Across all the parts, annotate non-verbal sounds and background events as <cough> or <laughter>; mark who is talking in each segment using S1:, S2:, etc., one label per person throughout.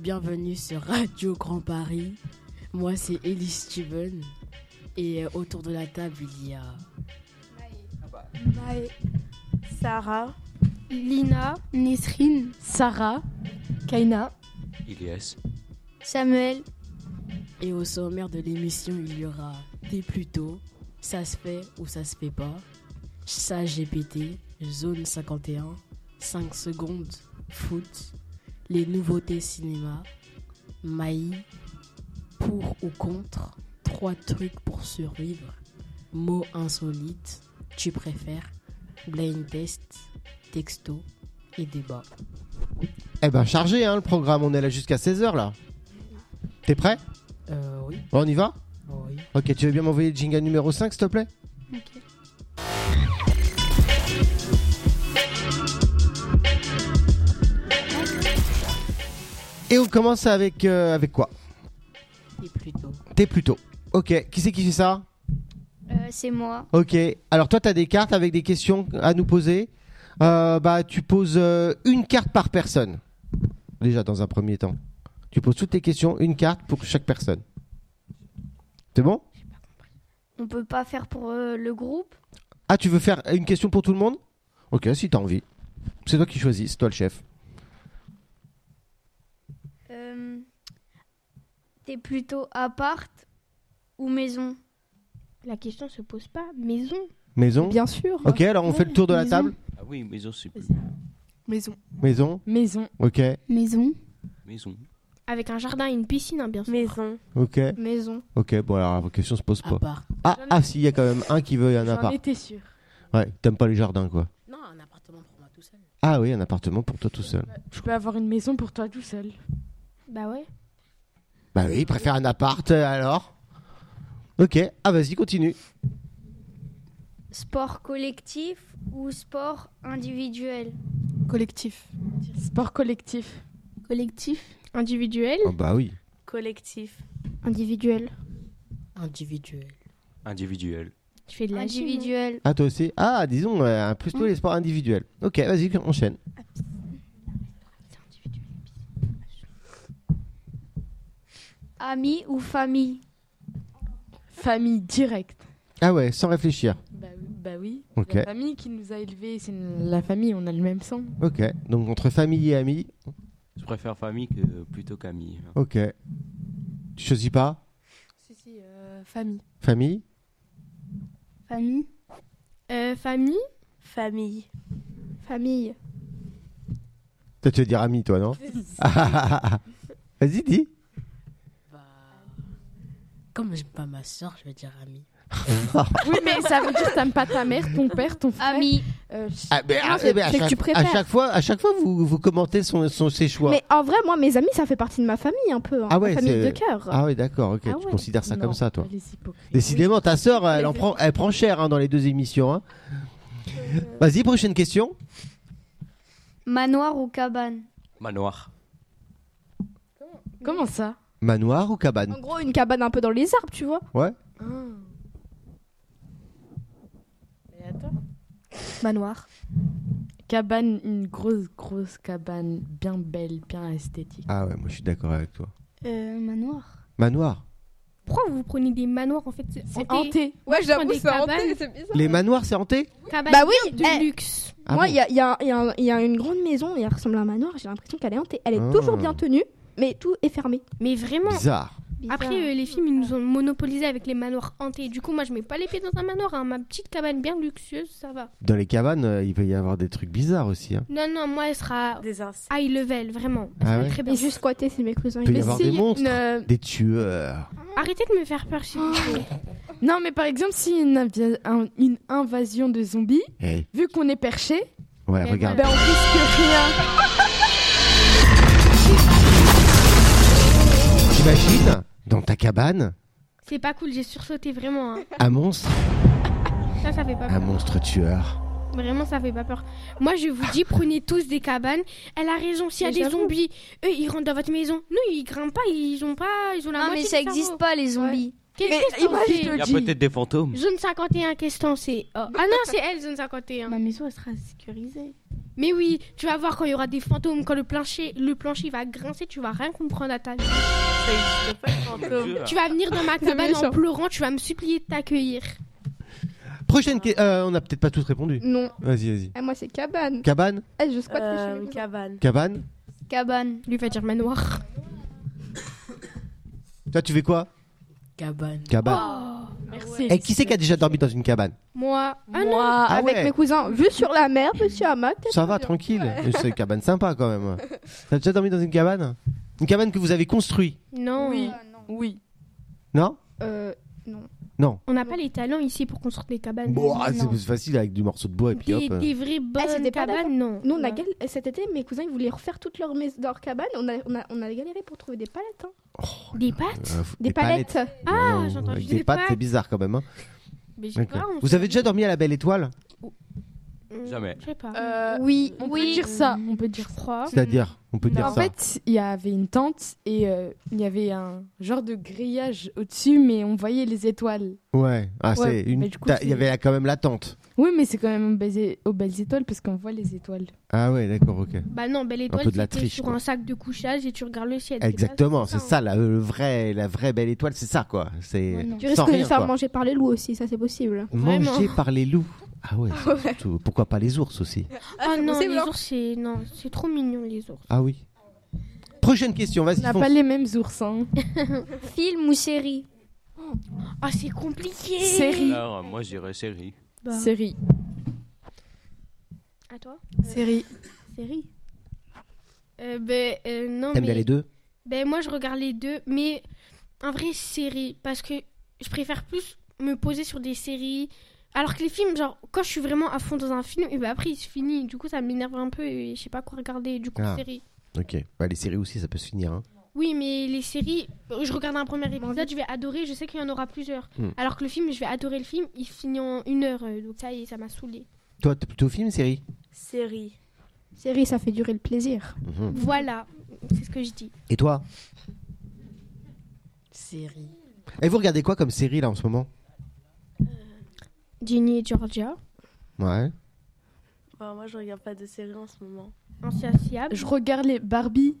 S1: bienvenue sur Radio Grand Paris. Moi, c'est Ellie Steven. Et euh, autour de la table, il y a.
S2: Maë, Sarah,
S3: Lina, Nesrine, Sarah,
S2: Kaina.
S4: Ilias,
S3: Samuel.
S1: Et au sommaire de l'émission, il y aura T'es plutôt, Ça se fait ou ça se fait pas, Ça GPT, Zone 51, 5 secondes, Foot, Les nouveautés cinéma, Maï, Pour ou contre, Trois trucs pour survivre, Mots insolites, Tu préfères, Blind test, Texto et débat.
S5: Eh ben chargé hein, le programme, on est là jusqu'à 16h là. T'es prêt
S1: Euh, oui,
S5: On y va
S1: oui.
S5: Ok, tu veux bien m'envoyer le jingle numéro 5 s'il te plaît Et on commence avec, euh, avec quoi
S1: T'es plutôt.
S5: T'es plutôt. Ok, qui c'est qui fait ça
S3: euh, c'est moi.
S5: Ok, alors toi, tu as des cartes avec des questions à nous poser. Euh, bah, tu poses euh, une carte par personne. Déjà, dans un premier temps. Tu poses toutes tes questions, une carte pour chaque personne. C'est bon
S3: On peut pas faire pour euh, le groupe
S5: Ah, tu veux faire une question pour tout le monde Ok, si t'as envie. C'est toi qui choisis, c'est toi le chef.
S3: Euh, T'es plutôt appart ou maison
S6: La question se pose pas. Maison
S5: Maison
S2: Bien sûr.
S5: Ok, alors on fait le tour de la
S2: Maison.
S5: table.
S4: Ah oui, maison, c'est plus.
S2: Maison.
S5: Maison,
S2: Maison.
S5: ok,
S7: Maison.
S4: Maison.
S6: Avec un jardin et une piscine, hein, bien sûr.
S2: Maison.
S5: ok,
S2: Maison.
S5: ok. Bon, alors la question se pose
S1: À
S5: pas.
S1: part.
S5: Ah, ah si, il y a quand même un qui veut un
S6: J'en
S5: appart.
S6: étais sûre.
S5: Ouais, t'aimes pas les jardins, quoi.
S1: Non, un appartement pour moi tout seul.
S5: Ah oui, un appartement pour toi tout seul.
S8: Je peux avoir une maison pour toi tout seul.
S6: Bah ouais.
S5: Bah oui, il préfère un appart euh, alors. Ok, ah vas-y, continue.
S3: Sport collectif ou sport individuel
S2: Collectif.
S8: Sport collectif.
S7: Collectif.
S6: Individuel
S5: bah oui.
S2: Collectif.
S6: Individuel.
S1: Individuel.
S4: Individuel.
S6: Tu fais de la gym, non
S3: Individuel.
S5: Ah toi aussi Ah disons, euh, plus tous les sports individuels. Ok, vas-y, enchaîne.
S3: Ami ou famille
S8: Famille directe.
S5: Ah ouais, sans réfléchir.
S8: Bah, oui- bah oui.
S5: Ok.
S8: La famille qui nous a élevés, c'est une- la famille, on a le même sang.
S5: Ok, donc entre famille et amis,
S4: Je préfère famille que plutôt qu'ami. hein.
S5: ok. Tu choisis pas
S2: Si, si, euh, famille.
S5: Famille
S7: Famille.
S6: Euh, famille
S2: Famille.
S6: <laughs> Famille.
S5: Toi tu vas dire ami
S6: <laughs>
S5: toi, non <laughs> Vas-y, <laughs> dis.
S1: Bah. Comme j'aime pas ma soeur, je vais dire ami.
S5: Ah,
S8: Oui, mais ça veut dire que t'aimes pas ta mère, ton père, ton frère.
S3: Ami.
S8: Euh, je-
S5: Ah, ben,
S6: Non,
S5: ah,
S6: c'est-
S5: ben, à,
S6: c'est que
S5: chaque,
S6: tu préfères.
S5: à chaque fois, à chaque fois vous, vous commentez son, son, ses choix.
S6: Mais en vrai, moi, mes amis, ça fait partie de ma famille un peu. hein.
S5: Ah ouais,
S6: Ma famille
S5: c'est-
S6: de cœur.
S5: Ah oui, d'accord, ok.
S6: Ah
S5: tu
S6: ouais.
S5: considères ça
S8: Non,
S5: comme ça, toi
S8: elle est hypocrite.
S5: Décidément, ta sœur, elle, en prend, elle prend cher hein, dans les deux émissions. hein.
S6: Euh,
S5: Vas-y, prochaine question.
S3: Manoir ou cabane
S4: Manoir.
S8: Comment ça
S5: Manoir ou cabane
S6: En gros, une cabane un peu dans les arbres, tu vois.
S5: Ouais.
S8: Ah.
S2: Manoir.
S8: Cabane, une grosse, grosse cabane, bien belle, bien esthétique.
S5: Ah ouais, moi je suis d'accord avec toi.
S7: Euh, manoir.
S5: Manoir.
S6: Pourquoi vous prenez des manoirs en fait C'est
S8: Hanté.
S2: Ouais,
S6: j'avoue, c'est hanté,
S2: c'est bizarre.
S5: Les manoirs, c'est hanté
S3: Cabane.
S6: Bah oui,
S3: de
S6: eh,
S3: luxe.
S5: Ah
S6: moi,
S5: bon
S6: il y, a- il y a- il y a un- il y a une grande maison et elle ressemble à un manoir. J'ai l'impression qu'elle est hantée. Elle est
S5: Ah.
S6: toujours bien tenue, mais tout est fermé.
S9: Mais vraiment
S5: Bizarre.
S9: Après, euh, les films, ils nous ont monopolisé avec les manoirs hantés. Du coup, moi, je mets pas les pieds dans un manoir. hein. Ma petite cabane bien luxueuse, ça va.
S5: Dans les cabanes, euh, il peut y avoir des trucs bizarres aussi. hein.
S9: Non, non, moi, elle sera
S2: Des instants.
S9: high level, vraiment.
S5: Ah
S9: Elle sera
S5: ouais
S9: très bien.
S6: Et juste squatter, c'est mes cousins.
S5: Il peut y
S6: Mais
S5: avoir
S6: si,
S5: des monstres,
S8: une- euh,
S5: des tueurs.
S9: Arrêtez de me faire peur, s'il vous plaît.
S8: Non, mais par exemple, si une, invia- un- une invasion de zombies,
S5: Eh,
S8: vu qu'on est perché,
S5: Ouais,
S9: Eh
S5: regarde.
S8: ben on risque rien.
S5: T'imagines dans ta cabane
S9: C'est pas cool, j'ai sursauté vraiment. hein.
S5: un monstre,
S9: Ça, ça fait pas
S5: un
S9: peur.
S5: monstre tueur.
S9: Vraiment, ça fait pas peur. Moi, je vous dis, prenez tous des cabanes. Elle a raison. S'il y a
S6: Mais
S9: des
S6: j'avoue.
S9: zombies, eux, ils rentrent dans votre maison. Nous, ils grimpent pas, ils ont pas. Ils ont la
S3: Non, mais
S9: moitié
S3: ça
S9: du cerveau.
S3: existe pas, les zombies.
S9: Qu'est-
S8: Mais
S9: qu'est-ce que
S8: imagine
S9: c'est
S4: Il y a
S8: G.
S4: peut-être des
S6: Mm.
S4: fantômes.
S9: Zone 51, qu'est-ce que c'est Oh. Ah non, c'est elle, zone 51.
S6: Ma maison, elle sera sécurisée.
S9: Mais oui, tu vas voir quand il y aura des fantômes, quand le plancher, le plancher va grincer, tu vas rien comprendre à ta vie.
S2: Ça existe pas, le fantôme.
S4: hein.
S9: Tu vas venir dans
S6: <laughs>
S9: ma cabane en
S8: méchant.
S9: pleurant, tu vas me supplier de t'accueillir.
S5: Prochaine question. on n'a peut-être pas tous répondu.
S6: Non.
S5: Vas-y, vas-y.
S6: Ah, moi, c'est cabane.
S5: Cabane
S6: Eh, je squatte les
S2: Euh,
S6: cheveux.
S2: cabane.
S5: Cabane
S3: Cabane.
S9: Lui va dire manoir.
S5: Toi, tu fais quoi
S1: Cabane.
S5: Cabane.
S1: Merci.
S6: Oh,
S5: Et qui c'est qui a déjà dormi dans une cabane
S9: Oh. Moi. Ah non,
S6: Moi,
S5: Ah
S6: avec
S5: ouais.
S6: mes cousins, vue sur la mer, monsieur Hamac.
S5: Ça va, tranquille. C'est une cabane sympa quand même. T'as déjà dormi dans une cabane Une cabane que vous avez construite
S9: non.
S8: Oui.
S2: Ah,
S3: ah,
S8: Oui.
S5: Non
S6: Euh,
S9: On n'a pas les talents ici pour construire des cabanes.
S5: Bon, ah,
S9: Non.
S5: c'est c'est facile avec du morceau de bois et puis hop.
S9: des,
S5: euh.
S9: des
S6: Eh,
S9: vraies bonnes
S6: c'était pas
S9: cabanes, non.
S6: nous, on a
S9: Non.
S6: gal- cet été, mes cousins, ils voulaient refaire toute leur, maison, leur cabane. On a, on, a, on a galéré pour trouver des palettes. hein.
S9: Des pattes
S5: oh. Euh, f-
S6: Des, palettes.
S9: Ah,
S5: Ouais,
S9: j'ai
S5: Avec
S9: entendu
S5: des
S9: des
S5: pattes,
S9: pattes.
S5: c'est bizarre quand même. hein.
S9: Mais j'ai
S5: D'accord.
S9: pas, on
S5: Vous
S9: sait-
S5: avez déjà dormi à la Belle Étoile
S9: Mm,
S4: Jamais.
S9: Je sais pas.
S2: Euh,
S6: Oui.
S2: on peut
S3: Oui.
S2: dire ça.
S8: On peut dire ça.
S9: Crois.
S5: C'est-à-dire, on peut
S8: Mais
S5: dire
S8: en
S5: ça.
S8: fait, il y avait une tente et euh, il y avait un genre de grillage au-dessus, mais on voyait les étoiles.
S5: Ouais, ah, c'est
S8: Ouais,
S5: une.
S8: mais du coup,
S5: t'as-
S8: c'est-
S5: Il y avait là quand même la tente.
S8: Oui, mais c'est quand même baisé aux belles étoiles parce qu'on voit les étoiles.
S5: Ah ouais, d'accord, ok.
S9: Bah non, Belle Étoile,
S5: peu de la
S9: c'était
S5: triche,
S9: sur
S5: quoi.
S9: un sac de couchage et tu regardes le ciel.
S5: Exactement,
S9: pas-
S5: c'est ça, la, le vrai, la vraie Belle Étoile, c'est ça quoi. C'est
S6: Tu
S5: sans
S6: risques de
S5: rien,
S6: faire
S5: quoi.
S6: manger par les loups aussi, ça c'est possible.
S9: Vraiment.
S5: Mangé par les loups. Ah ouais, c'est surtout- pourquoi pas les ours aussi
S9: Ah
S6: c'est
S9: non,
S6: possible,
S9: les
S6: hein.
S9: ours, c'est... Non, c'est trop mignon, les ours.
S5: Ah oui. Prochaine question,
S8: On
S5: vas-y,
S8: n'a
S5: fonce.
S8: pas les mêmes hein, oursins.
S3: Film ou série
S9: Ah, c'est compliqué
S8: Série.
S4: Alors, euh, moi, j'irais série.
S9: Bah,
S8: Série.
S9: À toi
S8: Série.
S7: Série.
S9: euh, Ben euh, non,
S5: T'aimes
S9: mais...
S5: bien les deux
S9: Ben moi, je regarde les deux, mais en vrai, série. Parce que je préfère plus me poser sur des séries... Alors que les films, genre, quand je suis vraiment à fond dans un film, et ben après, il se finit. Du coup, ça m'énerve un peu et je sais pas quoi regarder. Du coup,
S5: Ah.
S9: série.
S5: Ok, Bah, les séries aussi, ça peut se finir. hein.
S9: Oui, mais les séries, euh, je regarde un premier épisode, je vais adorer, je sais qu'il y en aura plusieurs.
S5: Hmm.
S9: Alors que le film, je vais adorer le film, il finit en une heure, euh, donc ça y est, ça m'a saoulé.
S5: Toi, t'es plutôt film, série
S2: Série.
S6: Série, ça fait durer le plaisir.
S5: Mhm.
S9: Voilà, c'est ce que je dis.
S5: Et toi
S1: Série.
S5: Et Eh, vous regardez quoi comme série là en ce moment
S9: Ginny et Georgia,
S5: Ouais.
S2: Bah, moi, je regarde pas de série en ce moment.
S9: insatiable.
S8: Je regarde les Barbie.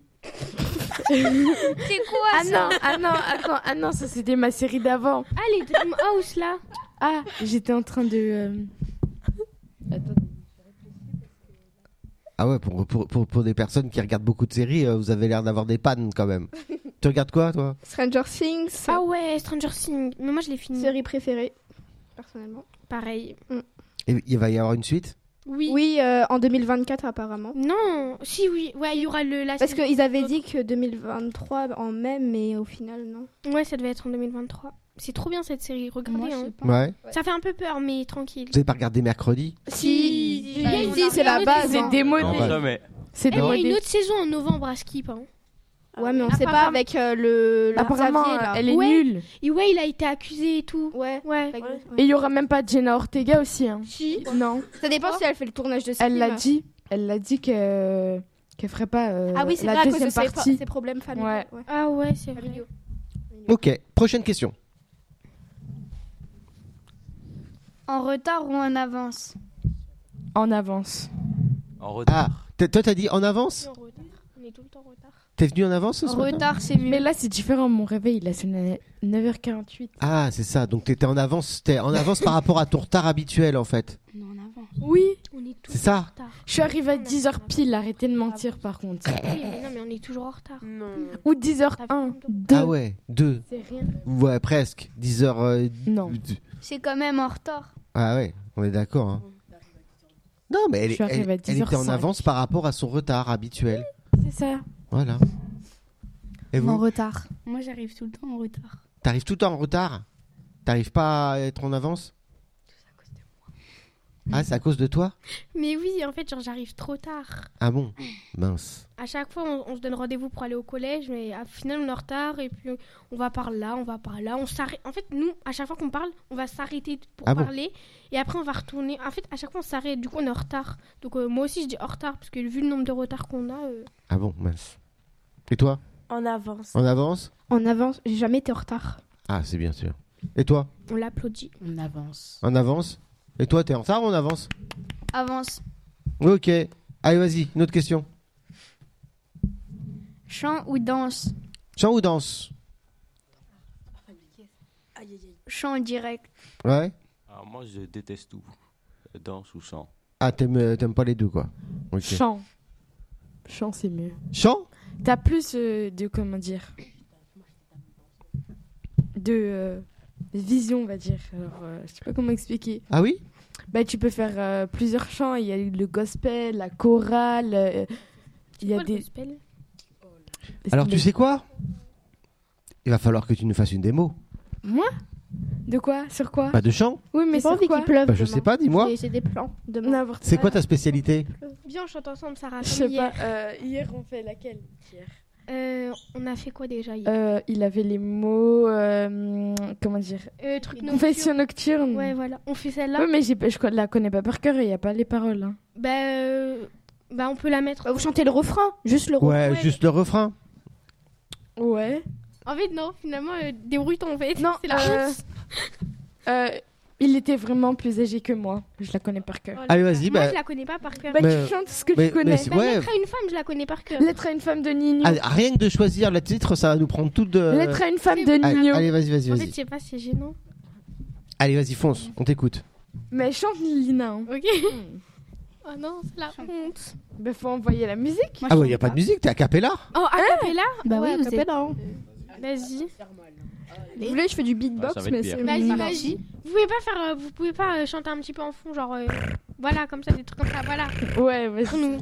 S3: C'est quoi
S8: Ah non, ah non, attends, ah non, ça c'était ma série d'avant.
S9: Ah, les Dreamhouse là
S8: Ah, j'étais en train de. euh, Attends.
S5: Ah ouais, pour, pour, pour, pour des personnes qui regardent beaucoup de séries, euh, vous avez l'air d'avoir des pannes quand même. tu regardes quoi, toi
S6: Stranger Things,
S9: Ah ouais, Stranger Things, mais moi je l'ai fini.
S6: série préférée, personnellement.
S9: Pareil.
S5: Et Il va y avoir une suite
S9: Oui.
S6: Oui, euh, en 2024 apparemment.
S9: Non, si, oui, ouais, il y aura le. La
S6: Parce
S9: série-
S6: qu'ils avaient dit que 2023 en mai, mais au final, non.
S9: Ouais, ça devait être en 2023. C'est trop bien cette série, regardez.
S7: Moi, je
S9: hein.
S7: sais pas.
S5: Ouais.
S9: Ça fait un peu peur, mais tranquille.
S5: Vous avez pas regardé mercredi
S9: Si,
S6: Si, si,
S9: on
S6: si,
S9: a
S6: c'est la
S9: regardé,
S6: base.
S8: C'est
S6: hein.
S4: Non,
S8: démodé.
S4: jamais.
S8: C'est
S9: Eh, Il y a
S8: démodé.
S9: une autre saison en novembre à Skip. Hein.
S6: Ouais, mais on sait pas avec euh, le. le
S8: Apparemment, euh,
S6: Xavier, là.
S8: elle est
S9: Ouais.
S8: nulle.
S9: Et ouais, il a été accusé et tout.
S6: Ouais.
S9: Ouais.
S6: Fait que-
S2: Ouais.
S8: Et il y aura même pas Jenna Ortega aussi. Hein.
S9: Si.
S8: Non.
S6: Ça dépend si elle fait le tournage de ce
S8: Elle
S6: film.
S8: l'a dit. Elle l'a dit que qu'elle ferait pas euh,
S6: Ah oui, c'est vrai
S8: la
S6: à cause
S8: deuxième
S6: de ses, pro-
S8: partie.
S6: ses problèmes familiaux. ouais.
S9: Ah ouais, c'est vrai.
S5: Ok, prochaine question.
S3: En retard ou en avance
S8: En avance.
S4: En
S5: Ah,
S4: retard.
S5: t'as- toi t'as dit en avance
S9: On est tout le temps en retard.
S5: T'es venu en avance ce
S3: En
S5: matin
S3: retard, c'est mieux.
S8: Mais là, c'est différent. Mon réveil, il a sonné à 9h48.
S5: Ah, c'est ça, donc t'étais en avance, t'es en avance par rapport à ton retard habituel en fait.
S7: Non, en avant.
S8: Oui.
S9: On est tout
S5: C'est ça
S8: Je suis arrivée à 10h pile. Arrêtez de mentir, par contre.
S9: Oui, mais non, mais on est toujours en retard.
S2: Non.
S8: Ou 10h01. 2.
S5: Ah ouais, deux.
S8: C'est rien.
S5: Ouais, presque. 10 heures. euh,
S8: Non.
S5: d-
S3: C'est quand même en retard.
S5: Ah ouais, on est d'accord. hein. Non, mais elle,
S8: Je suis arrivée
S5: elle-
S8: à
S5: elle était en
S8: 10h05.
S5: avance par rapport à son retard habituel.
S8: C'est ça.
S5: Voilà. Et vous
S6: retard.
S7: Moi, j'arrive tout le temps en retard.
S5: T'arrives tout le temps en retard T'arrives pas à être en avance Ah, c'est à cause de toi
S9: Mais oui, en fait, genre, j'arrive trop tard.
S5: Ah bon Mince.
S9: À chaque fois, on, on se donne rendez-vous pour aller au collège, mais au final, on est en retard. Et puis, on va par là, on va par là. On s'arrête. En fait, nous, à chaque fois qu'on parle, on va s'arrêter pour
S5: Ah bon
S9: parler. Et après, on va retourner. En fait, à chaque fois, on s'arrête. Du coup, on est en retard. Donc, euh, moi aussi, je dis en retard, parce que vu le nombre de retards qu'on a. euh,
S5: Ah bon, mince. Et toi
S2: En avance.
S5: En avance
S6: En avance, j'ai jamais été en retard.
S5: Ah, c'est bien sûr. Et toi
S9: On l'applaudit.
S1: On avance.
S5: En avance Et toi, t'es en retard ou en avance
S3: Avance.
S5: Ok. Allez, vas-y, une autre question.
S3: Chant ou danse
S5: Chant ou danse
S2: Aïe, aïe, aïe.
S3: Chant direct.
S5: Ouais.
S4: Alors Ah, moi, je déteste tout. Danse ou chant.
S5: Ah, t'aimes euh, t'aimes pas les deux, quoi. Ok.
S8: Chant. Chant, c'est mieux.
S5: Chant
S8: T'as plus euh, de, comment dire De euh, vision, on va dire. Alors, euh, je sais pas comment expliquer.
S5: Ah oui
S8: Bah, tu peux faire euh, plusieurs chants. Il y a le gospel, la chorale. euh, il y a
S9: Quoi, le
S8: des.
S9: gospel
S5: Alors, tu sais quoi Il va falloir que tu nous fasses une démo.
S8: De quoi Sur quoi
S5: Pas de chant
S8: Oui, mais
S6: J'ai pas
S8: sur
S6: envie
S8: quoi
S6: qu'il pleuve.
S5: Bah, je
S6: demain.
S5: sais pas, dis-moi.
S6: J'ai- J'ai des plans demain.
S8: N'importe
S5: C'est quoi ta spécialité
S9: Viens, on chante ensemble, Sarah.
S8: Je
S9: comme
S8: sais
S9: hier.
S8: pas. euh, hier, on fait laquelle
S9: Euh, on a fait quoi déjà hier
S8: Euh, Il avait les mots. euh, comment dire
S9: Euh, Truc nocturne.
S8: Confession Euh. nocturne.
S9: Ouais, voilà. On fait celle-là.
S8: Ouais, mais j'ai pas- je co- la connais pas par cœur et il n'y a pas les paroles. hein.
S9: Bah, euh, bah, on peut la mettre.
S6: Bah, vous chantez le refrain, juste le refrain.
S5: Ouais, juste le refrain.
S8: Ouais.
S9: En fait, non, finalement, euh, débrouille-toi, en fait.
S8: Non,
S9: c'est la
S8: euh,
S9: honte.
S8: Euh, il était vraiment plus âgé que moi. Je la connais par cœur.
S9: Oh là
S5: Allez,
S9: là.
S5: vas-y,
S9: Moi,
S5: bah-
S9: je la connais pas par cœur.
S8: Bah,
S5: Mais-
S8: tu chantes ce que
S5: mais-
S8: tu connais.
S5: mais c'est-
S9: Bah,
S5: ouais.
S9: Lettre à une femme, je la connais par cœur.
S8: Lettre à une femme de Nino.
S5: Ah, rien que de choisir le titre, ça va nous prendre tout de.
S8: Lettre à une femme de
S9: c'est-
S5: Allez,
S8: Nino.
S5: allez, vas-y, vas-y,
S9: En fait, je
S5: vas-y.
S9: sais pas, c'est gênant.
S5: Allez, vas-y, fonce, on t'écoute.
S8: Mais chante Lina. hein.
S9: Ok. <laughs> Oh non, c'est la honte.
S8: Bah, faut envoyer la musique.
S5: Ah, ouais, y a pas de musique, t'es a cappella
S9: Oh,
S6: Hein
S9: acapella
S7: Bah
S9: Ouais,
S7: oui, vous
S9: acapella.
S7: êtes...
S9: Vas-y.
S6: Vous voulez, je fais du beatbox,
S4: Ah, ça va être
S6: mais
S4: pire.
S6: c'est.
S9: Vas-y,
S6: Non.
S9: vas-y. Vous pouvez pas faire, euh, vous pouvez pas euh, chanter un petit peu en fond, genre, euh, voilà, comme ça, des trucs comme ça, voilà.
S8: Ouais, vas-y.
S9: Nous.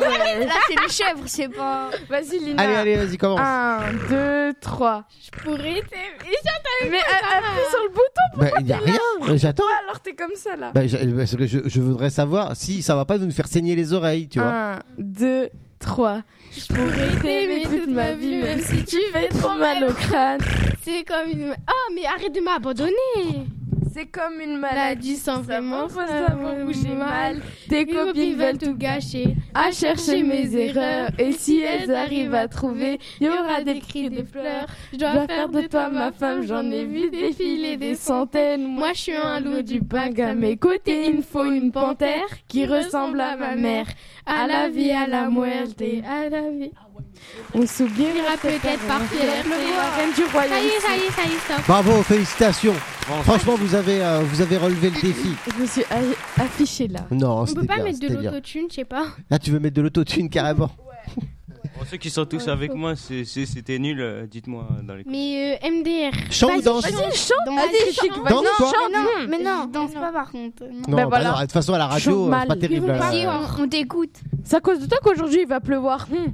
S3: Ouais, Là, c'est les chèvres, c'est pas.
S8: Vas-y, Lina.
S5: Allez, allez, vas-y, commence.
S8: 1, 2, 3.
S9: Je pourrais t'aimer. Et ça,
S8: Mais euh, appuie sur le bouton,
S5: Bah, y a rien, euh, j'attends.
S8: alors t'es comme ça là.
S5: Bah, j'a- parce que je, je voudrais savoir si ça va pas nous faire saigner les oreilles, tu vois.
S8: 1, 2, 3.
S9: Je
S8: Pourrais
S9: pourrais
S8: t'aimer toute ma vie, même si tu fais trop mal au crâne.
S9: C'est comme une. Oh, mais arrête de m'abandonner.
S8: C'est comme une
S9: La
S8: maladie.
S9: dit sans vraiment
S8: m'enfonce avant où j'ai mal. Tes
S9: Les copines veulent tout gâcher.
S8: à chercher mes erreurs. Et si elles arrivent à trouver, il y aura des cris, des pleurs.
S9: Je
S8: Je dois faire de toi ma femme, j'en ai vu défiler des centaines. Moi, je suis un loup du pack à mes côtés. Il me faut une panthère qui ressemble à ma mère. À la vie, à la muerte, à la vie. On s'oubliera
S9: peut-être par fierté.
S8: reine
S9: Ça
S8: du
S9: y
S8: royaume.
S9: est, ça y est, ça y est, stop.
S5: Bravo, félicitations.
S4: Franchement,
S5: Franchement, vous avez, euh, vous avez relevé le défi.
S8: Je me suis a- affichée là.
S5: Non,
S9: On peut
S5: c'était
S9: pas
S5: bien,
S9: mettre de
S5: c'était bien.
S9: l'autotune, je sais pas.
S5: Là, tu veux mettre de l'autotune carrément.
S4: pour ceux qui sont tous avec moi, c'est- c'est- c'était nul, euh, dites-moi dans les
S9: Mais euh, MDR.
S5: Chant ou
S9: Vas-y,
S5: danse
S9: chante.
S3: Vas-y,
S8: Chic,
S3: chante.
S8: vas-y.
S5: Danse ou quoi
S3: Mais non, mais
S7: Je
S3: non.
S7: danse pas par contre. Non.
S9: Ben
S5: Non,
S8: Bah
S5: bah
S8: voilà.
S5: non, de toute façon, à la radio,
S8: Chante
S5: euh, c'est pas
S8: mal.
S5: terrible.
S9: Ils vont
S5: euh.
S3: Vas-y, on, on t'écoute.
S8: C'est à cause de toi qu'aujourd'hui il va pleuvoir. Hmm.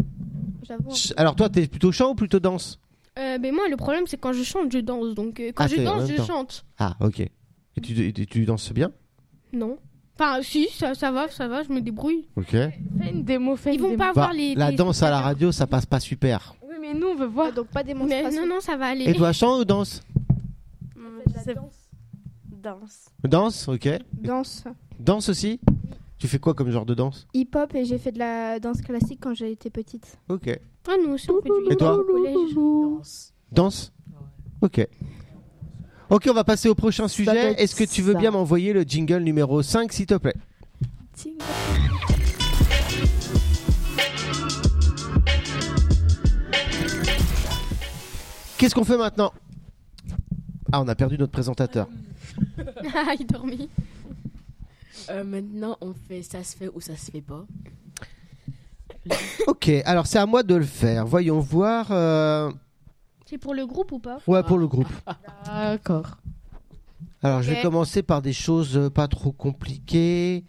S7: J'avoue.
S5: Ch- Alors, toi, t'es plutôt chant ou plutôt danse
S9: Euh, ben moi, le problème, c'est quand je chante, je danse. Donc, euh, quand
S5: Ah,
S9: je
S5: c'est en même
S9: danse, je
S5: temps.
S9: chante.
S5: Ah, ok. Et tu, et tu- tu danses bien
S9: Non. Enfin, si, ça, ça va, ça va, je me débrouille.
S5: Ok.
S8: Fais une démo, fais
S9: Ils
S8: une
S9: vont
S8: démo.
S9: pas
S5: Bah,
S9: voir les.
S5: la
S9: les-
S5: danse à la radio, ça passe pas super.
S8: Oui, mais nous on veut voir.
S6: Ouais, donc pas des
S9: Mais non,
S6: démonstration.
S9: non, ça va aller.
S5: Et toi, chant ou danse
S2: Hum,
S6: la
S2: c'est- Danse.
S5: Danse, ok.
S6: Danse
S5: Danse aussi Tu fais quoi comme genre de danse
S6: hip-hop et j'ai fait de la danse
S9: Bah,
S6: classique quand j'étais petite.
S5: Ok.
S9: Ah, nous aussi, on fait du
S5: Et toi
S9: au <laughs> collège.
S1: Danse.
S5: Danse Ok. Ok, on va passer au prochain
S8: doit
S5: sujet.
S8: être
S5: Est-ce que tu veux
S8: ça.
S5: bien m'envoyer le jingle numéro 5, s'il te plaît Qu'est-ce qu'on fait maintenant Ah, on a perdu notre présentateur.
S9: Ah, il dormit.
S1: Euh, maintenant, on fait ça se fait ou ça se fait pas.
S5: Ok, alors c'est à moi de le faire. Voyons voir. euh,
S9: C'est pour le groupe ou pas
S5: Ouais, pour le groupe.
S8: D'accord.
S5: Alors, je vais
S9: Ok.
S5: commencer par des choses euh, pas trop compliquées.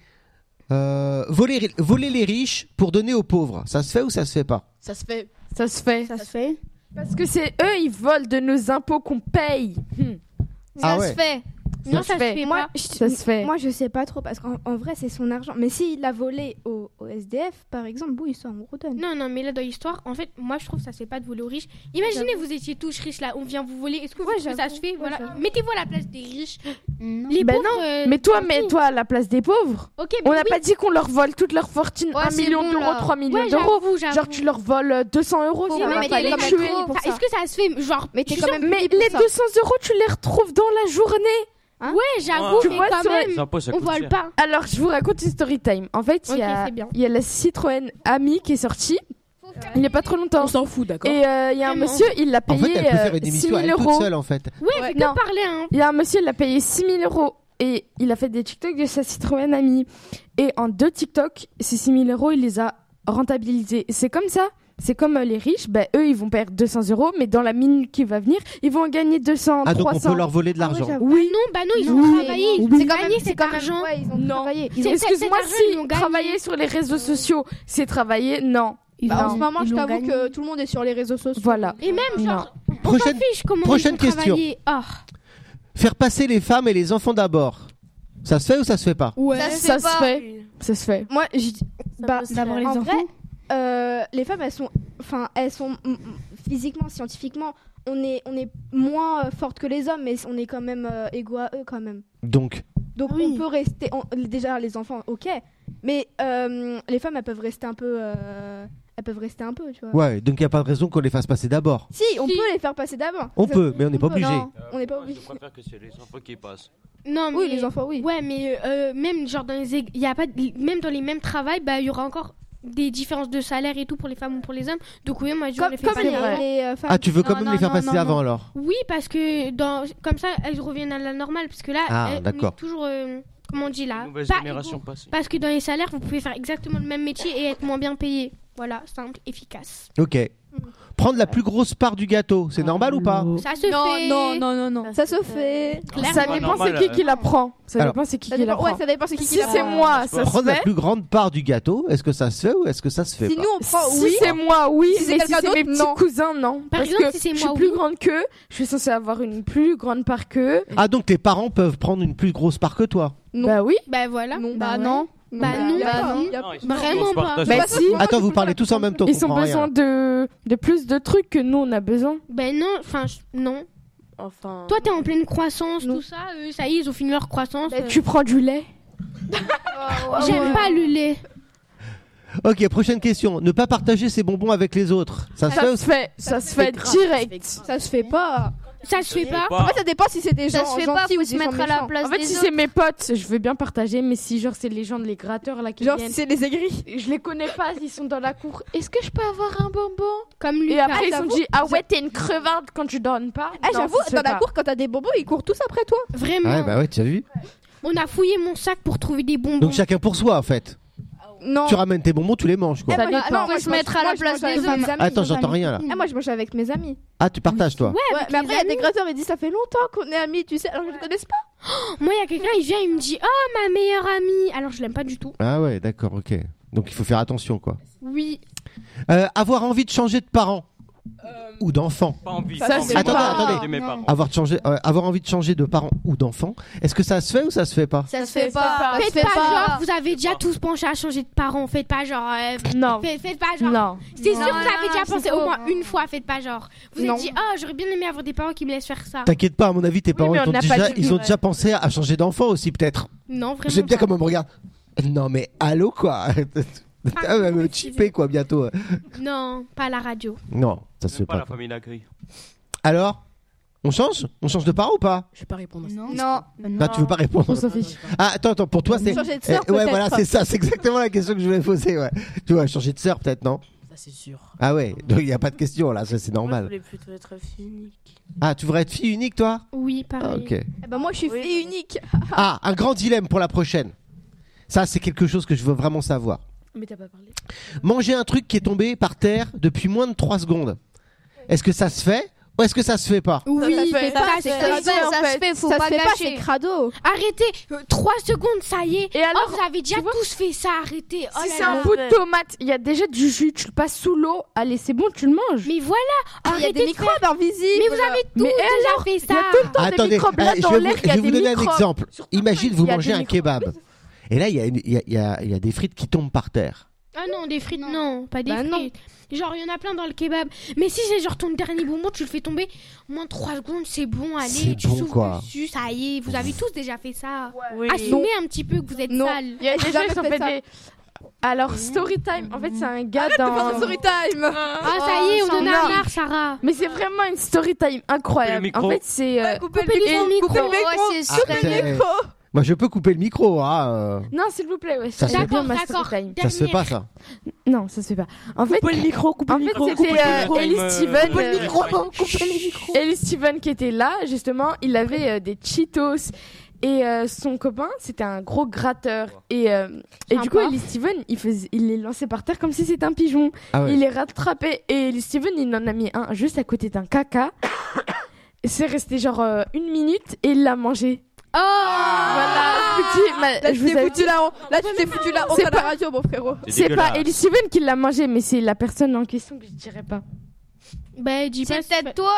S5: Euh, voler, voler les riches pour donner aux pauvres, ça se fait ou ça se fait pas
S1: Ça se fait.
S8: Ça se fait.
S6: Ça se fait
S8: Parce que c'est eux, ils volent de nos impôts qu'on paye. Hmm.
S5: Ah
S3: ça
S5: ouais.
S3: se fait.
S9: Non, ça se fait
S6: Moi,
S9: pas.
S6: je,
S8: Ça se fait.
S6: moi, je sais pas trop parce qu'en en vrai, c'est son argent. Mais s'il l'a volé au, au SDF, par exemple, oui, ça, on redonne.
S9: Non, non, mais là, dans l'histoire, en fait, moi, je trouve que ça se fait pas de voler aux riches. Imaginez, vous étiez tous riches là, on vient vous voler. Est-ce que vous
S6: Ouais,
S9: trouvez que ça
S6: j'avoue,
S9: se fait
S6: ouais,
S9: Voilà.
S6: j'avoue.
S9: Mettez-vous à la place des riches.
S7: Non.
S9: Les
S8: Ben
S9: pauvres, euh,
S8: mais toi,
S9: tant
S8: mais
S9: pis.
S8: toi, à la place des pauvres,
S9: Ok,
S8: on
S9: mais
S8: n'a
S9: oui.
S8: pas dit qu'on leur vole toute leur fortune,
S3: Ouais,
S8: 1
S3: c'est
S8: million
S3: bon,
S8: d'euros,
S3: là.
S8: 3 millions
S9: Ouais,
S8: d'euros.
S9: j'avoue, j'avoue.
S8: Genre, tu leur voles euh, 200 euros,
S6: Faut
S8: ça
S6: pas
S8: va
S9: mais
S8: pas
S9: t'es
S8: les
S9: quand même
S8: tuer.
S3: trop-
S9: Enfin, Est-ce que ça se fait Genre,
S6: Mais t'es
S9: je
S6: quand
S9: suis
S6: même
S8: Mais
S6: puni pour
S8: les
S6: ça.
S8: 200 euros, tu les retrouves dans la journée.
S9: Ah ouais, j'avoue,
S8: Tu
S9: mais
S8: vois,
S9: quand
S8: sur
S9: même,
S8: les-
S4: Ça, après, ça
S9: on
S4: coûte
S9: vole
S4: cher.
S9: pas.
S8: Alors, je vous raconte une story time. En fait, il y,
S9: Ok,
S8: a-
S9: c'est bien.
S8: il y a la Citroën Ami qui est sortie il n'y a pas trop longtemps.
S1: On s'en fout, d'accord
S8: Et euh, il y a un
S9: Vraiment.
S8: monsieur, il l'a
S5: En fait,
S8: payé
S5: elle peut faire
S8: euh,
S5: une
S8: 6
S5: émission
S8: 000
S5: à elle toute
S8: euros.
S5: seule, en fait.
S9: Ouais,
S8: Ouais.
S6: Euh,
S9: fais
S8: Non.
S9: que parler, hein.
S8: Il y a un monsieur, il l'a payé 6 000 euros. Et il a fait des TikTok de sa Citroën Ami. Et en deux TikTok, ces 6 000 euros, il les a rentabilisés. Et C'est comme ça. C'est comme euh, les riches, bah, eux, ils vont perdre 200 euros, mais dans la mine qui va venir, ils vont en gagner 200,
S5: Ah, donc
S8: 300.
S5: on peut leur voler de
S6: Ah ouais,
S5: l'argent.
S6: j'avoue.
S8: Oui,
S9: Non, bah non, ils ont
S6: Non, mais-
S9: travaillé, ils ont
S6: C'est quand
S9: gagné
S6: même, c'est
S9: cet
S6: quand même-
S9: argent.
S6: ouais, ils ont
S8: Non.
S6: travaillé. Ils
S9: C'est-
S6: ont-
S8: excuse-moi
S9: cet argent, ils l'ont
S8: si
S9: gagné.
S8: travailler sur les réseaux sociaux, c'est travailler, non. Non.
S6: Bah, en ce moment,
S7: Ils
S6: je
S7: l'ont
S6: t'avoue
S7: gagné.
S6: que tout le monde est sur les réseaux sociaux.
S8: Voilà.
S9: Et même, genre, on s'en
S5: Prochaine-
S9: fiche comment
S5: prochaine
S9: ils ont
S5: question.
S9: travaillé. Ah.
S5: Faire passer les femmes et les enfants d'abord. Ça se fait ou ça se fait pas
S8: Ouais,
S6: Ça se fait
S8: se
S6: pas.
S8: fait. Ça se fait.
S6: Moi, je dis- bah,
S7: D'abord les
S6: en
S7: enfants.
S6: vrai, euh, les femmes, elles sont, enfin, elles sont mm, mm, physiquement, scientifiquement, on est, on est moins euh, fortes que les hommes, mais on est quand même euh, égaux à eux quand même.
S5: Donc,
S6: Donc on peut rester, on- déjà les enfants, ok, mais euh, les femmes, elles peuvent rester un peu, euh, elles peuvent rester un peu, tu vois.
S5: ouais, donc il n'y a pas de raison qu'on les fasse passer d'abord.
S6: Si, on
S9: Si.
S6: peut les faire passer d'abord.
S5: On
S6: Ça-
S5: peut, mais on n'est pas
S6: peut,
S5: obligé.
S6: non, on n'est pas
S4: Moi,
S6: obligé.
S4: Je préfère que c'est les enfants qui passent.
S9: Non, mais... <laughs>
S6: Oui, les enfants, oui.
S9: Ouais, mais euh, même genre dans les ég- il y a pas de- même dans les mêmes travails, bah il y aura encore des différences de salaire et tout pour les femmes ou pour les hommes. Donc oui, moi je
S6: Comme,
S9: les fais
S6: comme
S9: pas
S6: les,
S9: pareil.
S6: les, euh, femmes.
S5: Ah, tu veux quand
S7: Non,
S5: même
S7: non,
S5: les faire
S7: non,
S5: passer
S7: non,
S5: avant
S7: non.
S5: alors
S9: Oui, parce que dans comme ça elles reviennent à la normale parce que là
S5: Ah,
S9: elles- on est
S5: d'accord.
S9: toujours euh, comment on dit là
S4: Nouvelle
S9: pas
S4: génération
S9: égaux.
S4: passe.
S9: Parce que dans les salaires, vous pouvez faire exactement le même métier et être moins bien payé. Voilà, simple, efficace.
S5: Ok. Prendre la plus grosse part du gâteau,
S1: Ah.
S5: c'est normal ou pas
S9: Ça se
S6: Non,
S9: fait.
S6: non,
S7: Non, non, non.
S6: Ça se fait.
S9: Clairement.
S8: Ça
S9: Ouais,
S8: dépend
S4: normal,
S8: c'est qui
S4: euh.
S8: qui la prend. Ça
S5: Alors.
S8: dépend c'est qui
S6: Ça
S8: qui la
S6: dépend- ouais,
S8: prend.
S6: ça dépend c'est qui
S8: Si
S6: qui la
S8: c'est
S6: prend.
S8: moi, ça se
S5: Prendre la
S8: fait.
S5: plus grande part du gâteau, est-ce que ça se fait ou est-ce que ça se fait
S6: Si
S5: pas
S6: nous on prend,
S8: si
S6: oui.
S8: c'est moi, oui.
S6: Si c'est
S8: mais si
S6: quelqu'un
S8: c'est mes
S6: d'autre, non.
S8: petits cousins, non. Parce
S9: exemple,
S8: que
S9: si c'est
S8: je
S9: moi,
S8: suis plus
S9: oui.
S8: grande qu'eux, je suis censée avoir une plus grande part qu'eux.
S5: Ah, donc tes parents peuvent prendre une plus grosse part que toi
S6: Non.
S8: Bah oui.
S9: Bah voilà.
S6: Non,
S7: Bah
S6: bah
S7: ouais.
S6: non.
S9: Bah non,
S6: y a
S9: bah
S6: pas,
S9: non.
S6: y a-
S4: Non, ils sont-
S9: Vraiment
S4: on se
S9: pas.
S4: partage
S8: Bah
S4: pas.
S8: si.
S5: Attends, vous parlez tous en même temps. on
S8: Ils ont
S5: comprend rien.
S8: besoin de, de plus de trucs que nous on a besoin.
S9: Ben non, enfin je- non.
S1: Enfin.
S9: Toi t'es en pleine croissance, tout ça. eux, ça y est, ils ont fini leur croissance. euh,
S8: Tu prends du lait. Ben
S9: J'aime pas le lait.
S5: Ok, prochaine question. Ne pas partager ses bonbons avec les autres, ça se fait
S8: Ça
S5: ou
S8: se fait, ça se fait
S1: grave,
S8: direct.
S1: ça
S6: Ça se fait pas.
S9: Ça se fait pas.
S6: En fait, ça dépend si c'est des gens
S7: Ça se fait pas,
S6: gentils
S7: faut
S6: ou
S7: se
S6: des gens
S7: mettre à la
S6: méchants.
S7: place
S8: En fait,
S7: des
S8: si
S7: autres.
S8: c'est mes potes, je veux bien partager, mais si genre c'est les gens de les gratteurs là qui
S6: Genre, si
S8: viennent,
S6: c'est les aigris.
S8: je les connais pas, ils sont dans la cour. Est-ce que je peux avoir un bonbon
S9: Comme
S8: Et
S9: Lucas.
S8: après ils ont
S6: j'avoue,
S8: dit ah ouais t'es une crevarde quand tu donnes pas.
S6: Ah,
S8: Non,
S6: j'avoue,
S8: ça se
S6: dans
S8: fait
S6: la
S8: pas.
S6: cour, quand t'as des bonbons, ils courent tous après toi.
S9: Vraiment.
S5: Ouais, bah ouais, tu as vu.
S9: On a fouillé mon sac pour trouver des bonbons.
S5: Donc chacun pour soi en fait.
S6: Non.
S5: Tu ramènes tes bonbons, tu les manges quoi.
S8: Oh.
S5: Ah,
S8: Ça
S6: Eh, moi,
S8: dépend.
S6: non, moi,
S7: Faut
S6: je
S7: se
S6: mange-
S7: mettre à
S6: moi,
S7: la
S6: je
S7: place
S6: mange
S7: des
S6: avec
S7: hommes.
S6: mes amis.
S5: Attends, j'entends rien là.
S6: Eh, moi, je mange avec mes amis.
S5: Ah, tu partages toi.
S6: Ouais, mais
S9: les
S6: après, il y a des gratteurs, ils disent ça fait longtemps qu'on est amis, tu sais, alors que je ne connais pas.
S9: Moi, il y a quelqu'un, il vient, il me dit Oh, ma meilleure amie Alors, je l'aime pas du tout.
S5: Ah ouais, d'accord, ok. Donc il faut faire attention quoi.
S9: Oui.
S5: Euh, avoir envie de changer de parents
S8: Euh.
S5: ou d'enfants.
S4: Pas envie.
S8: Ça,
S4: pas
S8: c'est
S4: envie.
S5: Attendez,
S4: Pas
S5: attendez.
S4: envie de mes
S7: Non.
S4: parents.
S5: Avoir, de changer, euh, avoir envie de changer de parents ou d'enfants, est-ce que ça se fait ou ça se fait pas
S7: Ça se fait
S8: Ah,
S7: pas.
S9: faites pas, genre, vous avez déjà tous penché à changer de parents. Faites pas genre. euh,
S8: Non.
S9: faites, faites pas genre.
S8: Non.
S9: C'est sûr
S7: Non,
S9: que vous avez
S7: non,
S9: déjà
S7: c'est
S9: pensé
S7: faux.
S9: au moins une fois. Faites pas genre. Vous
S6: Non.
S9: avez dit Oh, j'aurais bien aimé avoir des parents qui me laissent faire ça.
S5: T'inquiète pas, à mon avis, tes parents
S8: mais
S5: ils
S8: on
S5: ont,
S8: n'a pas
S5: déjà,
S8: dit,
S5: ils ont
S8: ouais.
S5: déjà pensé à changer d'enfant aussi peut-être.
S9: Non, vraiment.
S5: J'aime bien
S9: pas.
S5: comment on me regarde. Non mais allô quoi <laughs> Ah, mais me chipper quoi bientôt.
S9: Non, pas à la radio.
S5: Non, ça se fait
S4: J'aime pas
S5: pas.
S4: la famille d'accueil.
S5: Alors On change On change de parents ou pas
S1: Je vais pas répondre.
S7: Non.
S5: Non, Bah, tu veux pas répondre.
S8: On s'en fiche.
S5: Ah, attends, attends, pour toi c'est.
S6: Changer de
S5: Eh,
S6: sœur,
S5: ouais,
S6: peut-être.
S5: voilà, c'est ça, c'est exactement la question que je voulais poser. Ouais. Tu vois, changer de sœur peut-être, non
S1: Ça, c'est sûr.
S5: Ah ouais, donc il n'y a pas de question là, ça c'est
S1: Moi, je
S5: normal.
S1: voulais plutôt être fille unique.
S5: Ah, tu voudrais être fille unique toi
S9: Oui, pareil.
S5: Ah, ok.
S6: Eh ben, moi, je suis
S1: Oui.
S6: fille unique.
S5: Ah, un grand dilemme pour la prochaine. Ça, c'est quelque chose que je veux vraiment savoir.
S1: Mais t'as pas parlé.
S5: Manger un truc qui est tombé par terre depuis moins de 3 secondes. Est-ce que ça se fait ou est-ce que ça se fait pas
S9: Oui,
S6: Ça se fait,
S9: faites
S6: ça
S9: pas
S6: se
S9: ça.
S6: fait.
S7: Ça se fait,
S6: en
S7: ça se
S6: fait.
S7: fait, faut
S6: ça
S7: pas
S6: se fait pas,
S7: gâcher.
S6: c'est crado.
S9: Arrêtez 3 secondes, ça y est.
S8: Et alors,
S9: oh, vous avez déjà tous fait ça. Arrêtez. Oh
S8: si
S9: là
S8: c'est
S9: là.
S8: un bout de tomate, il y a déjà du jus, tu le passes sous l'eau. Allez, c'est bon, tu le manges.
S9: Mais voilà,
S6: Il y a
S9: arrêtez
S6: des
S9: de faire.
S6: microbes invisibles.
S9: Mais vous avez tous
S8: Mais et
S9: déjà fait
S8: Il y
S9: ça.
S8: a tout le temps des microbes là
S5: eh, je
S8: dans
S5: vais
S8: l'air,
S5: vous,
S8: il y a
S5: je vais
S8: des
S5: vous donner un
S8: microbes.
S5: exemple. Imagine, vous
S8: il y a
S5: mangez
S8: des
S5: un
S8: microbes.
S5: kebab. Et là, il y, a une- il y a- il y a- il y a des frites qui tombent par terre.
S9: Ah non, des frites, non, pas des
S6: Bah non.
S9: frites. Genre, il y en a plein dans le kebab. Mais si c'est genre ton dernier bonbon, tu le fais tomber, au moins 3 secondes, c'est bon, allez,
S5: C'est
S9: tu
S5: bon,
S9: souffles
S5: quoi.
S9: dessus, ça y est, vous avez tous déjà fait ça.
S1: Oui.
S9: Assumez un petit peu que vous êtes
S6: Non.
S9: sale.
S8: Il y a des gens
S6: Jamais
S8: qui ont
S6: fait
S8: fait
S6: ça.
S8: des. Alors, Storytime, en fait, c'est un gars dans.
S10: faire un storytime
S9: Ah, ça y est, on en a marre, Sarah
S8: Mais c'est vraiment une storytime incroyable.
S4: Coupez le
S8: En
S4: micro.
S8: fait, c'est. euh,
S10: Coupez
S9: coupez-lui son micro.
S10: Coupez le
S3: Ouais,
S10: micro.
S3: c'est-
S5: Ah,
S10: Coupez
S5: c'est-
S10: le micro.
S5: Bah, je peux couper le micro, ah. euh,
S8: Non, s'il vous plaît, ouais.
S5: Ça se
S8: j'aime
S5: fait
S9: D'accord,
S8: bien ma
S9: d'accord.
S8: storytime.
S5: Ça se fait pas, ça.
S8: Non, ça se fait pas. En fait,
S10: Coupez le micro.
S8: en
S10: Coupez le
S8: fait,
S10: micro.
S8: c'était euh,
S4: Coupez le
S8: Ellie
S4: time, euh,
S8: Steven.
S10: Coupez
S8: euh,
S10: le micro. Coupez le micro.
S8: Ellie Steven qui était là, justement, il avait euh, des Cheetos. Et euh, son copain, c'était un gros gratteur. Et, euh, et du coup,
S9: Sympa.
S8: Ellie Steven, il, faisait, il les lançait par terre comme si c'était un pigeon.
S5: Ah ouais.
S8: Il les rattrapait. Et Ellie Steven, il en a mis un juste à côté
S10: <coughs>
S8: d'un caca. C'est resté genre euh, une minute et il l'a mangé.
S9: Oh
S8: voilà, petit, ma-
S10: Ah Là,
S8: je
S10: tu
S8: vous
S10: t'es
S8: avais-
S10: foutu là. on- Là, tu t'es foutu là. On
S8: C'est
S10: fait la radio, mon frérot.
S8: C'est pas
S4: dégueulasse.
S8: Ellie Steven qui l'a mangé, mais c'est la personne en question que je dirais pas.
S9: Bah, dis pas...
S3: C'est peut-être toi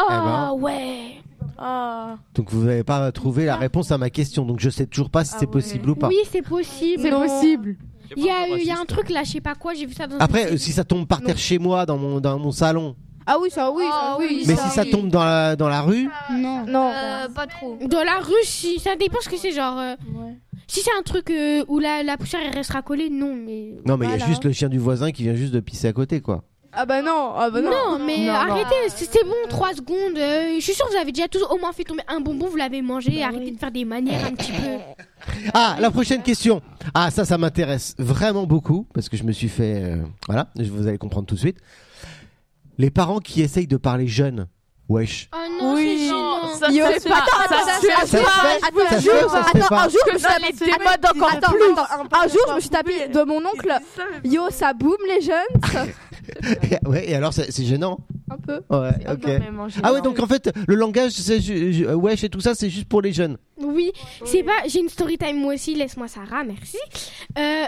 S9: Oh,
S5: ben.
S9: ouais
S5: Donc, vous n'avez pas trouvé la réponse à ma question. Donc, je sais toujours pas si c'est possible ou pas.
S9: Oui, c'est possible.
S8: C'est
S9: Non.
S8: possible.
S4: C'est pas
S9: Il y a,
S4: encore
S9: eu- il y a un
S4: raciste.
S9: truc là, je sais pas quoi, j'ai vu ça dans
S5: Après,
S9: une-
S5: euh, si ça tombe par terre chez moi, dans mon, dans mon salon,
S10: Ah oui, ça oui, ça
S3: Ah
S10: oui.
S3: oui,
S5: mais
S3: ça,
S5: si ça
S3: oui.
S5: tombe dans la, dans la rue,
S7: Non.
S10: Non.
S3: Euh, Pas
S9: <laughs>
S3: trop.
S9: Dans la Russie, ça dépend ce que c'est genre. euh, Si c'est un truc euh, où la, la poussière elle restera collée, non, mais.
S5: non, mais il y a
S9: Voilà.
S5: juste le chien du voisin qui vient juste de pisser à côté, quoi.
S10: Ah bah non. Ah bah non.
S9: non, mais
S8: Non, non.
S9: arrêtez, c'était bon, 3 secondes. euh, je suis sûre que vous avez déjà tous au moins fait tomber un bonbon, vous l'avez mangé, arrêtez de faire des manières un petit peu.
S5: Ah, la prochaine question. Ah, ça, ça m'intéresse vraiment beaucoup parce que je me suis fait. euh, voilà, je- vous allez comprendre tout de suite. Les parents qui essayent de parler jeune, wesh.
S9: Oh non, oui, c'est gênant.
S10: Il y aurait pas. Attends,
S8: ça,
S10: attends,
S8: ça,
S10: attends,
S5: ça, ça,
S10: attends,
S5: ça,
S10: un jour,
S5: ça, ça, ça,
S10: attends,
S5: ça,
S10: un jour, je me
S8: ça,
S10: suis
S8: ça,
S10: tapé-
S8: ça,
S10: attends,
S8: ça,
S10: attends,
S8: plus.
S10: attends, un- un jour, je me suis tapé de mon oncle. Yo, ça boum les jeunes, ça-
S5: <laughs> ouais, et alors, c'est c'est gênant.
S10: un peu.
S5: Ouais, ok. Ah, ouais, donc en fait, le langage, c'est ju- ju- euh, wesh et tout ça, c'est juste pour les jeunes.
S9: Oui, c'est pas. J'ai une story time moi aussi, laisse-moi Sarah, merci. Euh,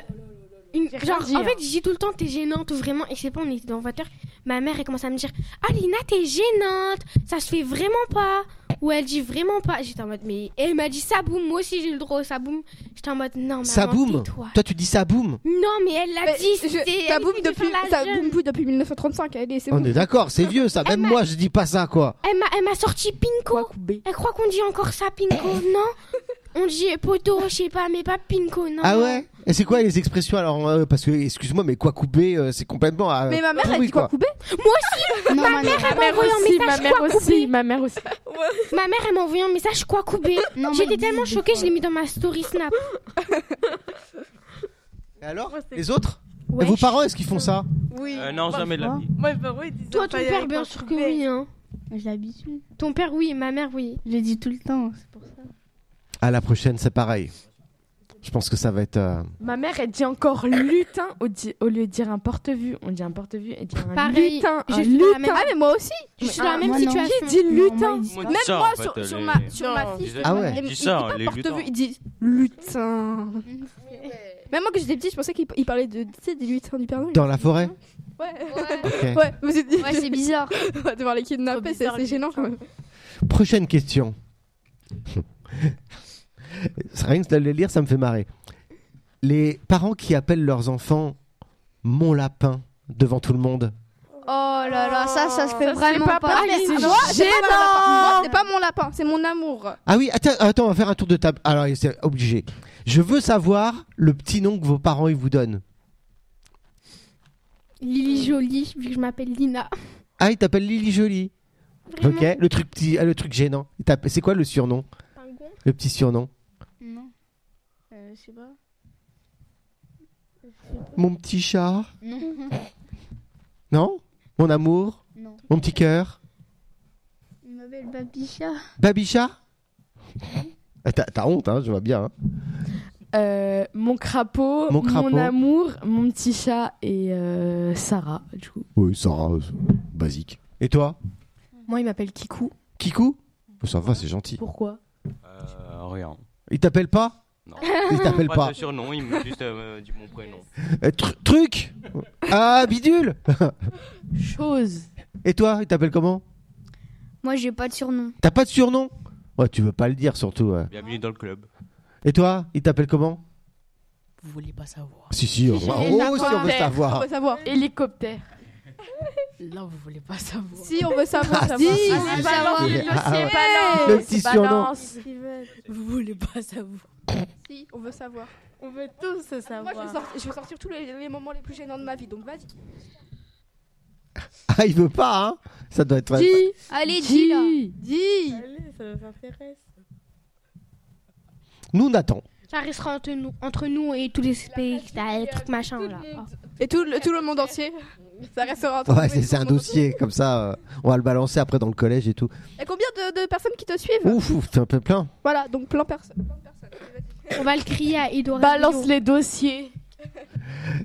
S9: une- genre,
S10: hein.
S9: en fait, je dis tout le temps, t'es gênante ou vraiment. Et c'est pas, on était dans la voiture. Ma mère, elle commence à me dire Ah, Lina, t'es gênante, ça se fait vraiment pas. Ou elle dit vraiment pas. J'étais en mode, mais. Et elle m'a dit ça boum, moi aussi j'ai eu le droit au ça boum. J'étais en mode, non, maman,
S5: Ça boum
S9: tais-toi.
S5: Toi, tu dis ça boum
S9: Non, mais elle l'a
S10: Mais
S9: dit,
S10: je-
S9: c'était-
S10: ça
S9: elle
S10: boum
S9: essaie de
S10: depuis,
S9: faire la
S10: ça
S9: jeune.
S10: boum plus depuis 1935. Allez, c'est
S5: On
S10: bon.
S5: est d'accord, c'est vieux ça. Même moi, je dis pas ça, quoi.
S9: Elle m'a- elle m'a sorti Pinko.
S1: coupé
S9: Elle croit qu'on dit encore ça, Pinko, non
S5: <laughs>
S9: On dit poteau, je sais pas, mais pas Pinko, non.
S5: Ah
S9: non.
S5: ouais Et c'est quoi les expressions alors euh, Parce que, excuse-moi, mais quoi couper, euh, c'est complètement. euh,
S10: Mais ma mère, elle
S5: pourri,
S10: dit quoi couper
S7: Non, ma mère.
S9: Elle
S8: Ma
S9: m'a
S8: mère
S9: envoyé un
S8: aussi,
S9: message,
S8: ma mère
S9: quoi, coupé.
S8: aussi, ma mère aussi.
S9: Ma mère, elle m'a envoyé un message, quoi couper
S7: Non, mais
S9: J'étais
S7: dis,
S9: tellement
S7: des
S9: choquée,
S7: fois.
S9: je l'ai mis dans ma story Snap.
S5: Et alors Les autres
S9: Ouais.
S5: Et vos parents, est-ce qu'ils font ça
S10: Oui.
S4: Euh, non, jamais de la vie.
S10: Moi, bah ouais, dis
S9: Toi, ton père, bien sûr que oui. Hein.
S7: Ah, Je l'habitue.
S9: Ton père, oui, ma mère, oui.
S7: Je le dis tout le temps, c'est pour ça.
S5: À la prochaine, c'est pareil. Je pense que ça va être. euh,
S8: Ma mère, elle dit encore lutin au, di- au lieu de dire un porte-vue. On dit un porte-vue, elle dit un
S9: Pareil,
S8: lutin.
S9: je
S8: un
S9: suis dans la
S8: lutin.
S9: même-
S10: Ah, mais moi aussi.
S9: Je suis dans la
S7: Ah,
S9: même
S7: moi, non.
S9: situation.
S8: Qui dit lutin
S7: Non, moi,
S10: Même
S4: ça, en
S10: moi,
S4: fait,
S10: sur,
S4: euh,
S10: sur
S4: les-
S10: ma, sur ma
S4: les
S10: fiche,
S5: Ah
S10: il-
S5: ouais.
S10: il,
S4: Dis
S10: il
S4: ça,
S10: dit
S4: les
S10: pas porte-vue,
S4: lutins.
S10: il dit lutin. Même moi, quand j'étais petite, je pensais qu'il il parlait de, tu sais, des lutins
S6: Ah
S10: du Père Noël.
S5: Dans la forêt
S10: Ouais.
S3: Ouais,
S5: Ok.
S10: Ouais, vous êtes
S3: Ouais, c'est bizarre.
S10: on va devoir les kidnapper, c'est c'est gênant quand même.
S5: Prochaine question. Rien que de le lire, ça me fait marrer. Les parents qui appellent leurs enfants mon lapin devant tout le monde.
S3: Oh là là, ça, ça se fait
S8: Ça, c'est
S3: vraiment
S8: pas
S3: pas.
S8: pareil,
S3: Ah, mais-
S8: c'est
S3: Ah,
S10: Moi, c'est pas mon lapin.
S8: gênant.
S10: Moi, c'est pas mon lapin, c'est mon amour.
S5: Ah oui, attends, attends, on va faire un tour de table. Alors, c'est obligé. Je veux savoir le petit nom que vos parents ils vous donnent.
S9: Lily Jolie, vu que je m'appelle Lina.
S5: Ah, ils t'appellent Lily Jolie.
S9: Vraiment.
S5: Ok, le truc petit, ah, le truc gênant. Ils t'appellent- C'est quoi le surnom
S9: Pingouin.
S5: Le petit surnom
S7: Non. Euh, je sais pas.
S5: Mon petit chat.
S7: Non.
S5: <laughs> Non Mon amour
S7: non.
S5: Mon petit cœur
S7: Il m'appelle Babicha.
S5: Babicha Ah, T'as t'as honte, hein, je vois bien. hein.
S8: Euh, mon crapaud,
S5: Mon
S8: mon,
S5: crapaud.
S8: amour, mon petit chat et euh, Sarah, du coup.
S5: Oui, Sarah, euh, basique. Et toi
S10: Moi, il m'appelle Kikou.
S5: Kikou Oh, Ça va, c'est gentil.
S8: Pourquoi
S4: Euh, rien.
S5: Il t'appelle pas
S4: Non.
S5: Il
S4: <laughs>
S5: t'appelle
S4: Pas
S5: pas.
S4: de surnom, il m'a juste euh, dit mon prénom.
S5: Euh, tru- truc Ah, bidule
S1: Chose.
S5: Et toi, il t'appelle comment
S3: Moi, j'ai pas de surnom.
S5: T'as pas de surnom Ouais, tu veux pas le dire surtout. ouais.
S4: Bienvenue dans le club.
S5: Et toi, il t'appelle comment
S1: Vous voulez pas savoir.
S5: Si, si, on
S8: Si,
S5: va-
S8: j'ai
S5: oh,
S8: la
S5: si, on veut
S8: colère.
S10: On
S5: savoir.
S10: veut savoir.
S8: Hélicoptère.
S1: Là, vous voulez pas savoir.
S10: Si, on veut savoir.
S5: si,
S10: Si,
S5: Ah,
S8: C'est
S5: si,
S8: balance,
S5: si.
S8: le dossier
S5: Ah, ouais.
S8: balance,
S5: Le petit surnom.
S8: balance.
S1: Vous voulez pas savoir.
S6: Si. On veut savoir.
S8: On veut tous savoir.
S6: Moi, je veux, sortir, je veux sortir tous les, les moments les plus gênants de ma vie, donc vas-y.
S5: Ah, il veut pas, hein Ça doit être.
S3: Allez,
S8: dis là.
S3: Dis
S8: Allez, ça nous intéresse.
S5: Nous, on attend.
S9: Ça restera entre nous, entre nous et tous les
S7: euh,
S9: spectacles, machin là.
S6: Et tout le, tout le monde entier. Ça restera entre
S5: Ouais,
S6: nous et
S5: c'est c'est
S6: tout
S5: un
S6: le monde.
S5: dossier comme ça. euh, on va le balancer après dans le collège et tout.
S6: Il y a combien de, de personnes qui te suivent
S5: Ouf, ouf, t'es un peu plein.
S6: Voilà, donc plein personne.
S9: On va le crier à Edouard.
S8: Balance les dossiers.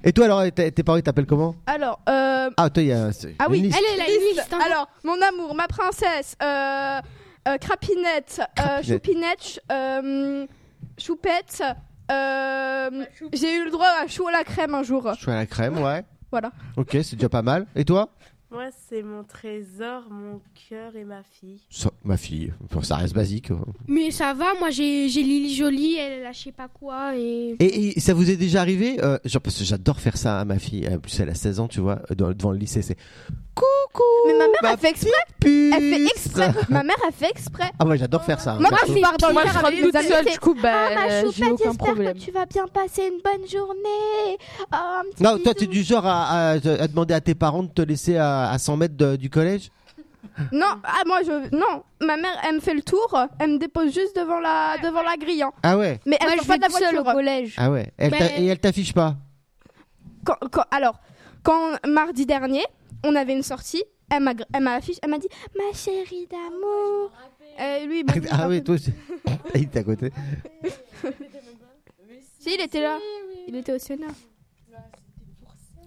S5: Et toi, alors, tes tes parents, ils t'appellent comment
S6: Alors, euh,
S5: Ah, toi, il y a. c'est
S6: ah oui,
S5: une liste.
S9: Elle est la
S6: liste.
S9: liste, hein.
S6: Alors, mon amour, ma princesse, euh, euh, Crapinette, euh,
S5: Crapinette.
S6: Choupinette, euh, Choupette. euh, J'ai eu le droit à chou à la crème un jour.
S5: Je suis à la crème, ouais.
S6: Voilà.
S5: Ok, c'est déjà pas mal. Et toi
S2: Moi, c'est mon trésor, mon cœur et ma fille.
S5: Ça- Ma fille. Enfin, ça reste basique. hein.
S9: Mais ça va, moi j'ai j'ai Lily Jolie, elle a je sais pas quoi et.
S5: Et, et ça vous est déjà arrivé euh, genre, Parce que j'adore faire ça à ma fille. En plus, elle a 16 ans, tu vois, euh, dans- devant le lycée, c'est. Coucou
S6: Mais ma mère,
S5: ma
S6: elle fait exprès.
S5: puce
S6: Elle fait exprès. ma mère, elle fait exprès.
S5: Ah, ouais, j'adore faire ça. hein,
S6: Moi, quand
S5: perso.
S6: je pars dans le
S8: Moi, je
S6: car
S8: rentre
S6: avec
S8: toute
S6: les amis, Ah,
S8: seule,
S6: c'est-
S8: du coup, bah,
S3: ma choupette,
S8: j'ai aucun
S3: j'espère
S8: problème.
S3: que tu vas bien passer une bonne journée. Oh, un petit
S5: Non, toi,
S3: bisou.
S5: t'es du genre à, à- à demander à tes parents de te laisser à, à 100 mètres de- du collège
S6: Non, ah moi je non, ma mère elle me fait le tour, elle me dépose juste devant la devant la grille. hein.
S5: Ah ouais
S6: Mais elle
S3: Moi,
S6: sort
S3: je
S6: pas
S3: vais
S6: de la
S3: toute seule au
S6: voiture.
S3: collège.
S5: Ah ouais elle t'a-
S9: Ben-
S5: Et elle t'affiche pas
S6: Quand, quand- alors, quand mardi dernier, on avait une sortie, elle m'a elle m'a affiché, elle m'a dit
S3: Ma chérie d'amour.
S6: euh, lui bon, lui,
S5: Ah
S6: un
S5: ouais,
S6: peu-
S5: toi aussi. Il était à côté.
S6: Si, il était là. Il était au Sénat.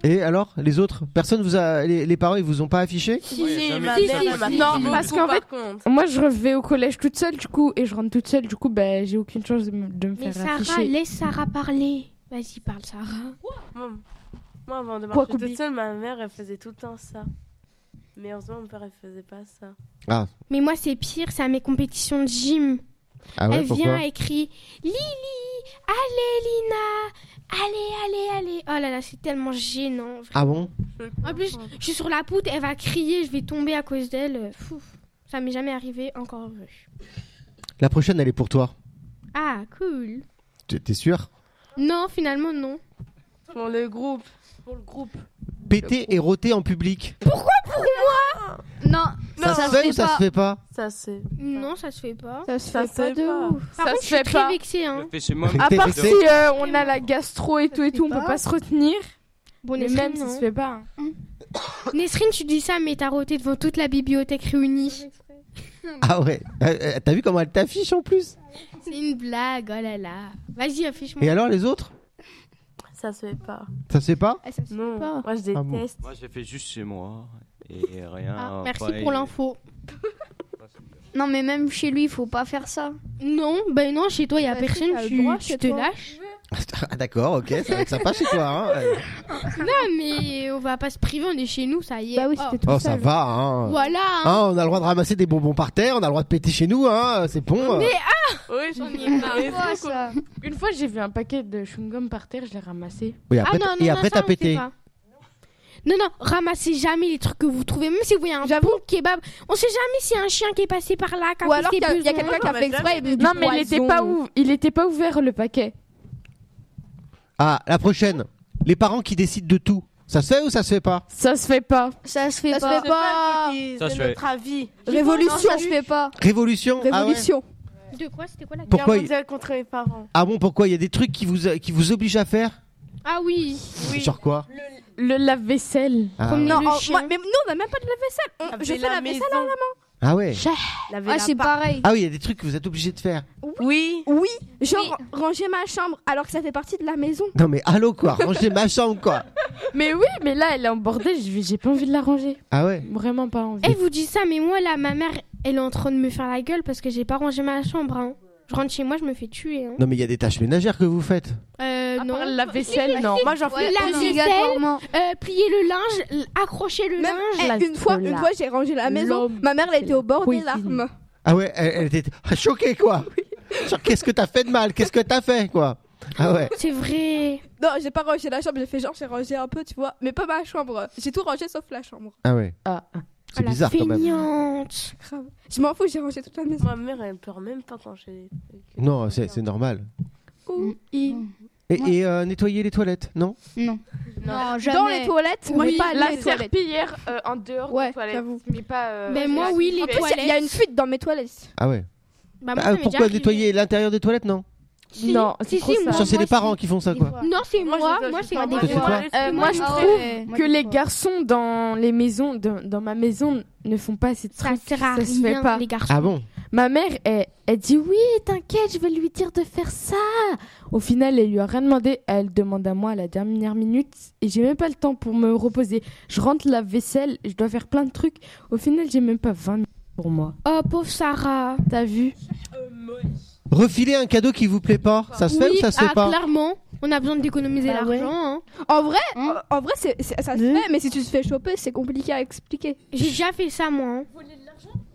S5: Et alors, les autres Personne vous a. Les, les parents, ils vous ont pas affiché
S2: Si,
S4: si, ma
S2: si,
S4: mère,
S2: si,
S4: elle m'a fait
S2: si. Non,
S4: des
S2: parce
S4: bisous.
S2: qu'en fait, contre.
S8: Moi, je vais au collège toute seule, du coup, et je rentre toute seule, du coup, bah, j'ai aucune chance de me, de me
S9: Mais
S8: faire
S9: Sarah,
S8: afficher.
S9: laisse Sarah parler. Vas-y, parle Sarah.
S2: Moi, moi, avant de
S8: Quoi,
S2: marcher
S8: Koubi
S2: toute seule, ma mère, elle faisait tout le temps ça. Mais heureusement, mon père, elle faisait pas ça.
S9: Mais moi c'est pire, c'est à mes compétitions de gym.
S5: Ah ouais,
S9: elle
S5: pourquoi
S9: vient, elle crie Lily, allez Lina, allez, allez, allez. Oh là là, c'est tellement gênant.
S5: Ah bon
S9: En plus, je suis sur la poutre, elle va crier, je vais tomber à cause d'elle. Fou, ça m'est jamais arrivé, encore heureux.
S5: La prochaine, elle est pour toi.
S9: Ah, cool.
S5: T'es- T'es sûr
S9: Non, finalement, non.
S2: Pour le groupe. Pour le groupe.
S5: Péter et roter en public.
S3: Non,
S5: ça se fait ou ça se fait pas
S2: Ça, c'est.
S9: Non, ça se fait pas.
S6: Ça
S2: Ça,
S6: pas
S2: c'est pas.
S8: Ça
S9: Par contre,
S8: se
S9: je suis
S8: fait pas.
S9: très
S4: Je
S9: vexée.
S4: le
S9: Hein.
S4: fais chez moi.
S8: À
S5: T'es
S8: part
S5: vexée
S8: si euh, on a la gastro et tout et tout, on peut
S6: pas.
S8: pas se retenir.
S9: Bon,
S8: Mais
S9: Nesrine,
S8: même ça
S9: non.
S8: se fait pas. hein.
S9: Nesrine, tu dis ça, mais t'as roté devant toute la bibliothèque réunie.
S5: Ah ouais Euh, euh, T'as vu comment elle t'affiche en plus
S9: C'est une blague, oh là là. Vas-y, affiche-moi.
S5: Et alors, les autres
S2: Ça se fait pas.
S5: Ça se fait pas
S2: Non,
S6: pas.
S2: moi, je
S5: Ah bon.
S2: déteste.
S4: Moi, j'ai fait juste chez moi. Et rien.
S9: Ah, merci
S4: enfin,
S9: pour
S4: et-
S9: l'info.
S3: non, mais même chez lui, il faut pas faire ça.
S9: Non, ben non, chez toi, il y a
S6: Bah si,
S9: personne,
S6: t'as le
S9: tu,
S6: droit
S9: tu
S6: chez
S9: te
S6: toi.
S9: lâches.
S5: Ah d'accord, ok, ça va être sympa chez toi. Hein. Euh,
S9: Non, mais on va pas se priver, on est chez nous, ça y est.
S6: Bah oui,
S9: Oh,
S6: c'était tout
S5: Oh, ça
S6: seul.
S5: va, hein.
S9: Voilà. hein.
S5: Hein, on a le droit de ramasser des bonbons par terre, on a le droit de péter chez nous, hein, c'est bon. euh.
S2: Oui, j'en <laughs> ai marre.
S3: Quoi, ça
S8: Une fois, j'ai vu un paquet de chewing-gum par terre, je l'ai ramassé.
S5: Oui,
S9: Ah
S5: après,
S9: non,
S5: t'as-
S9: non,
S5: et
S9: non,
S5: après
S9: ça,
S5: t'as
S9: on le fait
S5: pété.
S9: pas. Non, non, ramassez jamais les trucs que vous trouvez, même si vous voyez un bon kebab. On sait jamais si un chien qui est passé par là, qui a
S6: Ou
S9: fait
S6: alors
S9: ses
S6: qu'il y a, il y a
S9: besoins.
S6: quelqu'un qui a fait exprès et du
S8: Non, mais il était,
S6: poison.
S8: pas ou- il était pas ouvert le paquet.
S5: Ah, la prochaine. Les parents qui décident de tout. Ça se fait ou ça se fait pas
S8: Ça se fait pas.
S3: Ça se fait
S6: Ça se
S3: pas.
S6: fait
S4: Ça,
S6: pas.
S2: C'est
S4: je fais-
S2: notre avis.
S3: Non,
S6: Révolution.
S3: ça se fait pas.
S5: Révolution. Ah, ouais.
S6: Révolution.
S9: De quoi C'était quoi la
S5: Pour- Pourquoi
S2: Guerre
S5: il-
S2: mondiale contre mes parents.
S5: Ah bon, pourquoi il y a des trucs qui vous euh, qui vous obligent à faire
S9: Ah oui.
S5: Genre quoi
S8: Le lave-vaisselle.
S5: ah, ouais.
S9: Premier-
S6: Non,
S9: Le
S6: en-
S9: chien.
S6: moi- mais nous on a même pas de lave-vaisselle. On- Je fais la vaisselle.
S2: maison.
S5: Ah ouais.
S2: Laver
S3: Ah,
S2: la
S3: c'est
S2: part-
S3: pareil.
S5: Ah oui, il y a des trucs que vous êtes obligés de faire.
S2: Oui.
S6: Oui, genre ranger ma chambre alors que ça fait partie de la maison.
S5: Non mais allô quoi, ranger ma chambre quoi.
S8: Mais oui, mais là, elle est en bordel, j'ai j'ai pas envie de la ranger.
S5: Ah ouais.
S8: Vraiment pas envie.
S9: Elle Eh, vous dit ça, mais moi là, ma mère, elle est en train de me faire la gueule parce que j'ai pas rangé ma chambre. hein. Je rentre chez moi, je me fais tuer. hein.
S5: Non mais il y a des tâches ménagères que vous faites.
S9: Euh, non.
S8: non, Ah, la vaisselle, non.
S2: Moi, j'en fais.
S3: Ouais,
S9: La vaisselle.
S3: obligatoirement.
S9: Euh, plier le linge, l- accrocher le
S6: Même,
S9: linge.
S6: eh,
S8: la
S6: une fois, une
S8: scola.
S6: fois j'ai rangé la maison.
S8: L'homme,
S6: Ma mère elle
S8: c'est
S6: était
S8: la
S6: au bord des
S8: cuisine.
S6: larmes.
S5: Ah ouais, elle, elle était <laughs> ah, choquée quoi. Genre qu'est-ce que t'as fait de mal Qu'est-ce que t'as fait quoi Ah ouais.
S9: C'est vrai.
S6: Non, j'ai pas rangé la chambre, j'ai fait genre j'ai rangé un peu, tu vois, mais pas ma chambre. J'ai tout rangé sauf la chambre.
S5: Ah ouais.
S8: Ah.
S5: C'est
S9: la
S5: bizarre quand même.
S9: feignante.
S6: Grave. Je m'en fous, j'ai rangé toute la maison.
S2: Ma mère, elle pleure même pas quand je fais des trucs.
S5: Non, c'est c'est normal.
S6: Oh,
S2: ou i.
S5: Et, et, euh, nettoyer les toilettes, non
S7: Non.
S9: Oh,
S6: Non,
S10: Dans
S6: jamais.
S10: les toilettes,
S2: Oui,
S10: mais pas
S2: la
S10: les toilettes.
S2: serpillière euh, en dehors
S10: Ouais,
S2: des toilettes.
S10: j'avoue.
S2: Mais pas. euh,
S9: Ben, moi, oui, les
S2: En plus,
S10: Il y a- Il y a une fuite dans mes toilettes.
S5: Ah ouais.
S9: Bah, moi,
S5: Bah,
S9: ça m'est
S5: pourquoi
S9: déjà
S5: nettoyer
S9: arrivé.
S5: l'intérieur des toilettes, non
S9: Si,
S2: Non,
S9: si,
S2: c'est
S9: si,
S2: trop ça.
S9: Bah, moi-
S5: Ça, c'est les
S9: moi,
S5: parents qui font ça, quoi.
S9: Non, c'est
S2: Moi,
S9: moi.
S2: je les
S9: Moi,
S2: ai achetés
S9: c'est
S2: en
S9: un des
S2: bas.
S5: Toi,
S9: moi.
S5: c'est
S2: Euh,
S9: moi,
S2: moi, je
S9: ah
S2: trouve
S9: ouais.
S7: Moi,
S8: que
S7: des
S8: les
S7: fois.
S8: garçons dans les maisons, dans, dans ma maison, ne font pas ces
S9: Ça
S8: trucs.
S9: sert à
S8: se fait
S9: rien,
S8: pas.
S9: les garçons.
S5: Ah bon
S8: Ma mère, elle, elle dit oui, t'inquiète, je vais lui dire de faire ça. Au final, elle lui a rien demandé. Elle demande à moi à la dernière minute et j'ai même pas le temps pour me reposer. Je rentre la vaisselle, je dois faire plein de trucs. Au final, j'ai même pas 20 minutes pour moi.
S9: Oh, pauvre Sarah.
S8: T'as vu
S5: Refiler un cadeau qui vous plaît pas, ça se fait
S9: oui,
S5: ou ça se fait
S9: ah,
S5: pas
S9: clairement, on a besoin d'économiser
S2: Bah
S9: l'argent.
S2: ouais.
S9: hein.
S10: En vrai,
S7: Hein
S10: en vrai, c'est- c'est- ça se
S7: Oui.
S10: fait, mais si tu te fais choper, c'est compliqué à expliquer.
S9: J'ai déjà fait ça, moi. hein.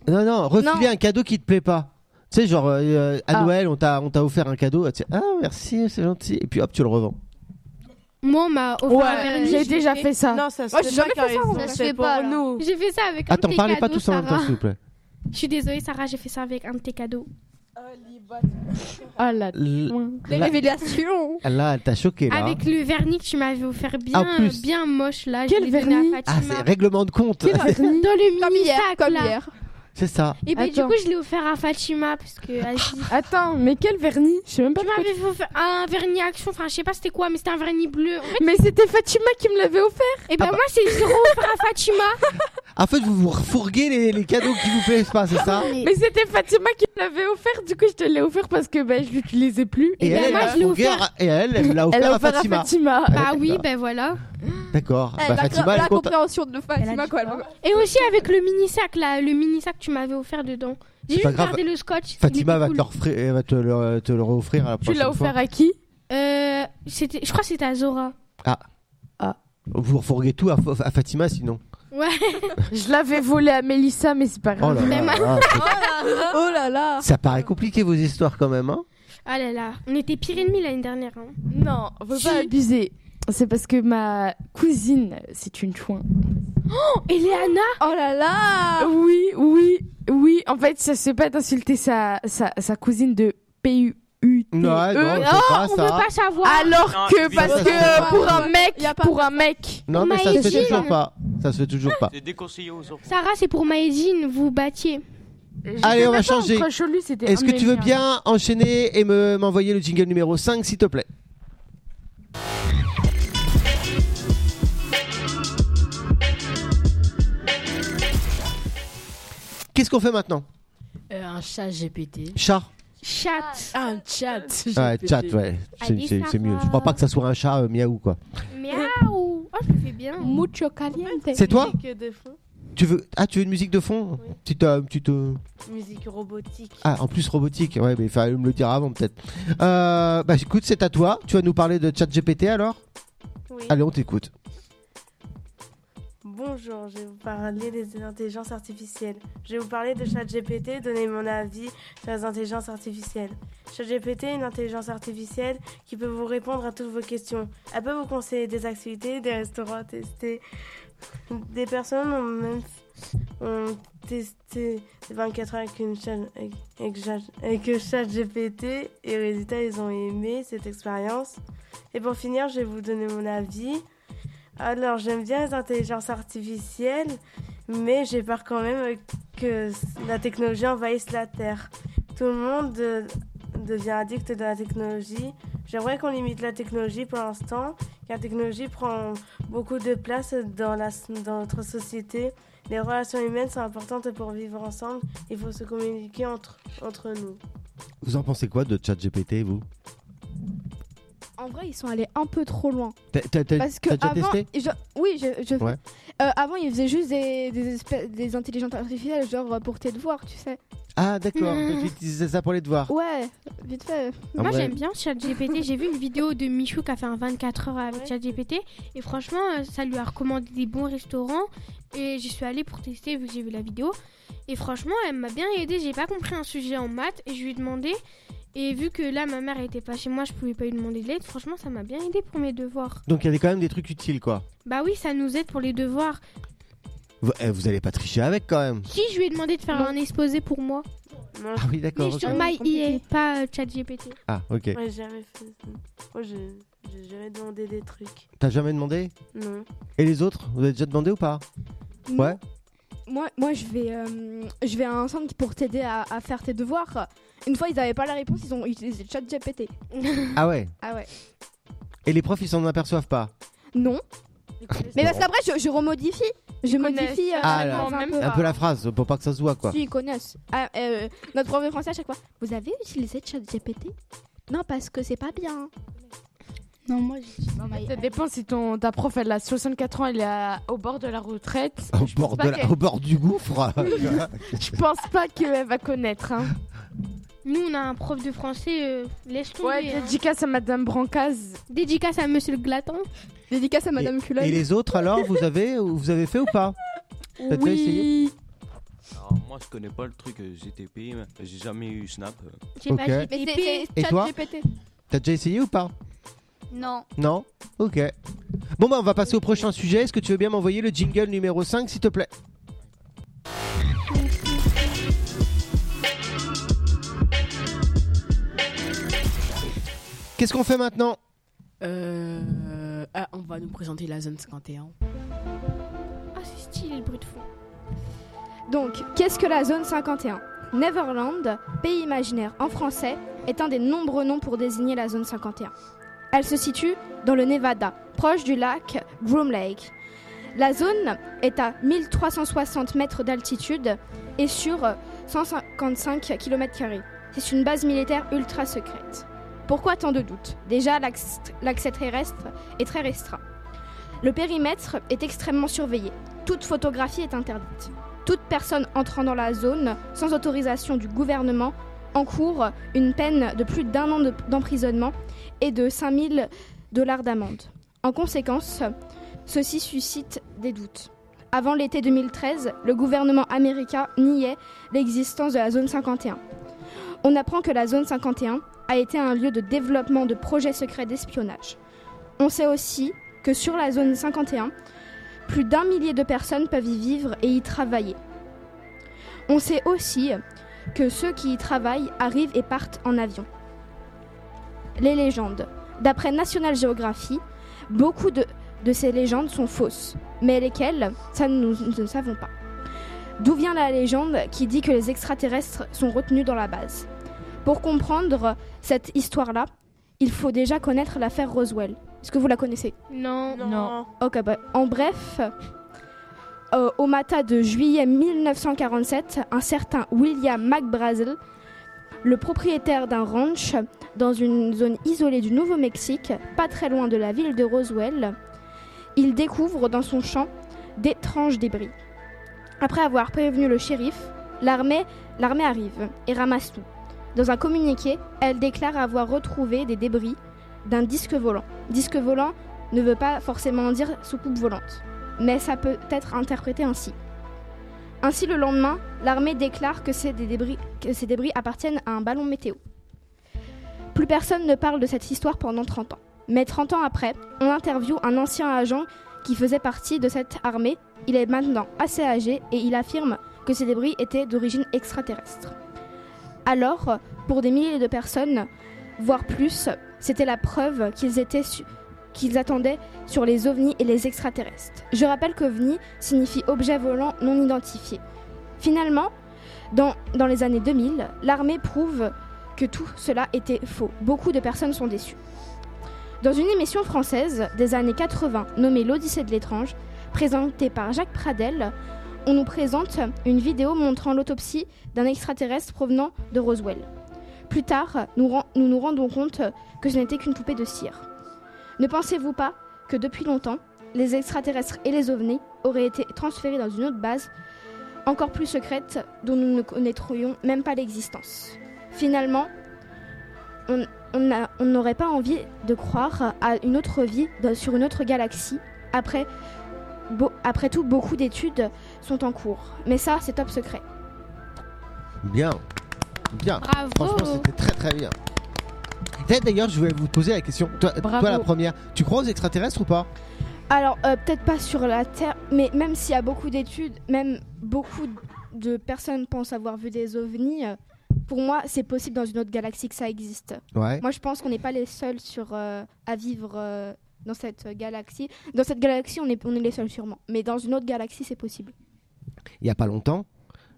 S5: Non, non, refiler un cadeau qui te plaît pas. Tu sais, genre, euh, euh, à
S8: Ah.
S5: Noël, on t'a on t'a offert un cadeau. Tu sais, ah, merci, c'est gentil. Et puis hop, tu le revends.
S9: Moi, on m'a offert un vernis,
S8: j'ai
S9: je
S8: déjà
S9: l'ai
S8: fait ça.
S2: Non, ça se
S10: Moi, j'ai
S2: fait
S10: jamais
S2: pas,
S10: fait ça,
S2: Karis,
S10: ça
S2: on
S6: se
S2: fait
S6: fait
S2: pour
S6: pas, là.
S2: nous.
S9: J'ai fait ça avec un
S5: Attends,
S9: de tes
S5: parlez pas
S9: cadeaux,
S5: tous en même temps,
S9: Sarah.
S5: s'il vous plaît.
S9: Je suis désolée, Sarah, j'ai fait ça avec un de tes cadeaux.
S8: Ah là.
S5: L-
S10: Les
S5: là,
S10: révélations.
S5: là, elle t'a choqué, là. hein.
S9: Avec le vernis que tu m'avais offert bien,
S5: ben.
S9: euh,
S5: En plus.
S9: bien moche là. je
S8: Quel
S9: l'ai donné
S8: vernis
S9: à
S5: Ah,
S9: Fatima.
S5: c'est règlement de compte.
S9: Dans le
S10: Comme
S9: mini
S10: hier,
S9: sac
S10: comme
S9: là.
S10: hier.
S5: <laughs> c'est ça.
S9: Et ben du
S8: Attends.
S9: coup, je l'ai offert à Fatima parce
S5: Ah,
S9: que elle dit,
S8: Attends, mais quel vernis Je sais même pas.
S9: tu m'avais offert un vernis action. Enfin, je sais pas c'était quoi, mais c'était un vernis bleu. En fait,
S8: Mais c'était Fatima qui me l'avait offert.
S9: Et ben
S5: Ah bah.
S9: moi, c'est
S5: <laughs>
S9: zéro offert à Fatima.
S5: En fait, vous vous refourguez les, les cadeaux qui vous plaisent pas, c'est ça
S8: Mais c'était Fatima qui me l'avait offert. Du coup, je te l'ai offert parce que ben je l'utilisais plus.
S5: Et elle, elle
S9: moi,
S5: l'a
S9: je l'ai
S5: fourgué à- et elle, elle l'a offert,
S8: Elle a
S5: à
S8: offert à
S5: Fatima.
S8: Fatima.
S9: Bah oui,
S5: d'accord.
S9: ben voilà.
S5: D'accord.
S10: Eh,
S5: Bah,
S10: la,
S5: Fatima, elle
S10: la
S5: compte-
S10: compréhension de Fatima,
S7: dit
S10: quoi. elle-
S9: Et aussi avec le mini sac là, le mini sac que tu m'avais offert dedans. J'ai
S5: C'est pas
S9: juste
S5: grave.
S9: gardé le scotch.
S5: Fatima
S9: il
S5: va,
S9: était
S5: te
S9: cool.
S5: le refra- elle va te le, te le reoffrir à la
S8: Tu
S5: prochaine
S8: l'as
S5: fois.
S8: offert à qui
S9: Euh, c'était, je crois que c'était à Zora.
S5: Vous refourguez tout à, Fa- à Fatima, sinon.
S8: Je l'avais volé à Mélissa, mais c'est pas
S5: Oh
S8: grave.
S5: là là,
S9: Mais moi-
S5: là, c'est-
S10: Oh là là.
S5: Ça paraît compliqué vos histoires quand même, hein
S9: Ah là là, on était pire ennemis l'année dernière. hein.
S5: Oh
S2: Non, on peut
S8: Faut
S2: pas
S8: pas abuser. C'est parce que ma cousine, c'est une chouin.
S9: Oh, Eliana
S10: Oh là là.
S8: Oui, oui, oui. En fait, ça se pas d'insulter sa, sa, sa cousine de PUT.
S5: Non, non, c'est pas ça.
S9: On
S5: Ah.
S9: peut pas savoir.
S8: E. Alors
S4: Non,
S8: que
S4: c'est
S8: parce
S5: bizarre.
S8: que euh, pour un mec,
S10: Y a pas-
S8: pour un mec.
S5: Non, mais ça se fait toujours pas. Ça se fait toujours pas.
S4: C'est déconseillé aux enfants.
S9: Sarah, c'est pour Maëdine, vous battiez.
S5: Allez, on va changer. Est-ce
S8: Est-ce
S5: que tu veux bien enchaîner et me m'envoyer le jingle numéro 5, s'il te plaît Qu'est-ce qu'on fait maintenant
S1: Euh, un chat GPT.
S5: Chat
S9: Chat.
S1: Ah, Un <laughs> chat.
S5: Ouais,
S1: GPT.
S5: chat, ouais. C'est
S9: Allez,
S5: c'est- c'est
S9: Sarah.
S5: mieux. Je crois pas que ça soit un chat euh, miaou, quoi.
S9: Miaou. Oh, je le fais bien.
S8: Mucho caliente.
S5: C'est toi
S2: Musique de fond,
S5: Tu veux Ah, tu veux une musique de fond
S2: Oui.
S5: Petite, euh, petite, euh,
S2: musique robotique.
S5: Ah, en plus robotique. Ouais, mais il fallait me le dire avant, peut-être. Euh, Bah, écoute, c'est à toi. Tu vas nous parler de chat GPT, alors
S2: Oui.
S5: Allez, on t'écoute.
S2: Bonjour, je vais vous parler des intelligences artificielles. Je vais vous parler de ChatGPT, donner mon avis sur les intelligences artificielles. ChatGPT est une intelligence artificielle qui peut vous répondre à toutes vos questions. Elle peut vous conseiller des activités, des restaurants à tester. Des personnes ont même ont testé 24 heures avec, une chat, avec, avec chat- avec ChatGPT et au résultat, ils ont aimé cette expérience. Et pour finir, je vais vous donner mon avis. Alors, j'aime bien les intelligences artificielles, mais j'ai peur quand même que la technologie envahisse la Terre. Tout le monde euh, devient addict de la technologie. J'aimerais qu'on limite la technologie pour l'instant, car la technologie prend beaucoup de place dans, la, dans notre société. Les relations humaines sont importantes pour vivre ensemble. Il faut se communiquer entre, entre nous.
S5: Vous en pensez quoi de chat GPT, vous
S10: En vrai, ils sont allés un peu trop loin.
S5: T'as- t'as- T'as
S10: Parce que
S5: t'as déjà
S10: avant,
S5: testé
S10: je- oui, je, je-
S5: Ouais.
S10: Euh, avant ils faisaient juste des, des, espèces- des intelligences artificielles, genre euh, pour tes devoirs, tu sais.
S5: Ah, d'accord.
S9: Mmh.
S5: Tu utilisais ça pour les devoirs.
S10: Ouais, vite fait.
S5: Ah,
S9: Moi
S5: ouais.
S9: j'aime bien ChatGPT, j'ai vu une vidéo de Michou qui a fait un 24 heures avec
S2: Ouais.
S9: ChatGPT et franchement euh, ça lui a recommandé des bons restaurants et j'y suis allée pour tester vu que j'ai vu la vidéo et franchement elle m'a bien aidé, j'ai pas compris un sujet en maths et je lui ai demandé et vu que là ma mère était pas chez moi je pouvais pas lui demander de l'aide, franchement ça m'a bien aidé pour mes devoirs.
S5: Donc, il y avait quand même des trucs utiles, quoi.
S9: Bah oui ça nous aide pour les devoirs.
S5: Vous, eh, vous allez pas tricher avec, quand même.
S9: Si je lui ai demandé de faire un exposé pour moi.
S5: Ah oui, d'accord.
S9: Mais sur
S5: ok.
S9: MyIA, pas euh, ChatGPT.
S5: Ah, ok.
S2: Moi, j'ai jamais fait ça. Moi, j'ai j'ai jamais demandé des trucs.
S5: T'as jamais demandé
S2: Non.
S5: Et les autres Vous avez déjà demandé ou pas
S6: Non.
S5: Ouais
S6: Moi, moi je, vais, euh, je vais à un centre pour t'aider à, à faire tes devoirs. Une fois, ils n'avaient pas la réponse, ils ont utilisé le chat GPT.
S5: Ah ouais
S6: ah ouais.
S5: Et les profs, ils s'en aperçoivent pas
S6: Non. Mais parce qu'après, je, je remodifie. Je modifie euh,
S5: Ah,
S6: la
S5: là.
S6: phrase un peu.
S5: Un peu la phrase, pour pas que ça se voit, quoi.
S6: Si, ils connaissent. Ah, euh, notre prof de français à chaque fois. Vous avez utilisé ChatGPT Non, parce que c'est pas bien.
S7: Non, moi, j'ai
S8: Ça dépend si ton, ta prof elle a 64 ans, elle est à- au bord de la retraite.
S5: Au bord,
S8: pas
S5: de la-
S8: que-
S5: au bord du gouffre
S8: Je pense pas qu'elle va connaître. Hein.
S9: Nous, on a un prof de français, euh, laisse tomber.
S8: <laughs> Ouais,
S9: hein.
S8: dédicace à Madame Brancaz.
S9: Dédicace à Monsieur le Glaton.
S6: Dédicace à Madame Culotte.
S5: Et les autres, alors, vous avez, vous avez fait ou pas T'as déjà essayé
S4: Alors, moi, je connais pas le truc euh, GTP, mais j'ai jamais eu Snap. euh.
S9: J'ai
S5: Ok.
S9: pas
S6: Mais
S9: GTP.
S5: Et toi T'as déjà essayé ou pas
S7: Non.
S5: Non Ok. Bon, bah, on va passer au prochain sujet. Est-ce que tu veux bien m'envoyer le jingle numéro 5, s'il te plaît Qu'est-ce qu'on fait maintenant
S1: Euh, ah, on va nous présenter la zone 51.
S9: Ah, c'est stylé le bruit de fond.
S6: Donc, qu'est-ce que la zone 51 Neverland, pays imaginaire en français, est un des nombreux noms pour désigner la zone 51. Elle se situe dans le Nevada, proche du lac Groom Lake. La zone est à 1360 mètres d'altitude et sur 155 km. C'est une base militaire ultra secrète. Pourquoi tant de doutes Déjà, l'acc- l'accès terrestre est très restreint. Le périmètre est extrêmement surveillé. Toute photographie est interdite. Toute personne entrant dans la zone sans autorisation du gouvernement encourt une peine de plus d'un an de- d'emprisonnement et de 5000 dollars d'amende. En conséquence, ceci suscite des doutes. Avant l'été 2013, le gouvernement américain niait l'existence de la zone 51. On apprend que la zone 51 a été un lieu de développement de projets secrets d'espionnage. On sait aussi que sur la zone 51, plus d'un millier de personnes peuvent y vivre et y travailler. On sait aussi que ceux qui y travaillent arrivent et partent en avion. Les légendes. D'après National Geography, beaucoup de, de ces légendes sont fausses, mais lesquelles, ça nous, nous ne savons pas. D'où vient la légende qui dit que les extraterrestres sont retenus dans la base Pour comprendre cette histoire-là, il faut déjà connaître l'affaire Roswell. Est-ce que vous la connaissez
S9: Non.
S8: Non.
S6: Ok, bah, en bref, euh, au matin de juillet 1947, un certain William McBrazel, le propriétaire d'un ranch dans une zone isolée du Nouveau-Mexique, pas très loin de la ville de Roswell, il découvre dans son champ d'étranges débris. Après avoir prévenu le shérif, l'armée l'armée arrive et ramasse tout. Dans un communiqué, elle déclare avoir retrouvé des débris d'un disque volant. Disque volant ne veut pas forcément dire soucoupe volante, mais ça peut être interprété ainsi. Ainsi, le lendemain, l'armée déclare que, c'est des débris- que ces débris appartiennent à un ballon météo. Plus personne ne parle de cette histoire pendant 30 ans. Mais 30 ans après, on interview un ancien agent qui faisait partie de cette armée. Il est maintenant assez âgé et il affirme que ces débris étaient d'origine extraterrestre. Alors, pour des milliers de personnes, voire plus, c'était la preuve qu'ils étaient su- qu'ils attendaient sur les ovnis et les extraterrestres. Je rappelle qu'ovni signifie objet volant non identifié. Finalement, dans, dans les années 2000, l'armée prouve que tout cela était faux. Beaucoup de personnes sont déçues. Dans une émission française des années 80 nommée L'Odyssée de l'étrange, présentée par Jacques Pradel, on nous présente une vidéo montrant l'autopsie d'un extraterrestre provenant de Roswell. Plus tard, nous ren- nous nous rendons compte que ce n'était qu'une poupée de cire. Ne pensez-vous pas que depuis longtemps, les extraterrestres et les ovnis auraient été transférés dans une autre base, encore plus secrète, dont nous ne connaîtrions même pas l'existence Finalement, on on a- on n'aurait pas envie de croire à une autre vie dans- sur une autre galaxie. Après, beau- après tout, beaucoup d'études sont en cours. Mais ça, c'est top secret.
S5: Bien. Bien.
S9: Bravo.
S5: Franchement, c'était très très bien. Eh, D'ailleurs, je voulais vous poser la question. Toi,
S8: Bravo.
S5: toi, la première, tu crois aux extraterrestres ou pas
S6: Alors, euh, peut-être pas sur la Terre, mais même s'il y a beaucoup d'études, même beaucoup de personnes pensent avoir vu des ovnis, euh, Pour moi, c'est possible dans une autre galaxie que ça existe.
S5: Ouais.
S6: Moi, je pense qu'on n'est pas les seuls sur, euh, à vivre euh, dans cette euh, galaxie. Dans cette galaxie, on est, on est les seuls sûrement. Mais dans une autre galaxie, c'est possible.
S5: il y a pas longtemps,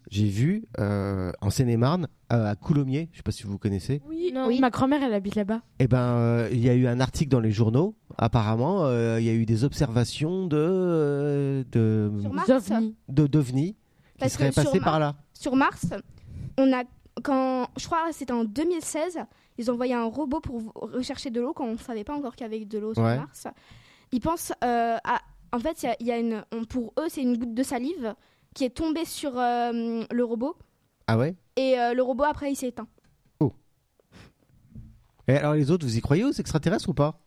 S5: j'ai vu euh, en Seine-et-Marne, euh, à Coulommiers, je sais pas si vous connaissez.
S8: Oui, ma grand-mère, elle habite là-bas.
S5: Eh ben, euh, il y a eu un article dans les journaux. Apparemment, euh, il y a eu des observations de euh, de
S6: Sur Mars D'ovnis.
S5: de d'ovnis qui
S6: Parce
S5: seraient
S6: que sur
S5: passés par là.
S6: Mars- Sur Mars, on a quand je crois que c'était en 2016, ils ont envoyé un robot pour v- rechercher de l'eau quand on ne savait pas encore qu'il y avait de l'eau sur
S11: Ouais.
S6: Mars. Ils pensent euh, à en fait il y a- il y, a une on- pour eux c'est une goutte de salive qui est tombée sur euh, le robot
S5: Ah ouais.
S6: et euh, le robot après il s'est éteint.
S5: Et alors les autres, vous y croyez aux extraterrestres ou pas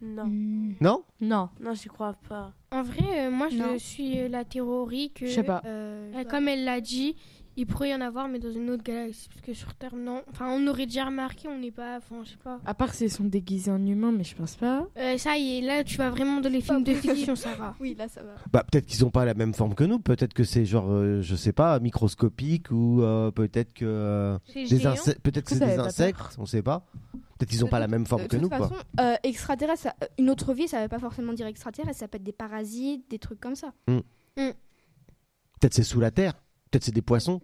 S2: Non.
S6: Mm.
S5: Non
S8: Non.
S2: Non, j'y crois pas. Oh
S9: En vrai, euh, moi, je
S2: Non.
S9: suis euh, la théorie que.
S8: Je sais
S5: Ah.
S8: pas.
S9: euh, comme elle l'a dit, il pourrait y en avoir, mais dans une autre galaxie. Parce que sur Terre, non. Enfin, on aurait déjà remarqué, on n'est pas. Enfin, je sais pas.
S8: À part s'ils sont déguisés en humains, mais je pense pas.
S9: Euh, ça y est, là, tu vas vraiment dans les films de
S8: possible.
S9: fiction, Sarah.
S6: Oui, là, ça va.
S5: Bah peut-être qu'ils n'ont pas la même forme que nous. Peut-être que c'est genre, euh, je sais pas, microscopique ou euh, peut-être que euh,
S6: <laughs> C'est
S5: des
S6: géant.
S5: insectes. Peut-être que c'est
S6: Est-ce que ça
S5: des
S6: avait pas
S5: insectes, on sait pas. Peut-être qu'ils n'ont pas la même forme
S6: De
S5: que
S6: toute
S5: nous. quoi.
S6: façon, euh, extraterrestre, ça- une autre vie, ça ne veut pas forcément dire extraterrestre, ça peut être des parasites, des trucs comme ça.
S5: Hmm. Peut-être c'est sous la terre. Peut-être c'est des poissons.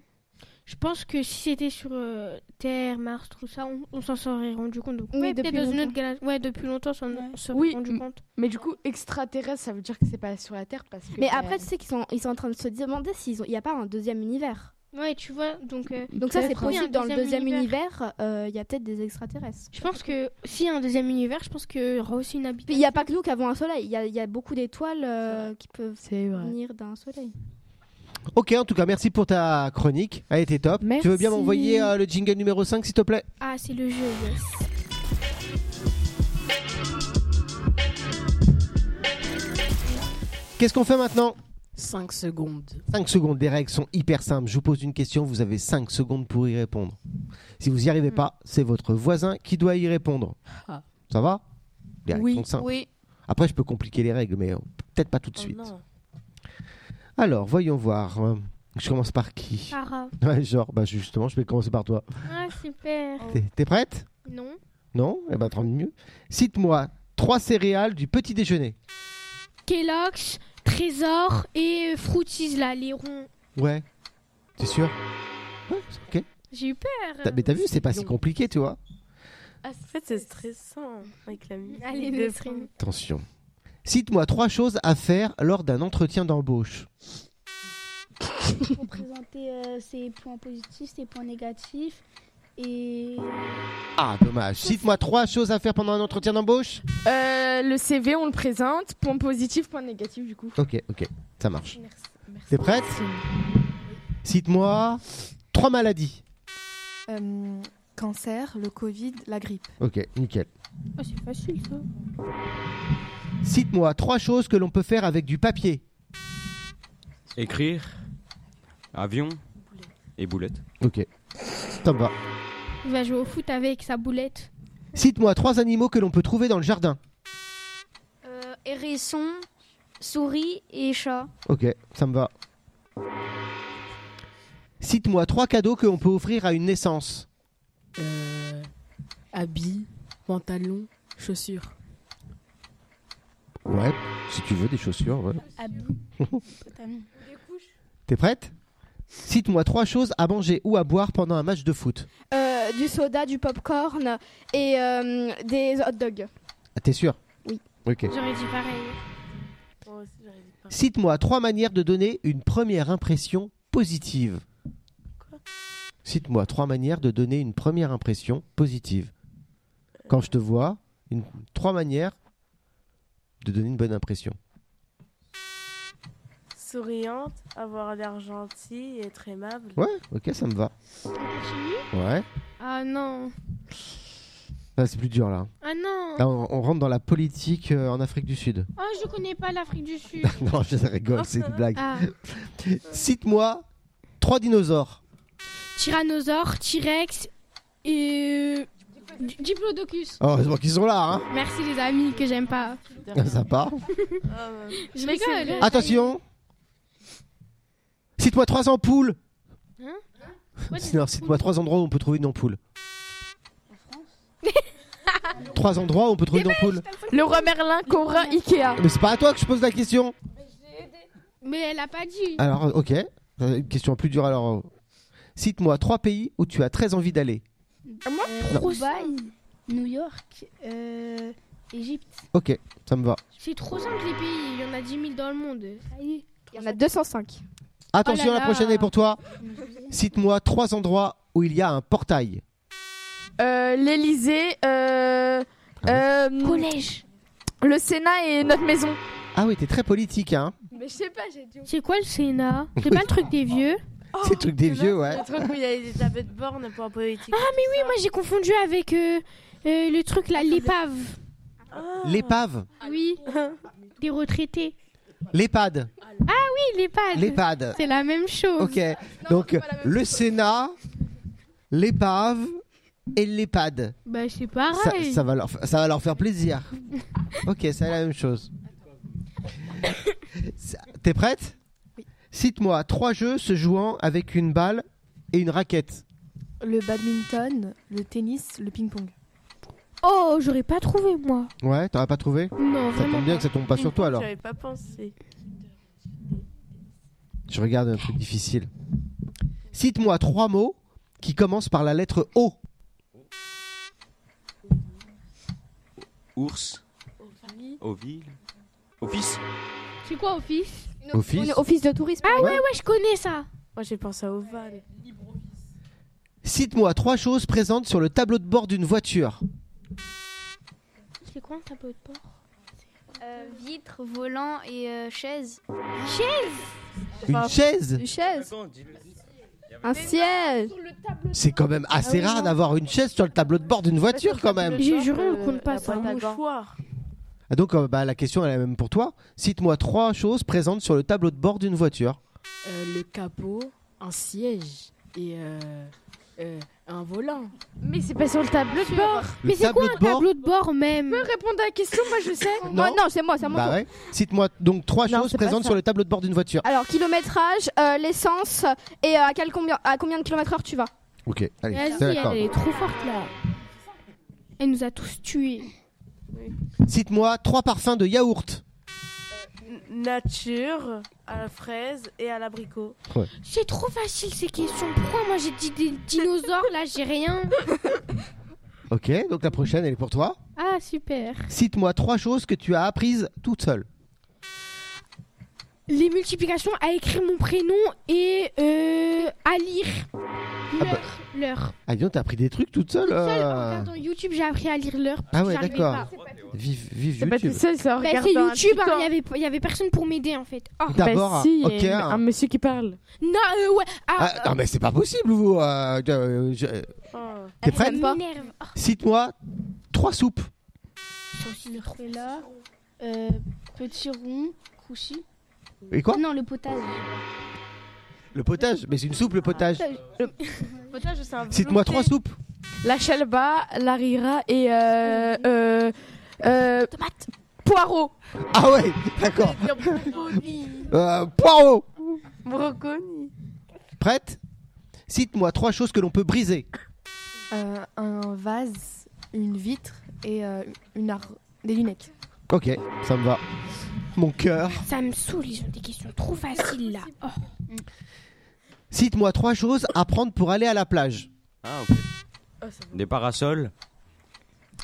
S9: Je pense que si c'était sur euh, Terre, Mars, tout ça, on, on s'en serait rendu compte. Donc,
S8: Oui,
S9: ouais, peut-être
S8: depuis
S9: dans une autre
S8: longtemps.
S9: galaxie. Ouais, depuis longtemps, on s'en on serait
S8: Oui,
S9: rendu compte.
S8: Mais du coup, extraterrestre, ça veut dire que c'est pas sur la Terre parce que.
S6: Mais après, tu sais qu'ils sont, ils sont en train de se demander s'il n'y a pas un deuxième univers.
S9: Ouais, tu vois, donc. euh,
S6: Donc ça, c'est
S9: peut-être, oui,
S6: possible.
S9: un
S6: Dans le deuxième univers, euh, il y a peut-être des extraterrestres.
S9: Je pense que s'il y a un deuxième univers, je pense qu'il y aura aussi une habitation.
S6: Il n'y a pas que nous qui avons un soleil. Il y a, il y a beaucoup d'étoiles euh, qui peuvent venir d'un soleil.
S5: Ok, en tout cas, merci pour ta chronique. Elle était top. Tu veux bien
S9: Merci.
S5: m'envoyer euh, le jingle numéro 5, s'il te plaît
S9: Ah, c'est le jeu, yes.
S5: Qu'est-ce qu'on fait maintenant
S1: 5 secondes.
S5: 5 secondes, les règles sont hyper simples. Je vous pose une question, vous avez 5 secondes pour y répondre. Si vous n'y arrivez pas, c'est votre voisin qui doit y répondre.
S1: Hmm. Ah.
S5: Ça va Les règles
S1: Oui,
S5: sont simples.
S1: oui. Oh
S5: Après, je peux compliquer les règles, mais euh, peut-être pas tout de suite. Alors, voyons voir. Euh, Je commence par qui
S1: Ah.
S9: Sarah.
S5: <laughs> Ouais, genre, bah justement, je vais commencer par toi.
S1: Oh.
S9: Ah, super.
S5: T'es- T'es prête
S9: Non.
S5: Non Eh ben, tant mieux. Cite-moi trois céréales du petit déjeuner.
S9: Kellogg's, Trésor et euh, Fruities, là, les ronds.
S5: Ouais. T'es sûr
S1: Euh,
S5: Ouais, ok.
S9: J'ai eu peur.
S5: T'as- Mais t'as vu, c'est pas si compliqué, tu vois.
S2: En fait, c'est stressant avec la musique.
S9: Allez,
S2: de
S9: Nesrine.
S2: fond.
S5: Attention. Cite-moi trois choses à faire lors d'un entretien d'embauche.
S7: Pour présenter euh, ses points positifs, ses points négatifs. Et.
S9: Oh,
S5: Ah, dommage. Cite-moi trois choses à faire pendant un entretien d'embauche.
S8: Euh, le CV, on le présente. Point positif, point négatif, du coup.
S5: Ok, ok, ça marche. T'es prête Cite-moi trois maladies.
S11: Euh, cancer, le Covid, la grippe.
S5: Ok, nickel.
S11: Ah, c'est facile ça.
S5: Cite-moi trois choses que l'on peut faire avec du papier.
S4: Écrire, avion et boulette.
S5: Ok, ça me va.
S9: Il va jouer au foot avec sa boulette.
S5: Cite-moi trois animaux que l'on peut trouver dans le jardin.
S7: Euh, hérisson, souris et chat.
S5: Ok, ça me va. Cite-moi trois cadeaux que l'on peut offrir à une naissance.
S1: Euh, habits, pantalons, chaussures.
S5: Ouais, si tu veux des chaussures, ouais.
S7: Totalement.
S5: T'es prête Cite-moi trois choses à manger ou à boire pendant un match de foot.
S6: Euh, du soda, du popcorn et euh, des hot dogs.
S5: Ah, T'es sûr
S6: Oui.
S5: Ok.
S9: J'aurais dit pareil.
S2: Oh,
S5: Cite-moi trois manières de donner une première impression positive. Cite-moi trois manières de donner une première impression positive. Quand je te vois, une- trois manières de donner une bonne impression.
S2: Souriante, avoir l'air gentille, être aimable.
S5: Ouais, ok, ça me va. Ouais.
S9: Ah non.
S5: Là, c'est plus dur là.
S9: Ah non.
S5: Là, on, on rentre dans la politique euh, en Afrique du Sud.
S9: Ah, je connais pas l'Afrique du Sud.
S5: <laughs> non, je rigole, c'est une blague.
S9: Ah.
S5: Cite-moi trois dinosaures.
S9: Tyrannosaure, T-Rex et. euh, D- Diplodocus.
S5: Oh, heureusement qu'ils sont là, hein.
S9: Merci les amis que j'aime pas.
S5: Ça
S9: <laughs>
S5: part.
S2: Oh, bah,
S9: Je rigole. Ah,
S5: Attention Cite-moi trois ampoules
S9: Hein
S5: Sinon, cite-moi trois endroits où on peut trouver une
S9: <laughs>
S5: ampoule. trois endroits où on peut trouver une
S9: Eh ben,
S5: ampoule.
S10: Le roi Merlin, Cora, Ikea.
S5: Mais c'est pas à toi que je pose la question.
S9: Mais elle a pas dit.
S5: Alors, ok. Euh, Une question plus dure alors. euh. Cite-moi trois pays où tu as très envie d'aller.
S9: Ah,
S7: Moi,
S5: Non.
S7: New York, euh, Égypte.
S5: Ok, ça me va.
S9: C'est trop simple les pays, il y en a 10 000 dans le monde. Il
S10: y en a 205.
S5: Attention,
S9: Oh là
S5: la
S9: là.
S5: prochaine est pour toi. Cite-moi trois endroits où il y a un portail.
S10: Euh, L'Elysée, euh, euh,
S9: Collège.
S10: Le Sénat et notre maison.
S5: Ah oui, t'es très politique, hein.
S10: Mais je sais pas, j'ai dit.
S9: C'est quoi le Sénat C'est pas le truc des <laughs> vieux
S5: C'est le truc des vieux, ouais.
S2: Le truc où il y a les étapes de borne pour un politique.
S9: Ah mais oui, moi j'ai confondu avec euh, euh, le truc là, l'épave.
S5: Ah. L'épave.
S9: Oui, des retraités.
S5: L'EHPAD.
S9: Ah oui, l'EHPAD.
S5: L'EHPAD.
S9: C'est la même chose.
S5: Ok. Donc, le Sénat, l'épave et l'EHPAD.
S9: Bah c'est
S5: Ça,
S9: pareil.
S5: ça va leur, fa- ça va leur faire plaisir. ok, c'est la même
S9: <laughs>
S5: chose. Ça- T'es prête Cite-moi trois jeux se jouant avec une balle et une raquette.
S11: Le badminton, le tennis, le ping-pong.
S9: Oh, j'aurais pas trouvé moi.
S5: Ouais, t'aurais pas trouvé
S9: Non,
S5: Ça tombe bien que ça tombe pas sur toi alors.
S2: J'avais pas pensé.
S5: Je regarde un truc difficile. Cite-moi trois mots qui commencent par la lettre O.
S4: Ours. Oville. Office.
S9: C'est quoi office
S5: Office. Une
S10: office de tourisme.
S9: Ah ouais ouais, je connais ça.
S2: Moi j'ai pensé à Oval.
S5: Cite-moi trois choses présentes sur le tableau de bord d'une voiture.
S9: C'est quoi un tableau de bord
S3: Euh, vitre, volant et euh, chaise.
S5: Une chaise
S3: Une chaise
S10: Un siège.
S5: C'est quand même
S10: Ah
S5: assez rare d'avoir une chaise sur le tableau de bord d'une voiture quand même.
S9: J'ai juré, on compte pas ça.
S2: Un mouchoir.
S5: Ah, Donc euh, bah, la question elle est la même pour toi. Cite-moi trois choses présentes sur le tableau de bord d'une voiture.
S1: Euh, le capot, un siège et euh, euh, un volant.
S8: Mais c'est pas sur le tableau de bord.
S5: Le Mais c'est tableau quoi de un bord tableau
S9: de bord même
S8: Peux répondre à la question, moi je sais.
S10: Non, non, c'est moi, c'est à mon
S5: Bah
S10: tour.
S5: ouais. Cite-moi donc trois
S10: Non,
S5: choses
S10: c'est pas
S5: présentes
S10: ça.
S5: sur le tableau de bord d'une voiture.
S10: Alors, kilométrage, euh, l'essence et euh, à, quel combien, à combien de kilomètres heure tu vas
S5: Ok, allez,
S9: Vas-y,
S5: c'est
S9: elle,
S5: d'accord.
S9: elle est trop forte là. Elle nous a tous tués.
S5: Cite-moi trois parfums de yaourt.
S2: N- Nature, à la fraise et à l'abricot.
S9: C'est trop facile ces questions. Pourquoi moi j'ai dit des dinosaures là, j'ai rien
S5: Ok, donc la prochaine elle est pour toi.
S9: <laughs> Ah super.
S5: Cite-moi trois choses que tu as apprises toute seule.
S9: Les multiplications à écrire mon prénom et euh, à lire. L'heure. L'heure.
S5: Ah dis donc, t'as appris des trucs toute seule. euh.
S9: Dans YouTube, j'ai appris à lire l'heure. parce
S5: Ah
S9: que
S5: ouais,
S9: j'arrivais
S5: d'accord.
S9: pas.
S5: Vive, vive
S10: pas
S5: YouTube.
S10: toute seule, ça,
S9: Bah,
S10: regarde
S9: c'est
S10: dans un
S9: YouTube,
S10: petit
S9: hein, il y avait pas- il y avait personne pour m'aider en fait. Oh.
S5: D'abord,
S8: Bah si, il y a
S5: ok,
S8: une-
S5: hein.
S8: un monsieur qui parle.
S9: Non, euh, ouais.
S5: Ah,
S9: Ah,
S5: non, mais c'est pas possible, vous. euh, euh, je- euh,
S2: Oh,
S5: T'es
S9: ça
S5: prête
S9: m'énerve.
S7: Ah,
S9: Oh,
S5: Cite-moi trois soupes.
S9: saucisse de trop.
S7: Là, euh, petit rond, couchy.
S5: Et quoi
S7: Ah Non, le potage.
S5: Le potage, mais c'est une soupe, le potage.
S2: Potage, c'est un
S5: Cite-moi trois soupes.
S8: La chalba, la rira et euh, euh, euh, Poireau.
S5: Ah ouais,
S10: Oh.
S8: <laughs>
S5: d'accord.
S2: Broconi.
S5: Euh, poireau.
S2: Broconi.
S5: Prête Cite-moi trois choses que l'on peut briser.
S11: Euh, un vase, une vitre et euh, une ar- des lunettes.
S5: Ok, ça me va. Mon cœur.
S9: Ça me saoule, ils ont des questions trop faciles là.
S7: Ah,
S9: Oh.
S5: Cite-moi trois choses à prendre pour aller à la plage.
S4: Ah, ok.
S9: Oh,
S4: Des parasols.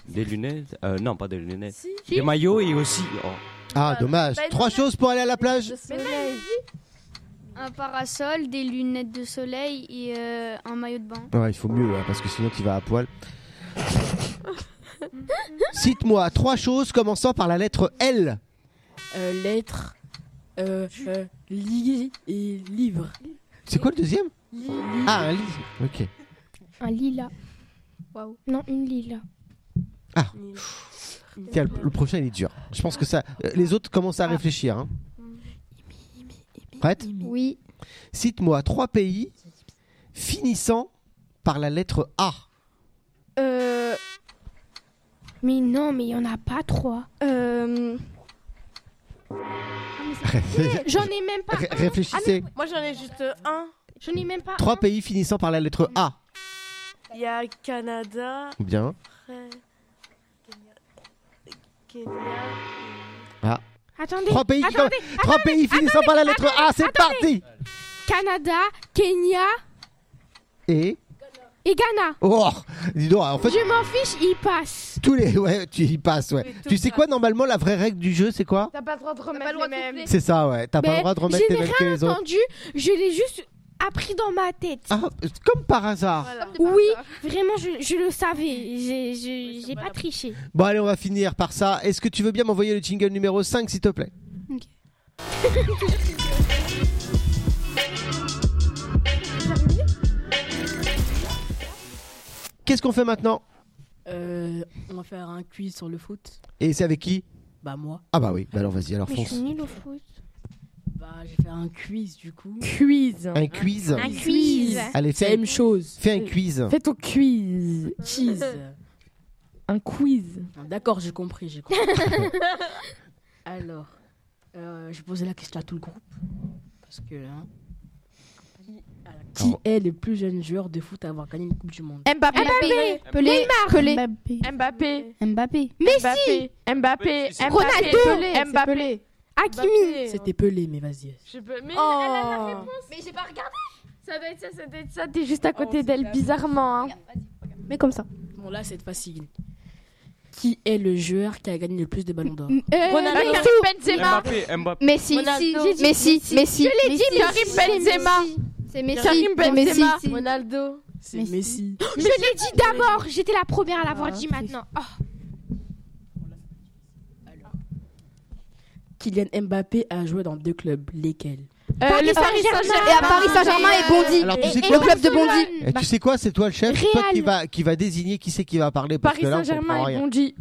S4: Des lunettes. euh, non, pas des lunettes. Des maillots et aussi. oh.
S5: Ah,
S8: Bah,
S5: dommage. Trois choses pour aller à la plage.
S3: Un parasol, des lunettes de soleil et euh, un maillot de bain.
S5: Ouais, il faut mieux, hein, parce que sinon tu vas à poil. Cite-moi trois choses commençant par la lettre L.
S1: Euh, lettres, euh, euh, lit et livre.
S5: C'est quoi le deuxième Ah, un lit. Ok.
S9: Oh, Un lilas. Waouh. Non, une lilas.
S5: Tiens, le, le prochain il est dur. Je pense que ça. euh, Les autres commencent à réfléchir. hein. Prête
S3: Oui.
S5: Cite-moi trois pays finissant par la lettre A.
S10: Euh,
S9: Mais non, mais il y en a pas trois.
S10: euh,
S9: J'en ai même pas.
S5: Ré- réfléchissez.
S2: Moi j'en ai juste un.
S9: Je n'ai même pas.
S5: Trois pays finissant par la lettre A.
S2: Il y a Canada.
S5: Bien.
S2: après, Kenya.
S5: Ah.
S9: Attendez.
S5: Trois pays, qui
S9: attendez,
S5: com- trois pays finissant par la lettre A, c'est parti
S9: Canada, Kenya
S5: Et.
S9: et Ghana.
S5: Oh Dis donc, en fait.
S9: Je m'en fiche, il passe.
S5: Tous les. Ouais, tu y passes, ouais.
S9: Oui, tout
S5: tu sais quoi, normalement, la vraie règle du jeu, c'est quoi
S8: T'as pas le droit de remettre les mêmes.
S5: C'est ça, ouais. T'as pas le droit de remettre les mêmes que les
S9: Je n'ai rien
S5: autres.
S9: entendu, je l'ai juste appris dans ma tête.
S5: Ah, comme par hasard.
S9: Oui, vraiment, je, je le savais. J'ai- je- J'ai pas triché.
S5: Bon, allez, on va finir par ça. Est-ce que tu veux bien m'envoyer le jingle numéro 5, s'il te plaît Qu'est-ce qu'on fait maintenant
S1: Euh, on va faire un quiz sur le foot.
S5: Et c'est avec qui
S1: Bah, moi.
S5: Ah, bah oui. Bah, alors, vas-y, alors fonce.
S1: nulle au foot. Bah, j'ai fait un quiz du coup.
S12: Quiz.
S5: Un quiz.
S1: Un quiz.
S5: Allez,
S1: C'est
S5: fais-
S1: la même chose.
S5: Fais un quiz.
S12: Fais ton quiz.
S1: Cheese.
S12: Un quiz.
S1: D'accord, j'ai compris, j'ai <laughs> compris. Alors, euh, je posais la question à tout le groupe. Parce que hein, qui est le plus jeune joueur de foot à avoir gagné une Coupe du Monde
S8: Mbappé.
S1: Mbappé.
S8: Pelé.
S1: Neymar.
S8: Pelé.
S1: Mbappé.
S8: Mbappé.
S3: Mbappé.
S8: Messi. Mbappé. Mbappé.
S1: Ronaldo.
S8: Pelé.
S1: C'est
S8: Mbappé.
S1: Hakimi. C'était Pelé, mais vas-y.
S8: Je peux... Mais
S3: Mais j'ai pas regardé.
S8: Ça doit être ça, ça doit être ça. T'es juste à côté d'elle, bizarrement. hein.
S1: Mais comme ça. Bon, là, c'est facile. Qui est le joueur qui a gagné le plus de ballons d'or
S3: euh, Ronaldo. Karim Benzema.
S4: Mbappé, Mbappé.
S3: Messi,
S8: Ronaldo.
S3: si, Messi,
S8: Messi.
S3: Messi.
S8: Je l'ai dit,
S3: Messi.
S8: Karim
S3: C'est
S8: Benzema.
S3: Messi. C'est Messi.
S8: Karim
S3: c'est Messi.
S8: Benzema.
S3: Si.
S8: Ronaldo.
S1: C'est Messi. <gasps>
S9: Je l'ai dit d'abord, j'étais la première à l'avoir dit maintenant. Oh.
S1: Kylian Mbappé a joué dans deux clubs. Lesquels
S3: Paris Saint-Germain. Et à Paris Saint-Germain et Bondy.
S5: Alors, tu
S3: Et-
S5: sais
S3: et
S5: quoi
S3: le club de Bondy.
S5: Eh,
S8: Bah,
S5: tu sais quoi, c'est toi le chef, c'est toi qui va, qui va désigner qui c'est qui va parler. Parce
S8: Paris
S5: que là, on
S8: Saint-Germain
S5: comprend
S8: et
S5: rien.
S8: Bondy.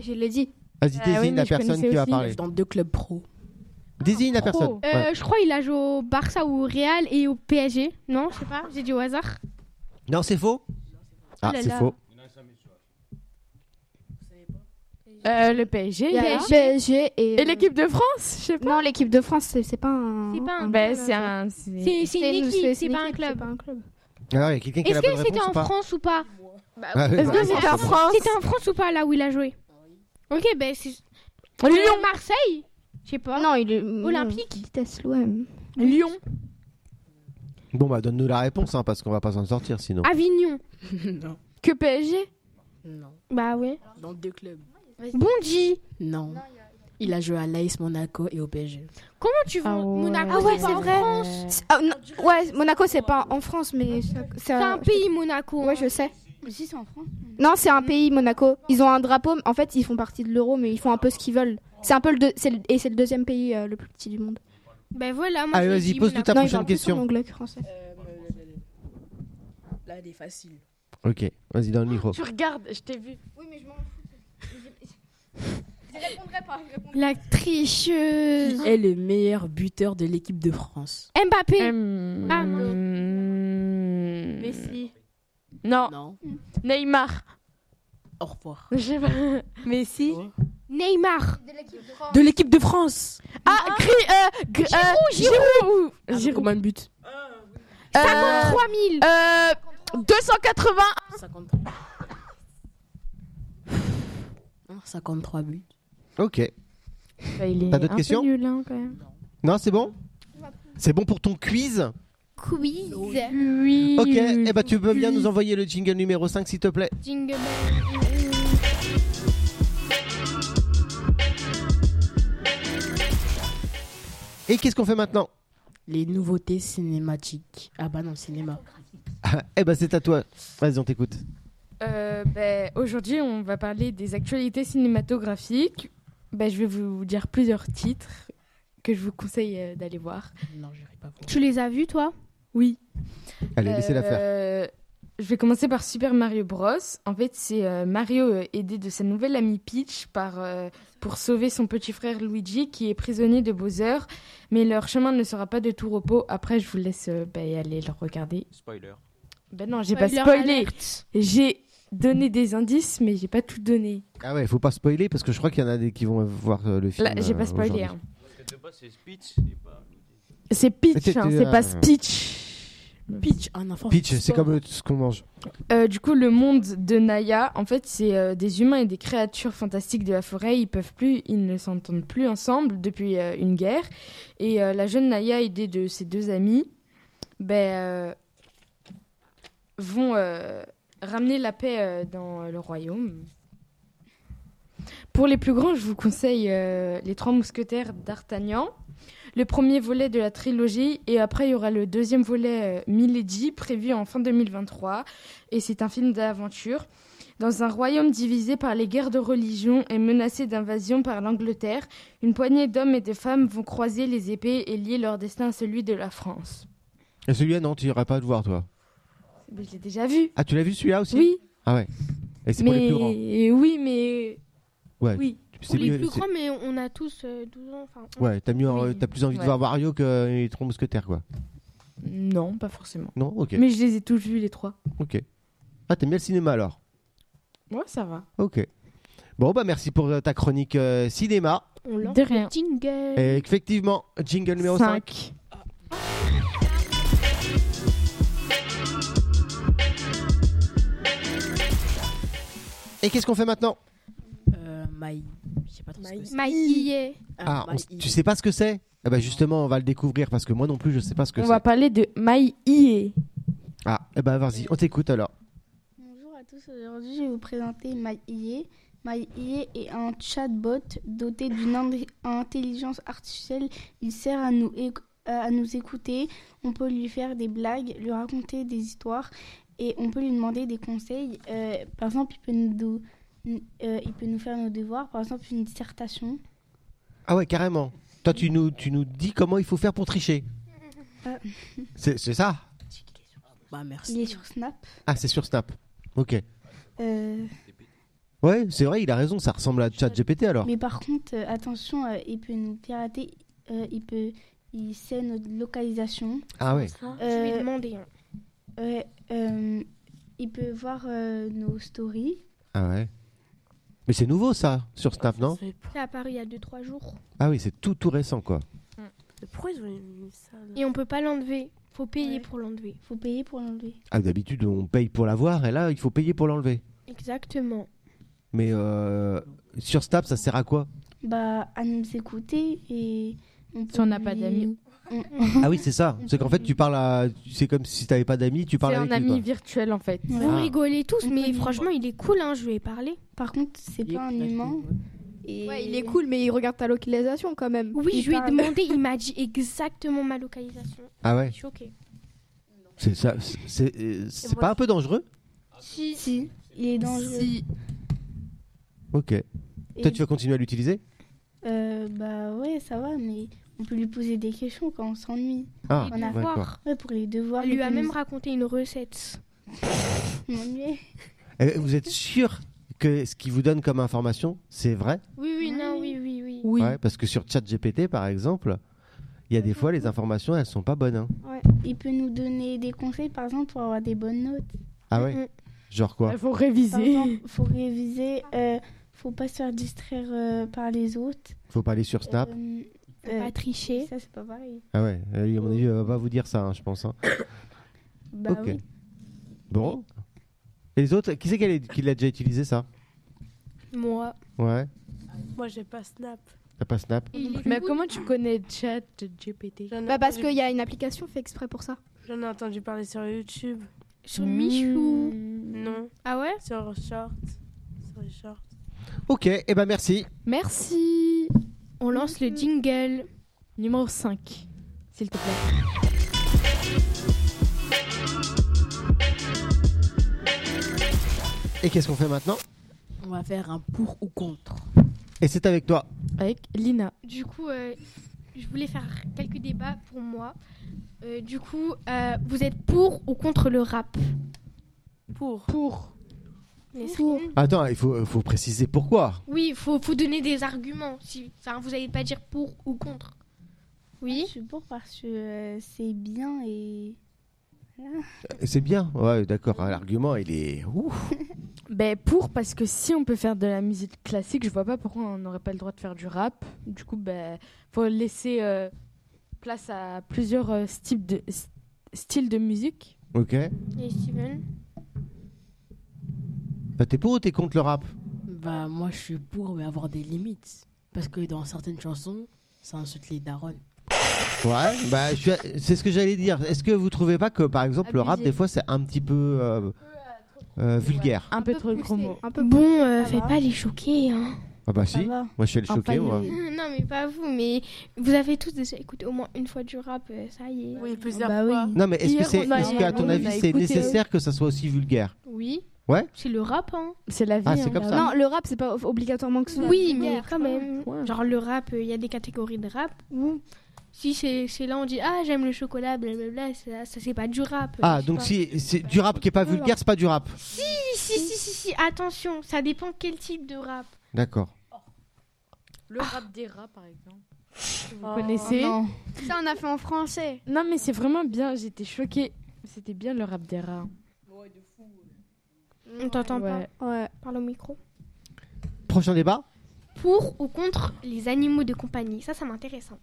S3: Je l'ai dit.
S5: Vas-y,
S8: Ah
S5: désigne
S8: oui, mais
S5: la
S8: je
S5: personne qui
S8: connaissais
S5: va
S8: aussi. Oh,
S5: parler.
S1: Dans deux clubs pro.
S5: Désigne la personne.
S9: Euh,
S5: Ouais.
S9: Je crois qu'il a joué au Barça ou au Real et au PSG. Non, je sais pas, j'ai dit au hasard.
S5: Non, c'est faux. Ah,
S9: Oh là
S5: c'est
S9: là.
S5: faux.
S8: Euh, le PSG.
S6: Il y a
S8: là.
S6: PSG et.
S8: Et l'équipe de France, je sais pas.
S6: Non, l'équipe de France, c'est c'est pas un.
S9: C'est pas un
S8: Ben,
S9: club.
S8: c'est un.
S9: C'est- c'est une équipe, c'est
S6: une
S9: pas un
S6: équipe,
S9: club.
S6: c'est pas un club.
S5: Alors, il y a Ah quelqu'un qui a la
S9: Est-ce
S5: bonne
S9: que c'était
S5: réponse
S9: en
S5: ou pas
S9: France ou pas
S5: Ah oui,
S8: Est-ce
S5: bah,
S8: que c'était en
S5: c'est bon.
S8: France
S9: C'était en France ou pas là où il a joué Ok, ben c'est. Euh,
S8: Lyon.
S9: Marseille Je sais pas.
S6: Non, il est.
S9: Olympique
S6: Vitesse l'OM.
S8: Lyon.
S5: Bon, bah, donne-nous la réponse, hein, parce qu'on va pas s'en sortir sinon.
S9: Avignon.
S1: <laughs> non.
S8: Que PSG
S1: Non.
S9: Bah ouais.
S1: Dans deux clubs.
S9: Bondy.
S1: Non. Il a joué à l'AS Monaco et au PSG.
S9: Comment tu vois Monaco
S6: Ah ouais,
S9: c'est pas
S6: c'est
S9: en
S6: vrai.
S9: France.
S6: C'est- ah, non, ouais, Monaco, c'est pas en France, mais. c'est- C'est
S9: C'est un pays Monaco.
S6: Euh,
S9: hein.
S6: Ouais, je sais.
S3: Si, c'est en France.
S6: Non, c'est un pays, Monaco. Ils ont un drapeau. En fait, ils font partie de l'euro, mais ils font un peu ce qu'ils veulent. C'est un peu le deux- c'est le- et c'est le deuxième pays euh, le plus petit du monde.
S9: Ben voilà, moi
S5: Allez,
S9: j'ai
S5: vas-y,
S9: dit
S5: pose-nous ta
S6: non, ils
S5: prochaine
S6: parlent plus en
S5: question.
S6: anglais que français.
S1: Là, elle est facile.
S8: Ah.
S5: Ok, vas-y, dans le micro.
S8: Tu regardes, je t'ai vu.
S3: Oui, mais je m'en fous. Je répondrai pas.
S9: La
S1: Qui
S9: tricheuse.
S1: est le meilleur buteur de l'équipe de France
S9: Mbappé.
S8: Hum.
S9: Ah,
S8: Messi. Non,
S1: Non.
S8: Neymar.
S1: Eh. Au revoir.
S8: Je
S13: <laughs>
S8: sais pas. Messi.
S9: Neymar.
S1: De l'équipe de France
S8: Ah, Gri- euh, Gr- euh, Giroud.
S1: Ah, Combien de buts
S8: Euh,
S9: 53 000.
S8: euh, 280.
S1: 53. Non, 53 buts.
S8: Ah,
S5: Ok.
S8: Bah, il
S5: T'as d'autres questions
S8: nul, hein, quand même.
S5: Non, c'est bon C'est bon pour ton quiz
S9: Quiz.
S8: Oui.
S5: Ok, eh bah, tu peux bien nous envoyer le jingle numéro 5, s'il te plaît.
S9: Jingle
S5: Et qu'est-ce qu'on fait maintenant
S1: Les nouveautés cinématiques. Ah bah non, cinéma.
S5: Eh bah, c'est à toi. Vas-y, on t'écoute.
S8: Euh, ben, Aujourd'hui, on va parler des actualités cinématographiques. Ben, je vais vous dire plusieurs titres que je vous conseille euh, d'aller voir.
S1: Non, j'irai pas voir.
S9: Tu les as vus, toi
S8: Oui.
S5: Allez, laissez-la faire.
S8: Euh, Je vais commencer par Super Mario Bros. En fait, c'est euh, Mario euh, aidé de sa nouvelle amie Peach par, euh, pour sauver son petit frère Luigi qui est prisonnier de Bowser. Mais leur chemin ne sera pas de tout repos. Après, je vous laisse euh, bah, y aller le regarder.
S4: Spoiler.
S8: Ben non, j'ai pas
S9: Spoiler
S8: spoilé.
S9: alert.
S8: J'ai donné des indices, mais j'ai pas tout donné.
S5: Ah ouais, faut pas spoiler parce que je crois qu'il y en a des qui vont voir euh, le film.
S8: Là, j'ai
S5: euh,
S8: pas spoilé.
S5: aujourd'hui.
S8: hein.
S4: Parce que de base, c'est Speech.
S8: C'est Peach,
S5: T'étais
S8: hein, c'est
S5: là,
S8: pas
S5: ouais.
S8: Speech.
S1: Peach, un enfant.
S5: Peach, c'est comme le- ce qu'on mange.
S8: Euh, du coup, le monde de Naya, en fait, c'est euh, des humains et des créatures fantastiques de la forêt. Ils peuvent plus, ils ne s'entendent plus ensemble depuis euh, une guerre. Et euh, la jeune Naya, aidée de ses deux amis, ben, euh, vont euh, ramener la paix euh, dans le royaume. Pour les plus grands, je vous conseille euh, Les Trois Mousquetaires d'Artagnan, le premier volet de la trilogie, et après il y aura le deuxième volet euh, Milady, prévu en fin 2023, et c'est un film d'aventure. Dans un royaume divisé par les guerres de religion et menacé d'invasion par l'Angleterre, une poignée d'hommes et de femmes vont croiser les épées et lier leur destin à celui de la France.
S5: Et celui-là, non, tu iras pas le voir, toi.
S8: Mais je l'ai déjà vu.
S5: Ah, tu l'as vu celui-là aussi
S8: Oui.
S5: Ah ouais. Et c'est
S8: mais...
S5: pour les plus grands.
S8: Oui, mais
S5: Ouais.
S8: oui.
S5: C'est
S13: Pour les
S5: mieux-
S13: plus
S5: c'est-
S13: grands, mais on a tous euh, 12 ans. Enfin, on-
S5: Ouais, t'as mieux, euh, t'as plus envie de
S13: Ouais.
S5: voir Wario que euh, les trois mousquetaires, quoi.
S8: non, pas forcément.
S5: Non, ok.
S8: Mais je les ai tous vus les trois.
S5: Ok. Ah, t'aimes bien le cinéma alors
S8: Ouais, ça va.
S5: Ok. Bon, bah merci pour euh, ta chronique euh, cinéma.
S13: On lance
S8: De
S13: le
S8: rien.
S13: jingle.
S5: Et effectivement, jingle numéro 5.
S8: Cinq.
S5: Et qu'est-ce qu'on fait maintenant
S1: Euh, Maï. Je sais pas trop
S5: Eh.
S1: ce que c'est. Euh,
S13: Maïe.
S5: Ah, on s-
S1: Maï.
S5: tu sais pas ce que c'est Eh bah justement, on va le découvrir parce que moi non plus, je sais pas ce que
S8: On
S5: c'est.
S8: va parler de My E IE.
S5: Ah, eh bah vas-y, on t'écoute alors.
S9: Bonjour à tous, aujourd'hui je vais vous présenter MyIA. MyIA est un chatbot doté d'une ind- intelligence artificielle. Il sert à nous, éc- euh, à nous écouter, on peut lui faire des blagues, lui raconter des histoires et on peut lui demander des conseils. Euh, par exemple, il peut, nous, do- n- euh, il peut nous faire nos devoirs, par exemple une dissertation.
S5: Ah ouais, carrément. Toi, tu nous, tu nous dis comment il faut faire pour tricher.
S9: Euh,
S5: C'est c'est ça
S1: Bah, merci.
S9: il est sur Snap.
S5: Ah, c'est sur Snap. Ok.
S9: Euh,
S5: Ouais, c'est vrai, il a raison, ça ressemble à ChatGPT alors.
S9: Mais par contre, euh, attention, euh, il peut nous pirater, euh, il peut, il sait notre localisation.
S5: Ah ouais.
S13: Je vais
S9: Euh,
S13: demander. hein.
S9: Ouais, euh, il peut voir euh, nos stories.
S5: Ah ouais. Mais c'est nouveau ça, sur Snap, non
S13: C'est apparu il y a 2-3 jours.
S5: Ah oui, c'est tout, tout récent quoi.
S2: Pourquoi ils ont mis ça là
S13: Et on peut pas l'enlever. Faut payer pour l'enlever.
S9: Mm. Faut payer pour l'enlever.
S5: Ah, d'habitude, on paye pour l'avoir et là, il faut payer pour l'enlever.
S13: Exactement.
S5: Mais euh, sur Snap, ça sert à quoi
S9: Bah, à nous écouter et. On
S8: Si on n'a pas d'amis.
S5: Ah oui, c'est ça. C'est qu'en fait, tu parles à. C'est comme si t'avais pas d'amis, tu parles
S8: C'est un
S5: avec lui,
S8: ami
S5: quoi.
S8: virtuel en fait.
S9: Ouais.
S13: Vous
S5: Ah.
S13: rigolez tous, mais
S9: connaît.
S13: franchement, il est cool, hein, je lui ai parlé.
S9: Par contre, c'est pas un humain. Et...
S6: Ouais, il est cool, mais il regarde ta localisation quand même.
S13: Oui,
S6: Il
S13: je lui ai
S6: parle.
S13: demandé, il m'a dit exactement ma localisation.
S5: Ah ouais.
S13: Je suis choquée.
S5: C'est ça. C'est euh, c'est pas un peu dangereux
S9: Si. il est dangereux.
S5: Ok.
S9: Et-
S5: Toi, tu vas continuer à l'utiliser
S9: Euh, bah, ouais, ça va, mais on peut lui poser des questions quand on s'ennuie.
S5: Ah,
S9: on a...
S5: d'accord.
S9: Ouais, pour les devoirs.
S13: Elle
S9: il
S13: lui a
S9: peut
S13: même
S9: nous-
S13: raconté une
S9: <laughs>
S13: recette.
S9: nous ennuyer.
S5: Eh, Vous êtes sûr que ce qu'il vous donne comme information, c'est vrai
S13: Oui,
S9: Ah
S13: oui, non, oui, oui, oui.
S5: Ouais, parce que sur ChatGPT, par exemple, il y a des fois, les informations, elles sont pas bonnes. hein.
S9: Ouais, il peut nous donner des conseils, par exemple, pour avoir des bonnes notes.
S5: Ah ouais Genre quoi
S8: Elles vont
S9: Par
S8: réviser.
S9: exemple, faut réviser, euh, faut pas se faire distraire euh, par les autres.
S5: Faut pas aller sur Snap
S9: Euh,
S13: pas tricher.
S9: Ça, c'est pas pareil.
S5: Ah ouais, euh, à mon avis, elle va pas vous dire ça, hein, je pense. hein.
S9: Bah
S5: ok.
S9: oui.
S5: Bon. Et les autres, qui c'est qui l'a- qui l'a déjà utilisé ça
S13: Moi.
S5: Ouais.
S2: Moi, j'ai pas Snap.
S5: T'as pas Snap
S8: Mais comment tu connais Chat GPT
S2: J'en ai
S6: Bah, parce
S2: entendu-
S6: qu'il y a une application fait exprès pour ça.
S2: J'en ai entendu parler sur YouTube.
S13: Sur
S9: Mmh.
S13: Michou.
S8: Hmm.
S2: Non.
S13: Ah ouais
S2: Sur Short. Sur les shorts.
S5: Ok, et eh ben merci.
S8: Merci.
S13: On lance le jingle.
S8: Numéro 5, s'il te plaît.
S5: Et qu'est-ce qu'on fait maintenant
S1: On va faire un pour ou contre.
S5: Et c'est avec toi.
S8: Avec Lina.
S13: Du coup, euh, je voulais faire quelques débats pour moi. Euh, du coup, euh, vous êtes pour ou contre le rap
S2: Pour.
S8: Pour.
S13: Nesrine
S5: Attends, il faut, faut préciser pourquoi.
S13: Oui, il faut, faut donner des arguments. Si, enfin, vous n'allez pas dire pour ou contre.
S9: Je
S13: Oui
S9: suis pour parce que euh, c'est bien et.
S5: Euh, C'est bien. Ouais, d'accord. hein, L'argument, il est ouf.
S8: Ben pour parce que si on peut faire de la musique classique, je vois pas pourquoi on n'aurait pas le droit de faire du rap. Du coup, ben faut laisser euh, place à plusieurs euh, styles de s- Style de musique.
S5: Ok.
S9: Et Steven
S5: Bah, t'es pour ou t'es contre le rap
S1: Bah, moi, je suis pour, mais avoir des limites. Parce que dans certaines chansons, ça insulte les darons.
S5: Ouais, bah, je suis- c'est ce que j'allais dire. Est-ce que vous trouvez pas que, par exemple, le rap,
S8: Abusé.
S5: des fois, c'est un petit peu euh, euh, vulgaire
S8: Un peu trop le chromo.
S9: Bon, euh, fais pas les choquer. Hein.
S5: Ah, bah, si.
S9: va.
S5: Moi, je suis le choqué, moi.
S9: non, mais pas vous, mais vous avez tous déjà écouté au moins une fois du rap, euh, ça y est. Oui, plusieurs fois.
S5: Non, mais est-ce que,
S9: Hier,
S5: c'est,
S9: on a-
S5: est-ce qu'à ton
S9: on a
S5: avis, c'est
S9: écouté- euh,
S5: nécessaire que ça soit aussi vulgaire
S9: Oui,
S5: Ouais
S9: c'est le rap, hein.
S8: C'est la vie. bah
S5: Ah, c'est hein, comme la ça. vie.
S9: Non, le rap, c'est pas obligatoirement que
S8: ça.
S9: Oui,
S8: C'est
S9: mais
S8: vulgaire,
S9: quand même. Genre, le rap, euh, il y a des catégories de rap où, si c'est c'est là, on dit Ah, j'aime le chocolat, blablabla, ça, ça c'est pas du rap. euh,
S5: Ah,
S9: je sais
S5: donc
S9: pas.
S5: si c'est du rap qui est pas vulgaire, c'est pas du rap.
S9: Si, si, si, si, si, attention, ça dépend quel type de rap.
S5: D'accord.
S14: Le rap des rats, par exemple.
S8: Vous connaissez
S15: Ça, on a fait en français.
S8: Non, mais c'est vraiment bien. J'étais choquée. C'était bien le rap des rats.
S9: On t'entend
S8: Ouais.
S9: pas ouais. Parle au micro.
S5: Prochain débat
S9: Pour ou contre les animaux de compagnie Ça, ça m'intéresse. hein.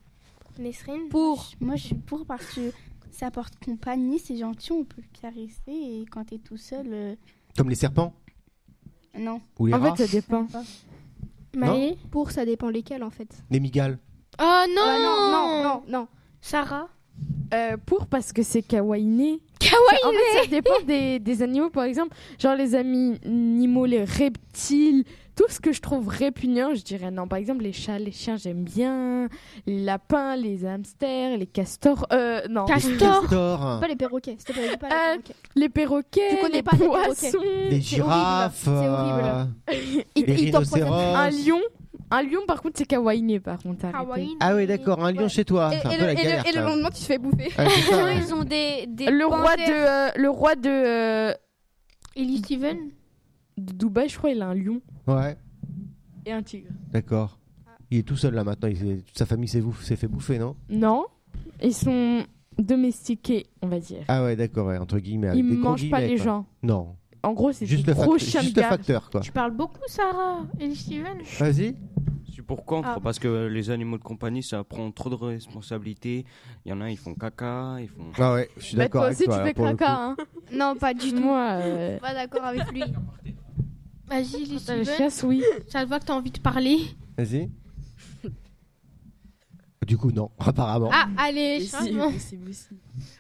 S9: Nesrine
S3: Pour. Moi, je suis pour parce que ça porte compagnie, c'est gentil, on peut le caresser et quand t'es tout seul, euh,
S5: Comme les serpents
S3: non.
S5: Ou les En fait, rats. ça
S3: dépend.
S5: Maë
S6: Pour, ça dépend lesquels en fait.
S5: Les migales
S9: Oh
S6: non
S3: Ah,
S6: Non, non, non.
S9: Sarah
S8: Euh, pour parce que c'est kawaiiné.
S9: Kawaiiné
S8: En fait, ça dépend des, des animaux, par exemple. Genre les ami- animaux, les reptiles, tout ce que je trouve répugnant, je dirais non. Par exemple, les chats, les chiens, j'aime bien. Les lapins, les hamsters, les castors. Euh, non.
S5: Castors. Les castors.
S8: Pas
S6: les perroquets, s'il te plaît, dis
S3: Euh,
S6: pas
S8: les perroquets. les perroquets, les poissons.
S5: Les girafes euh, Les
S8: Un
S5: rhinocéros
S8: lion. Un lion, par contre, c'est kawaiiné, par contre. arrêtez.
S5: Ah oui, d'accord, un lion chez toi. Ah, C'est un peu la galère. quand même.
S8: tu te fais
S6: <laughs>
S8: bouffer.
S5: Ah, c'est ça, ouais.
S15: Ils ont des. des
S8: le roi de
S15: panthères.
S8: euh, le roi de euh,
S9: Ellie Steven
S8: de Dubaï je crois il a un lion
S5: Ouais,
S8: et un tigre
S5: d'accord. Il est tout seul là maintenant, il s'est- toute sa famille s'est bouff- s'est fait bouffer, non
S8: non ils sont domestiqués on va dire
S5: Ah ouais, d'accord, ouais, entre guillemets.
S8: Ils
S5: avec des gros
S8: mangent pas
S5: guillemets,
S8: les
S5: quoi.
S8: gens.
S5: Non.
S8: en gros c'est
S5: Juste
S8: des
S5: le,
S8: gros
S5: facteur-
S8: chiens de
S5: juste le
S8: garde.
S5: facteur, quoi.
S9: Tu parles beaucoup, Sarah Ellie Steven
S5: Vas-y.
S4: Je suis pour contre
S9: Ah.
S4: parce que les animaux de compagnie, ça prend trop de responsabilités. Il y en a, ils font caca, ils font.
S5: Ah ouais, je suis Bah, d'accord toi avec aussi, toi, tu là, fais pour le caca, coup.
S15: Non, pas du tout.
S8: Moi,
S15: Je suis pas d'accord avec lui.
S9: Vas-y, Ellie
S8: Attends,
S9: Steven.
S8: euh, je chasse, oui.
S9: Ça te voit que t'as envie de parler.
S5: Vas-y. Du coup, non, <laughs> apparemment.
S9: Ah, allez,
S1: Mais si,
S9: changement.
S1: mais si, mais si.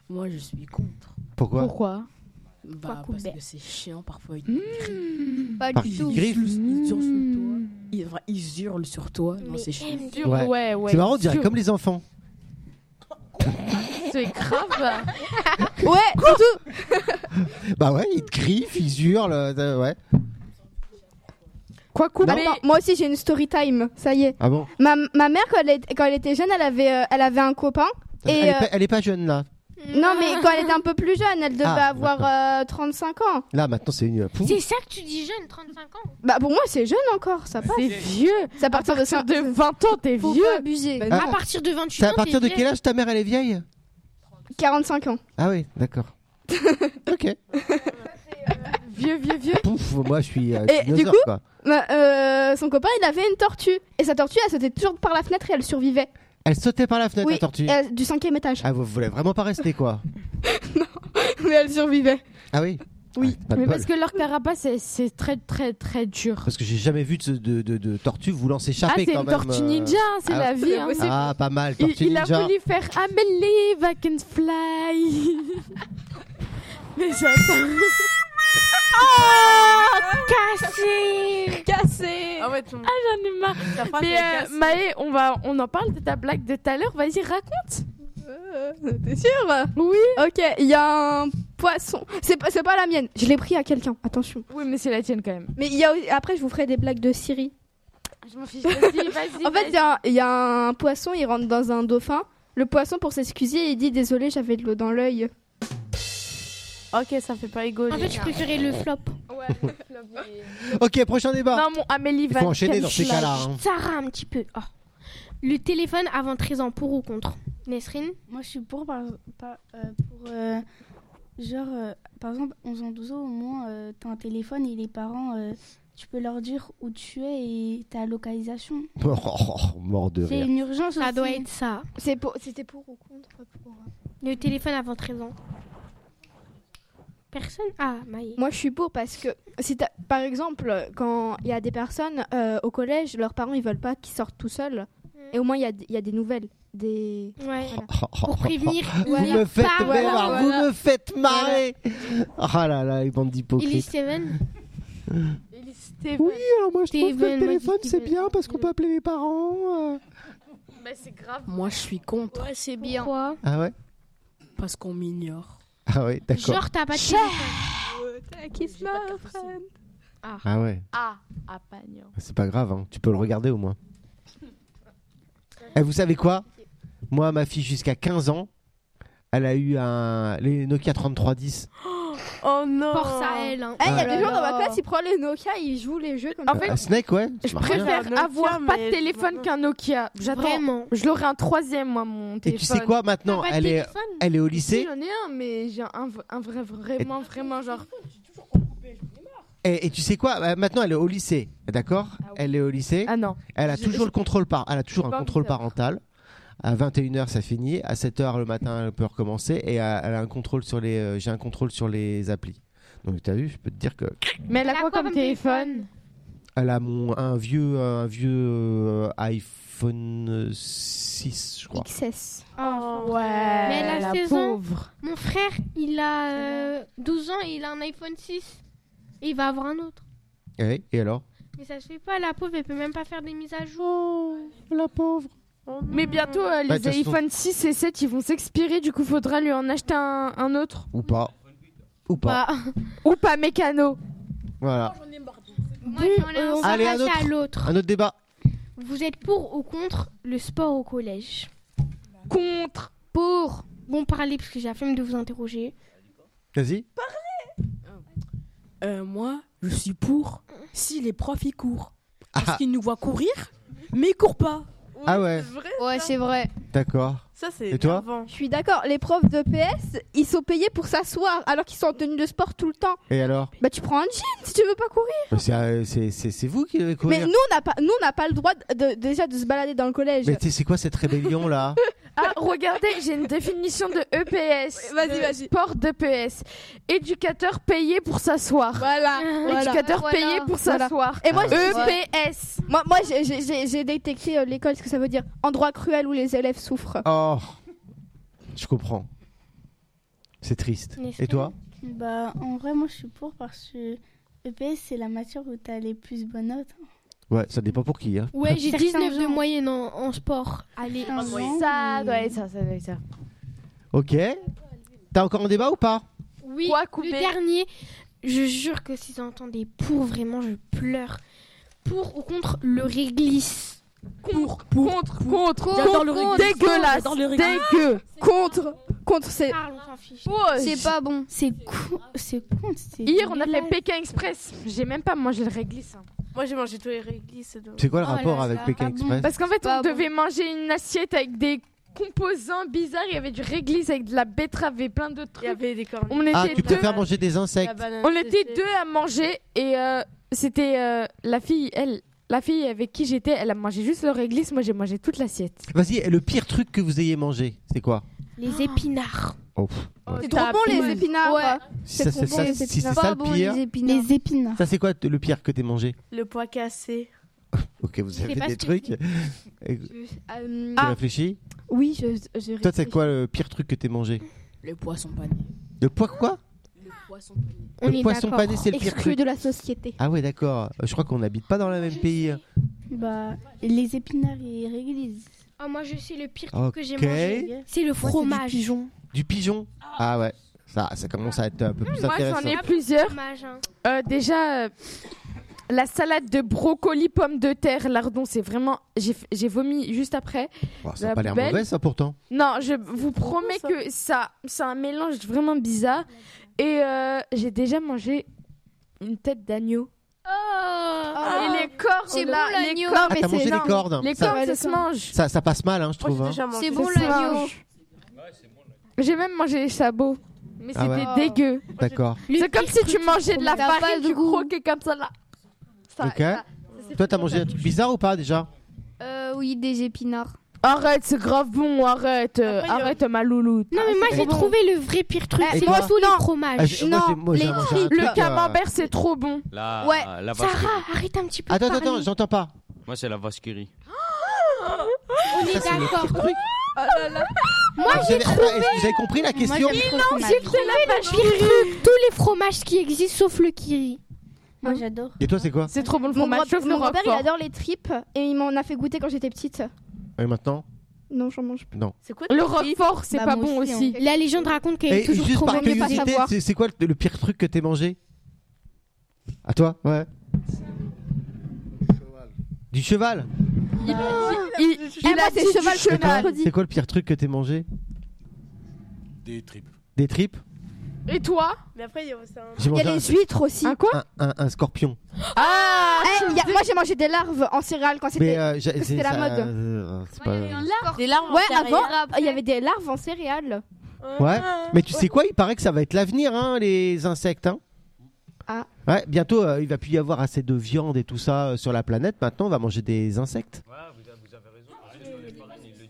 S1: Moi, je suis contre.
S5: Pourquoi
S8: Pourquoi
S1: Bah, parce que c'est chiant parfois. Ils,
S15: Pas
S5: Par du qui tout. griffent
S1: Ils hurlent sur toi. Ils, enfin, ils hurlent sur toi. Non, c'est chiant.
S5: Ouais. C'est marrant, on dirait comme les enfants.
S8: c'est grave
S16: Ouais, surtout.
S5: Bah ouais, ils te griffent, ils hurlent, euh, ouais.
S8: <laughs> Quoi couper
S6: Attends, moi aussi j'ai une story time, ça y est.
S5: Ah bon
S6: Ma, ma mère, quand elle, est- quand elle était jeune, elle avait, euh, elle avait un copain. Et,
S5: elle, est
S6: euh,
S5: pas, elle est pas jeune là.
S6: Non, mais quand elle était un peu plus jeune, elle devait
S5: Ah,
S6: avoir euh, 35 ans.
S5: Là maintenant c'est une. Pouf.
S9: C'est ça que tu dis jeune, 35 ans
S6: Bah, pour moi, c'est jeune encore, ça passe.
S8: C'est vieux.
S6: C'est à partir, de,
S8: de 20 ans, t'es
S6: Faut
S8: vieux.
S6: pas abuser.
S5: Ah.
S9: À partir de 28
S5: C'est
S9: ans.
S5: à partir
S9: t'es
S5: de
S9: vieille.
S5: quel âge ta mère elle est vieille
S6: 45 ans.
S5: Ah oui, d'accord. ok.
S8: Vieux, vieux, vieux.
S5: Pouf, moi je suis euh,
S6: Et du
S5: dinosaure
S6: coup,
S5: quoi.
S6: bah, euh, son copain, il avait une tortue. Et sa tortue, elle sautait toujours par la fenêtre et elle survivait.
S5: Elle sautait par la fenêtre
S6: Oui,
S5: la tortue.
S6: et elle- du cinquième étage.
S5: Ah vous voulez vraiment pas rester quoi
S6: mais elle survivait.
S5: Ah oui.
S6: Oui.
S5: Pas de
S8: mais
S5: bol.
S8: parce que leur carapace c'est- c'est très très très dur
S5: Parce que j'ai jamais vu de, ce- de, de- de tortue voulant
S8: ah
S5: s'échapper
S8: c'est
S5: quand
S8: une
S5: même.
S8: tortue
S5: euh.
S8: ninja hein, c'est
S5: Ah,
S8: la vie hein.
S5: Ah pas mal,
S8: Il,
S5: tortue
S8: il a
S5: ninja.
S8: voulu faire I'm a leave, I can fly. Mais j'attends. Oh,
S9: Cassé
S8: Cassé
S9: Ah ouais,
S8: Ah, j'en ai marre.
S9: phrase
S8: Mais
S9: est
S8: euh,
S9: cassée.
S8: Maë, on, va, on en parle de ta blague de tout à l'heure. Vas-y, raconte.
S6: Euh, T'es sûr
S8: Oui.
S6: Ok, il y a un poisson. C'est pas, c'est pas la mienne. Je l'ai pris à quelqu'un. Attention.
S8: Oui, mais c'est la tienne quand même.
S6: Mais il y a, après, je vous ferai des blagues de Syrie.
S8: Je m'en fiche.
S6: <laughs>
S8: Vas-y, vas-y.
S6: En fait, il y a- il y, a un poisson, il rentre dans un dauphin. Le poisson, pour s'excuser, il dit Désolé, j'avais de l'eau dans l'œil.
S8: Ok, ça fait pas égo.
S9: En fait, je préférais le flop.
S5: Ok, prochain débat.
S8: Non, mon
S5: Ah.
S8: Amélie
S5: Il
S8: va.
S5: faut enchaîner dans ces cas-là. hein.
S9: Sarah, un petit peu. Oh. Le téléphone avant 13 ans, pour ou contre Nesrine
S3: Moi, je suis pour, par, par- euh, pour euh, genre, euh, par exemple, 11 ans, 12 ans, au moins, euh, t'as un téléphone et les parents, euh, tu peux leur dire où tu es et ta localisation.
S5: Oh, oh, oh, mort de
S3: C'est
S5: rire.
S3: une urgence
S9: Ça
S3: aussi.
S9: doit être ça.
S6: C'est pour- C'était pour ou contre
S9: Le téléphone avant 13 ans. Personne Ah, Maï.
S6: Moi, je suis pour parce que, si t'as- par exemple, quand il y a des personnes euh, au collège, leurs parents ils veulent pas qu'ils sortent tout seuls. Et au moins, il y a d- il y, a des nouvelles. Des...
S5: Oh, Pour
S6: prévenir,
S5: Vous
S6: voilà.
S5: me oh. faites
S6: Par-
S5: marrer,
S6: voilà,
S5: vous
S6: voilà.
S5: me faites marrer. Ah là là, les bandes
S9: Elise
S5: d'hypocrites.
S9: Steven
S5: Oui, alors Ah, moi je trouve que
S9: Steven,
S5: le
S9: moi,
S5: téléphone
S9: dis
S5: c'est
S9: Steven.
S5: bien parce qu'on peut appeler les parents. euh.
S8: c'est grave.
S1: Moi, je suis contre.
S3: Ouais, c'est bien.
S5: Ah ouais
S1: Parce qu'on m'ignore.
S5: Ah ouais, d'accord.
S9: Genre, t'as pas de
S17: Kiss my friend.
S5: Ah ouais,
S17: Ah, à Pagnon.
S5: c'est pas grave, hein. tu peux le regarder au moins. Et vous savez quoi Moi, ma fille, jusqu'à 15 ans, elle a eu un les Nokia 3310.
S2: Oh non
S9: Force à elle. hein.
S18: Oh
S6: Eh, Il y a
S5: Ouais.
S6: des gens dans ma classe, ils prennent les Nokia, ils jouent les jeux comme
S8: En
S6: ça.
S8: fait,
S5: Un Snake, ouais. ça
S8: Je
S5: marche bien.
S8: préfère
S2: Un Nokia,
S8: avoir pas
S2: mais-
S8: de téléphone qu'un Nokia. J'attends.
S9: Vraiment.
S8: Je l'aurai un troisième, moi, mon
S5: Et
S8: téléphone.
S5: tu sais quoi maintenant
S8: T'as pas de
S5: Elle est
S8: téléphone
S5: elle est au
S8: Si,
S5: lycée
S8: J'en ai un, mais j'ai un, v- un vrai, vraiment, vraiment, genre. euh,
S5: et, et tu sais quoi Bah, Maintenant elle est au lycée, d'accord Elle est au lycée.
S8: Ah non.
S5: Elle a
S8: J'ai-
S5: toujours le contrôle par elle a toujours
S8: J'ai
S5: un
S8: pas
S5: contrôle
S8: envie de
S5: parental. À 21h ça finit, à 7h le matin elle peut recommencer et euh, elle a un contrôle sur les euh, j'ai un contrôle sur les applis. Donc t'as vu, je peux te dire que
S8: Mais elle a quoi comme téléphone
S5: elle a mon un vieux un vieux euh, iPhone 6 je crois.
S6: XS.
S9: Oh,
S8: Ouais,
S9: Mais elle a
S8: la
S9: 16 ans.
S8: pauvre.
S9: Mon frère, il a euh, 12 ans et il a un iPhone 6. Et il va avoir un autre.
S5: Ouais, Et, alors
S9: Mais ça se fait pas, la pauvre, elle peut même pas faire des mises à jour.
S5: Oh, La pauvre. Oh
S8: Mais bientôt, euh,
S5: Bah, de
S8: les
S5: toute façon-
S8: iPhone 6 et 7, ils vont s'expirer, du coup, faudra lui en acheter un, un autre.
S5: Ou pas Ou pas.
S8: Bah, Ou pas mécano.
S5: Voilà.
S9: Moi, j'en ai un, on va
S5: Allez, un
S9: passer à
S5: autre.
S9: l'autre.
S5: Un autre débat.
S9: Vous êtes pour ou contre le sport au collège
S8: Contre.
S9: Pour. Bon, parlez, parce que j'ai la flemme de vous interroger.
S5: Vas-y.
S1: Euh, moi, je suis pour si les profs y courent. Parce
S5: Ah.
S1: qu'ils nous voient courir, mais ils courent pas.
S5: Ah ouais,
S6: Ouais, c'est vrai.
S5: d'accord.
S2: Ça, c'est
S5: Et toi
S6: Je suis d'accord, les profs de PS, ils sont payés pour s'asseoir alors qu'ils sont en tenue de sport tout le temps.
S5: Et alors
S6: Bah tu prends un jean si tu veux pas courir.
S5: Bah, C'est euh, c'est- c'est- c'est vous qui devez courir.
S6: Mais nous on n'a pas nous on n'a pas le droit de, déjà de se balader dans le collège.
S5: Mais t'sais, c'est quoi cette rébellion là
S6: <laughs>
S8: Ah, regardez, j'ai une définition de
S6: E
S8: EPS.
S6: Vas-y,
S8: de
S6: vas-y.
S8: Sport d'EPS. Éducateur payé pour s'asseoir.
S6: <laughs> Voilà, voilà.
S8: Éducateur
S6: Voilà.
S8: payé pour
S6: Voilà.
S8: s'asseoir.
S6: Et moi,
S8: Euh,
S6: j'ai-
S8: EPS.
S6: Moi, moi j'ai- j'ai- j'ai j'ai détecté euh, l'école ce que ça veut dire endroit cruel où les élèves souffrent.
S5: Oh, je comprends. C'est triste.
S18: N'est-ce
S5: Et toi
S18: Bah, en vrai, moi, je suis pour parce que EPS, c'est la matière où t'as les plus bonnes notes.
S5: Ouais, ça dépend pour qui. Hein.
S9: Ouais, j'ai
S18: Certains
S9: 19 de
S18: gens.
S9: moyenne en, en sport. Allez,
S18: Certains gens.
S8: Ça doit être ça, ça doit être ça.
S5: Ok. T'as encore un débat ou pas
S9: Oui,
S8: Quoi couper
S9: le dernier. Je jure que si j'entends des pour, vraiment, je pleure. Pour ou contre le réglisse
S1: Pour, pour,
S8: Contre, contre, contre,
S1: J'adore le
S8: contre,
S1: rugby.
S8: dégueulasse,
S1: J'adore le Ah, rugby.
S8: dégueu.
S6: Contre contre c'est
S8: Ah,
S9: Parle, on s'en fiche.
S3: C'est pas bon.
S18: C'est con, c'est con, c'est
S8: Hier, on a fait
S18: dégueulasse.
S8: Pékin Express. J'ai même pas mangé le réglisse. hein.
S2: Moi, j'ai mangé tous les réglisses. donc.
S5: C'est quoi le
S9: Oh là
S5: rapport avec
S9: là,
S5: Pékin
S9: ah bon.
S5: Express
S8: Parce qu'en fait,
S3: Pas
S8: on
S3: bon.
S8: devait manger une assiette avec des composants bizarres. Il y avait du réglisse avec de la betterave et plein d'autres
S2: Il
S8: trucs.
S2: y avait des cornets.
S8: On était
S5: Ah, tu
S8: deux.
S5: préfères manger des
S9: Ah
S5: insectes
S8: On était deux à manger et euh, c'était euh, la fille, elle, la fille avec qui j'étais, elle a mangé juste le réglisse. Moi, j'ai mangé toute l'assiette.
S9: bah.
S5: Vas-y, et le pire truc que vous ayez mangé, c'est quoi
S9: Les épinards.
S5: Oh, pff,
S6: c'est trop bon les épinards.
S5: Si ça- c'est ça, si c'est ça le pire,
S3: épinards.
S18: Les épinards.
S5: ça c'est quoi t- le pire que t'aies mangé
S2: Le poids cassé.
S5: Ok, vous avez
S9: pas
S5: des
S9: ce que
S5: trucs. Et- Tu
S8: euh,
S5: réfléchis
S6: Ah, Oui, je, je
S9: Ah,
S5: Toi, c'est quoi le pire truc que t'aies mangé
S1: Le poisson pané.
S5: Le poids quoi
S1: Le poisson pané.
S9: On
S5: Le
S9: est
S5: poisson
S9: d'accord.
S5: pané, c'est le pire
S6: exclu
S5: truc.
S6: de la société.
S5: Ah ouais, d'accord. Je crois qu'on n'habite pas dans le même pays.
S18: Bah, les épinards et réglisse.
S9: Ah, moi, je sais le pire
S5: Ok.
S9: truc que j'ai mangé. C'est le fromage.
S5: Du pigeon Ah ouais, ça, ça commence à être un peu plus
S8: Moi, j'en
S5: intéressant.
S8: ai plusieurs.
S9: Fromage, hein.
S8: Euh, déjà, euh, la salade de brocoli, pommes de terre, lardon, c'est vraiment. j'ai- J'ai vomi juste après.
S5: Oh, ça
S8: la
S5: n'a pas l'air
S8: poubelle.
S5: mauvais, ça, pourtant.
S8: Non, je vous promets
S2: ça.
S8: que ça, c'est un mélange vraiment bizarre. Et euh, j'ai déjà mangé une tête d'agneau.
S9: Oh. Ah,
S8: et les cornes,
S6: Oh,
S3: C'est
S8: là,
S3: bon,
S8: les
S3: l'agneau.
S8: cornes,
S5: Ah,
S8: mais
S5: t'as
S8: c'est
S5: mangé les
S8: énorme.
S5: cordes
S8: Les
S5: ça,
S8: cornes, ça se mange.
S5: ça, ça passe mal, hein, je
S2: Moi,
S5: trouve.
S2: j'ai
S5: hein.
S2: déjà mangé.
S3: C'est bon
S8: ça.
S3: l'agneau.
S8: J'ai même mangé les sabots. Mais
S5: Ah
S8: c'était
S5: ouais.
S8: dégueu.
S5: D'accord.
S8: C'est comme si tu mangeais de la
S3: T'as pas
S8: farine,
S3: de
S8: du
S3: goût.
S8: croquais comme ça là. Ça-
S5: Ok.
S8: ça- ça, c'est
S5: Toi, t'as
S8: plutôt
S5: mangé un
S8: pas-
S5: truc bizarre ou pas déjà
S3: Euh, oui, des épinards.
S19: Arrête, c'est grave bon, arrête, euh,
S9: Après, il y a-
S19: arrête ma louloute.
S9: Non, mais moi j'ai trouvé le vrai pire truc,
S19: Eh,
S9: c'est
S19: moi,
S9: surtout
S19: non.
S9: les
S19: Ah,
S9: fromages.
S19: j'ai- moi, j'ai- moi, j'ai
S9: Euh, les
S19: mangé un
S9: tripes.
S19: truc, Le camembert, euh, c'est trop bon.
S4: La,
S9: Ouais.
S4: la vache
S9: Sarah,
S4: qui-
S9: arrête un petit peu.
S5: Ah, Attends,
S9: de
S5: attends, attends,
S9: parler.
S5: j'entends pas.
S4: Moi, c'est la vasquerie.
S9: On est
S5: Ça, c'est le
S9: d'accord.
S5: pire truc. Ah,
S9: Moi
S5: Vous
S9: j'ai
S5: avez-
S9: trouvé.
S5: attends, est-ce que vous avez compris la question
S9: j'ai trouvé le pire truc. Tous les fromages qui existent sauf le kiri.
S7: Moi j'adore.
S5: Et toi, c'est quoi
S19: C'est trop bon le
S6: Mon,
S19: fromage,
S6: grand-
S19: chauffe le
S6: mon grand-père, il
S19: roquefort.
S6: adore les tripes et il m'en a fait goûter quand j'étais petite.
S5: Et maintenant
S6: Non, j'en mange plus.
S5: Non.
S6: C'est quoi
S19: Le roquefort, c'est
S6: Bah,
S19: pas
S6: moi
S19: bon
S9: hein,
S6: aussi,
S19: aussi.
S9: La légende raconte qu'elle est
S5: Et
S9: toujours
S5: juste
S9: trop
S5: par
S9: bonne.
S5: curiosité, c'est- c'est quoi le, le pire truc que t'es mangé À toi Ouais. Du cheval
S19: Il, il- il
S6: Eh, moi,
S19: a
S6: c'est
S19: dit
S6: cheval,
S19: du
S5: Et toi,
S19: cheval.
S5: C'est quoi le pire truc que t'es mangé
S20: Des tripes.
S5: Des tripes
S19: Et toi
S2: Mais après, il y a aussi un-
S5: J'ai
S6: Il y
S5: mangé
S6: a
S5: un-
S6: les huîtres aussi.
S8: Ah,
S6: Eh,
S19: Un quoi
S5: un, un- un scorpion.
S19: Ah
S6: Moi, j'ai mangé des larves en céréales quand c'était
S5: euh, j'ai-
S6: parce que
S5: c'est-
S6: c'était la
S5: ça-
S6: mode.
S5: euh, c'est
S9: Bah,
S5: pas-
S21: Des
S5: euh,
S21: larmes en
S6: Ouais,
S21: céréales.
S6: avant, il y avait des larves en céréales.
S5: Ouais.
S2: Ah.
S5: Mais tu sais quoi Il paraît que ça va être l'avenir, hein, les insectes. Hein
S6: Ah.
S5: Ouais, bientôt, euh, il va plus y avoir assez de viande et tout ça euh, sur la planète. Maintenant, on va manger des insectes.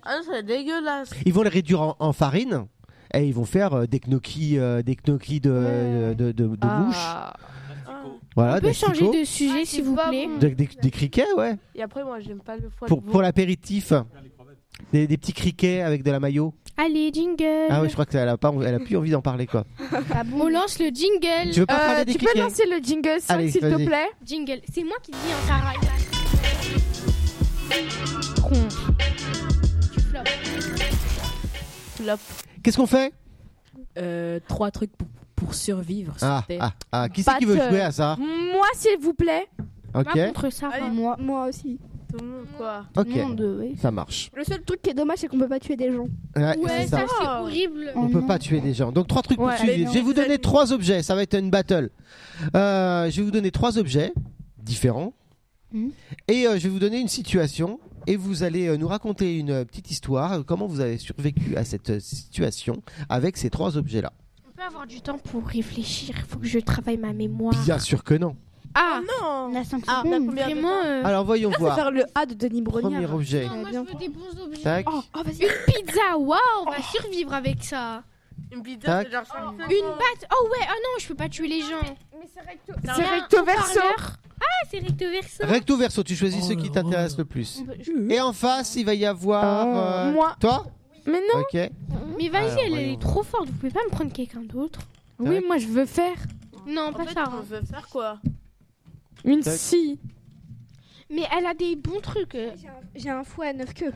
S21: Ah non, c'est dégueulasse.
S5: Ils vont les réduire en, en farine et ils vont faire euh, des gnocchis, euh, des gnocchis de, euh, de, de, Ah, de
S19: Ah
S6: Ah.
S5: mouches.
S19: Euh,
S2: Ah.
S5: Voilà,
S9: On peut
S5: des
S9: changer
S5: asticots.
S9: de sujet s'il vous plaît.
S5: De- des, des criquets, ouais.
S2: Et après, moi, j'aime pas le foie
S5: Pour,
S2: de veau.
S5: pour l'apéritif. Des, des petits criquets avec de la mayo.
S9: Allez, jingle.
S5: Ah ouais, je crois qu'elle a, pas, elle a plus envie d'en parler, quoi.
S9: On lance le jingle.
S5: Tu veux pas Euh, parler des tu peux criquets lancer
S19: le jingle
S5: cinq, Allez, s'il te vas-y. plaît
S9: Jingle. C'est moi qui dis en Sarah.
S5: Qu'est-ce qu'on fait
S1: Euh, trois trucs pour, pour survivre sur
S5: ah,
S1: Terre.
S5: ah, ah, qui c'est qui veut jouer à ça
S19: Moi, s'il vous plaît.
S5: Ok.
S9: ça. hein.
S6: Moi, moi aussi.
S2: Tout le monde, quoi.
S5: Ok.
S6: Tout le monde, oui.
S5: Ça marche.
S6: Le seul truc qui est dommage, c'est qu'on peut pas tuer des gens.
S5: Ouais, c'est ça.
S9: c'est horrible.
S5: On peut pas tuer des gens. Donc trois trucs
S6: Ouais.
S5: pour tuer.
S6: Mais non.
S5: Je vais vous donner trois objets. Ça va être une battle. Euh, je vais vous donner trois objets différents. Et euh, je vais vous donner une situation. Et vous allez euh, nous raconter une euh, petite histoire. euh, Comment vous avez survécu à cette euh, situation avec ces trois objets-là.
S9: On peut avoir du temps pour réfléchir. Faut que je travaille ma mémoire.
S5: Bien sûr que non.
S9: Ah non. On a 5
S6: Ah, on a combien de
S9: Vraiment. euh,
S5: Alors voyons
S6: Là, c'est
S5: voir.
S6: faire le A de Denis Brognard.
S5: Premier objet. Non,
S9: moi, je veux des bons objets.
S5: Tac.
S9: Oh, oh, vas-y. Une pizza, waouh, on va survivre avec ça.
S2: Une
S5: Tac.
S2: pizza, c'est genre
S9: Une batte. Oh ouais, ah non, je peux pas tuer les gens. Mais c'est recto.
S19: C'est recto verso.
S9: Ah, c'est recto verso.
S5: Recto verso. Tu choisis ce qui t'intéresse le plus. Et en face, il va y avoir
S19: Oh,
S5: euh,
S19: moi.
S5: Toi.
S19: Mais non.
S5: Ok.
S9: Mais vas-y, Ah,
S5: Alors,
S9: elle, elle
S5: voyons.
S9: est trop forte. Vous pouvez pas me prendre quelqu'un d'autre
S19: Oui, moi, je veux faire
S9: Non, pas ça. hein.
S2: On veut faire quoi
S19: une
S5: Tac.
S19: scie.
S9: Mais elle a des bons trucs. euh.
S6: J'ai un fouet à neuf queues.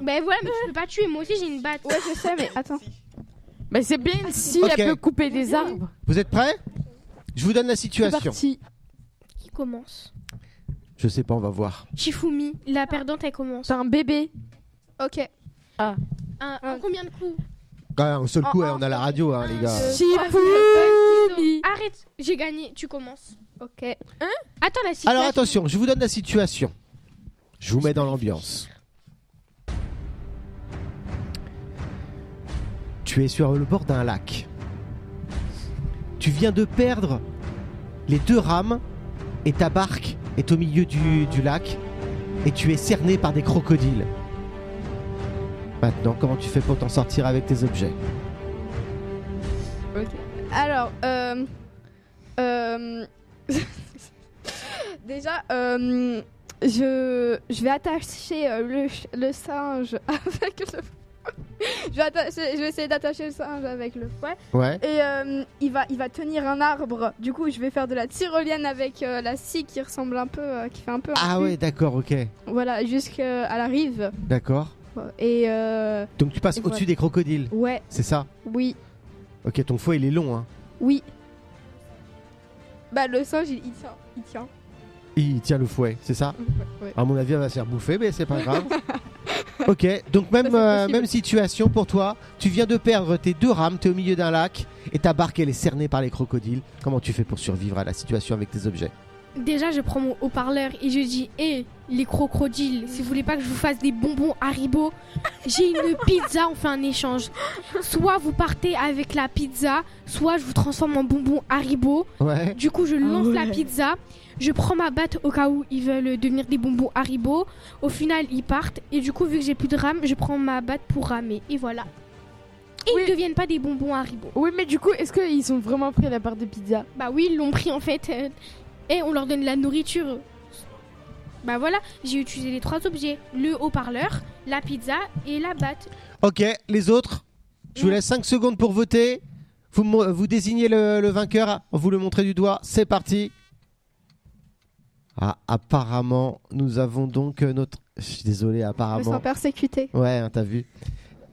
S9: Bah voilà, mais je peux pas tuer. Moi aussi, j'ai une batte.
S6: Ouais, je sais,
S9: <laughs>
S6: mais attends.
S19: Bah, c'est bien une scie,
S5: Ok.
S19: elle peut couper des arbres.
S5: Vous êtes prêts Je vous donne la
S19: C'est
S5: situation.
S19: parti.
S9: Qui commence
S5: Je sais pas, on va voir.
S9: Shifumi, la perdante, elle commence.
S19: T'as un bébé.
S6: Ok.
S9: Un, un combien de coups Euh,
S5: Ah, un seul coup, hein, on a la radio, hein, les gars.
S19: Shifumi
S9: Arrête, j'ai gagné. Tu commences.
S6: Ok.
S9: Hein Attends la situation.
S5: Alors attention, je vous donne la situation. Je vous mets dans l'ambiance. Tu es sur le bord d'un lac. Tu viens de perdre les deux rames et ta barque est au milieu du, du lac et tu es cerné par des crocodiles. Maintenant, comment tu fais pour t'en sortir avec tes objets
S6: Ok. Alors, euh, euh, <laughs> déjà, euh, je, je vais attacher euh, le, ch- le singe <laughs> avec le. je, vais attacher- je vais essayer d'attacher le singe avec le fouet.
S5: Ouais.
S6: Et euh, il, va, il va tenir un arbre. Du coup, je vais faire de la tyrolienne avec euh, la scie qui ressemble un peu, euh, qui fait un peu. un
S5: Ah
S6: U.
S5: ouais, d'accord, ok.
S6: Voilà, jusqu'à la rive.
S5: D'accord.
S6: Et euh,
S5: Donc tu passes
S6: Et voilà.
S5: au-dessus des crocodiles,
S6: ouais,
S5: c'est ça
S6: oui,
S5: Ok, ton fouet il est long, hein.
S6: oui. Bah le singe, il, il tient, il tient.
S5: Il tient le fouet, c'est ça
S6: Ouais.
S5: À mon avis, elle va se faire bouffer, mais c'est pas grave. ok, donc même, euh,
S6: possible.
S5: même situation pour toi. Tu viens de perdre tes deux rames, t'es au milieu d'un lac, et ta barque elle est cernée par les crocodiles. Comment tu fais pour survivre à la situation avec tes objets
S9: Déjà, je prends mon haut-parleur et je dis Hé, les crocodiles, si vous voulez pas que je vous fasse des bonbons Haribo, j'ai
S6: <laughs>
S9: une pizza, on fait un échange. Soit vous partez avec la pizza, soit je vous transforme en bonbon Haribo.
S5: Ouais.
S9: Du coup, je lance
S19: ouais.
S9: la pizza. je prends ma batte au cas où ils veulent devenir des bonbons Haribo. Au final, ils partent et du coup, vu que j'ai plus de rame, je prends ma batte pour ramer et voilà. Et ils deviennent pas des bonbons Haribo.
S11: Oui, mais du coup, est-ce qu'ils ont vraiment pris la part de pizza
S9: Bah oui, ils l'ont pris en fait. <laughs> euh, Et on leur donne de la nourriture. Bah voilà, j'ai utilisé les trois objets le haut-parleur, la pizza et la batte.
S5: Ok, les autres, je vous laisse 5 secondes pour voter. Vous, mo- vous désignez le, le vainqueur, vous le montrez du doigt, c'est parti. Ah, apparemment, nous avons donc euh, notre. Je suis désolé,
S6: Ils sont
S5: apparemment.
S6: persécutés.
S5: Ouais, hein, t'as vu.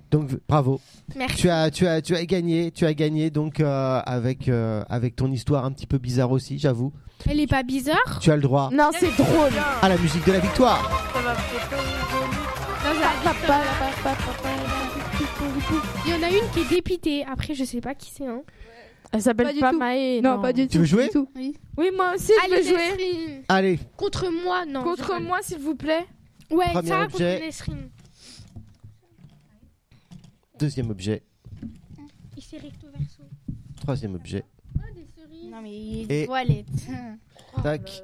S5: Donc bravo.
S6: Merci.
S5: Tu as, tu as, tu as gagné, tu as gagné donc euh, avec euh, avec ton histoire un petit peu bizarre aussi, j'avoue.
S9: Elle est pas bizarre
S5: Tu as le droit.
S11: Non, c'est drôle.
S5: À la musique de la victoire.
S9: Il y en a une qui est dépitée. Après, je sais pas qui c'est. Hein.
S11: Elle s'appelle
S9: Pas du
S11: pas,
S9: tout.
S11: Maë.
S9: Non, pas du
S5: Tu veux jouer
S9: Oui.
S11: moi aussi, je
S9: Allez,
S11: veux jouer.
S9: Nesrine.
S5: Allez.
S9: Contre moi, non.
S11: Contre moi, s'il vous plaît.
S9: Ouais,
S5: Premier
S9: Sarah
S5: objet.
S9: contre Nesrine.
S5: Deuxième objet,
S9: Il s'est recto verso.
S5: troisième objet.
S7: Non, mais il
S5: Et-
S7: est toilette.
S9: Oh
S5: Tac.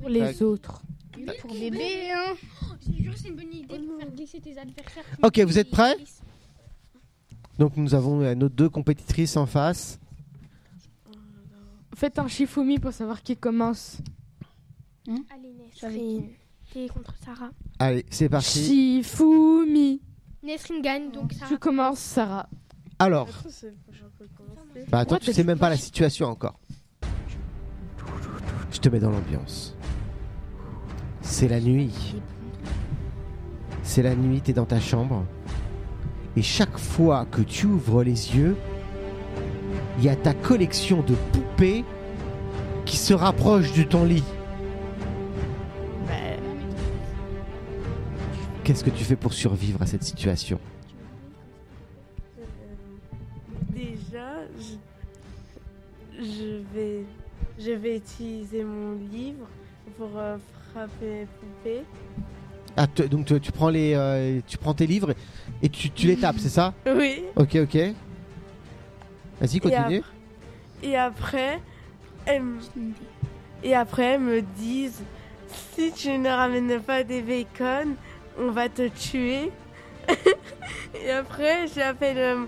S11: Pour les
S5: Tac.
S11: autres.
S7: Pour bébé, hein.
S9: Oh, c'est une bonne idée de faire glisser tes adversaires.
S5: Ok, vous êtes prêts Donc nous avons euh, nos deux compétitrices en face.
S11: Faites un Shifumi pour savoir qui commence.
S9: Allez, Nesrine. T'es contre Sarah.
S5: Allez, c'est parti.
S11: Shifumi.
S9: Nesrine gagne, donc Sarah.
S11: Tu commences, Sarah.
S5: Alors, bah attends, tu sais même pas la situation encore. Je te mets dans l'ambiance. C'est la nuit. C'est la nuit, t'es dans ta chambre. Et chaque fois que tu ouvres les yeux, il y a ta collection de poupées qui se rapproche de ton lit. Qu'est-ce que tu fais pour survivre à cette situation
S2: Euh, Déjà, je, je vais, je vais utiliser mon livre pour euh, frapper les poupées.
S5: Ah, tu- donc tu, tu prends les, euh, tu prends tes livres et tu, tu les tapes, c'est ça
S2: Oui.
S5: Ok, ok. Vas-y,
S2: Et
S5: continue.
S2: après, et après, elles me, et après, elles me disent si tu ne ramènes pas des bacon, on va te tuer. <laughs> et après, j'appelle euh,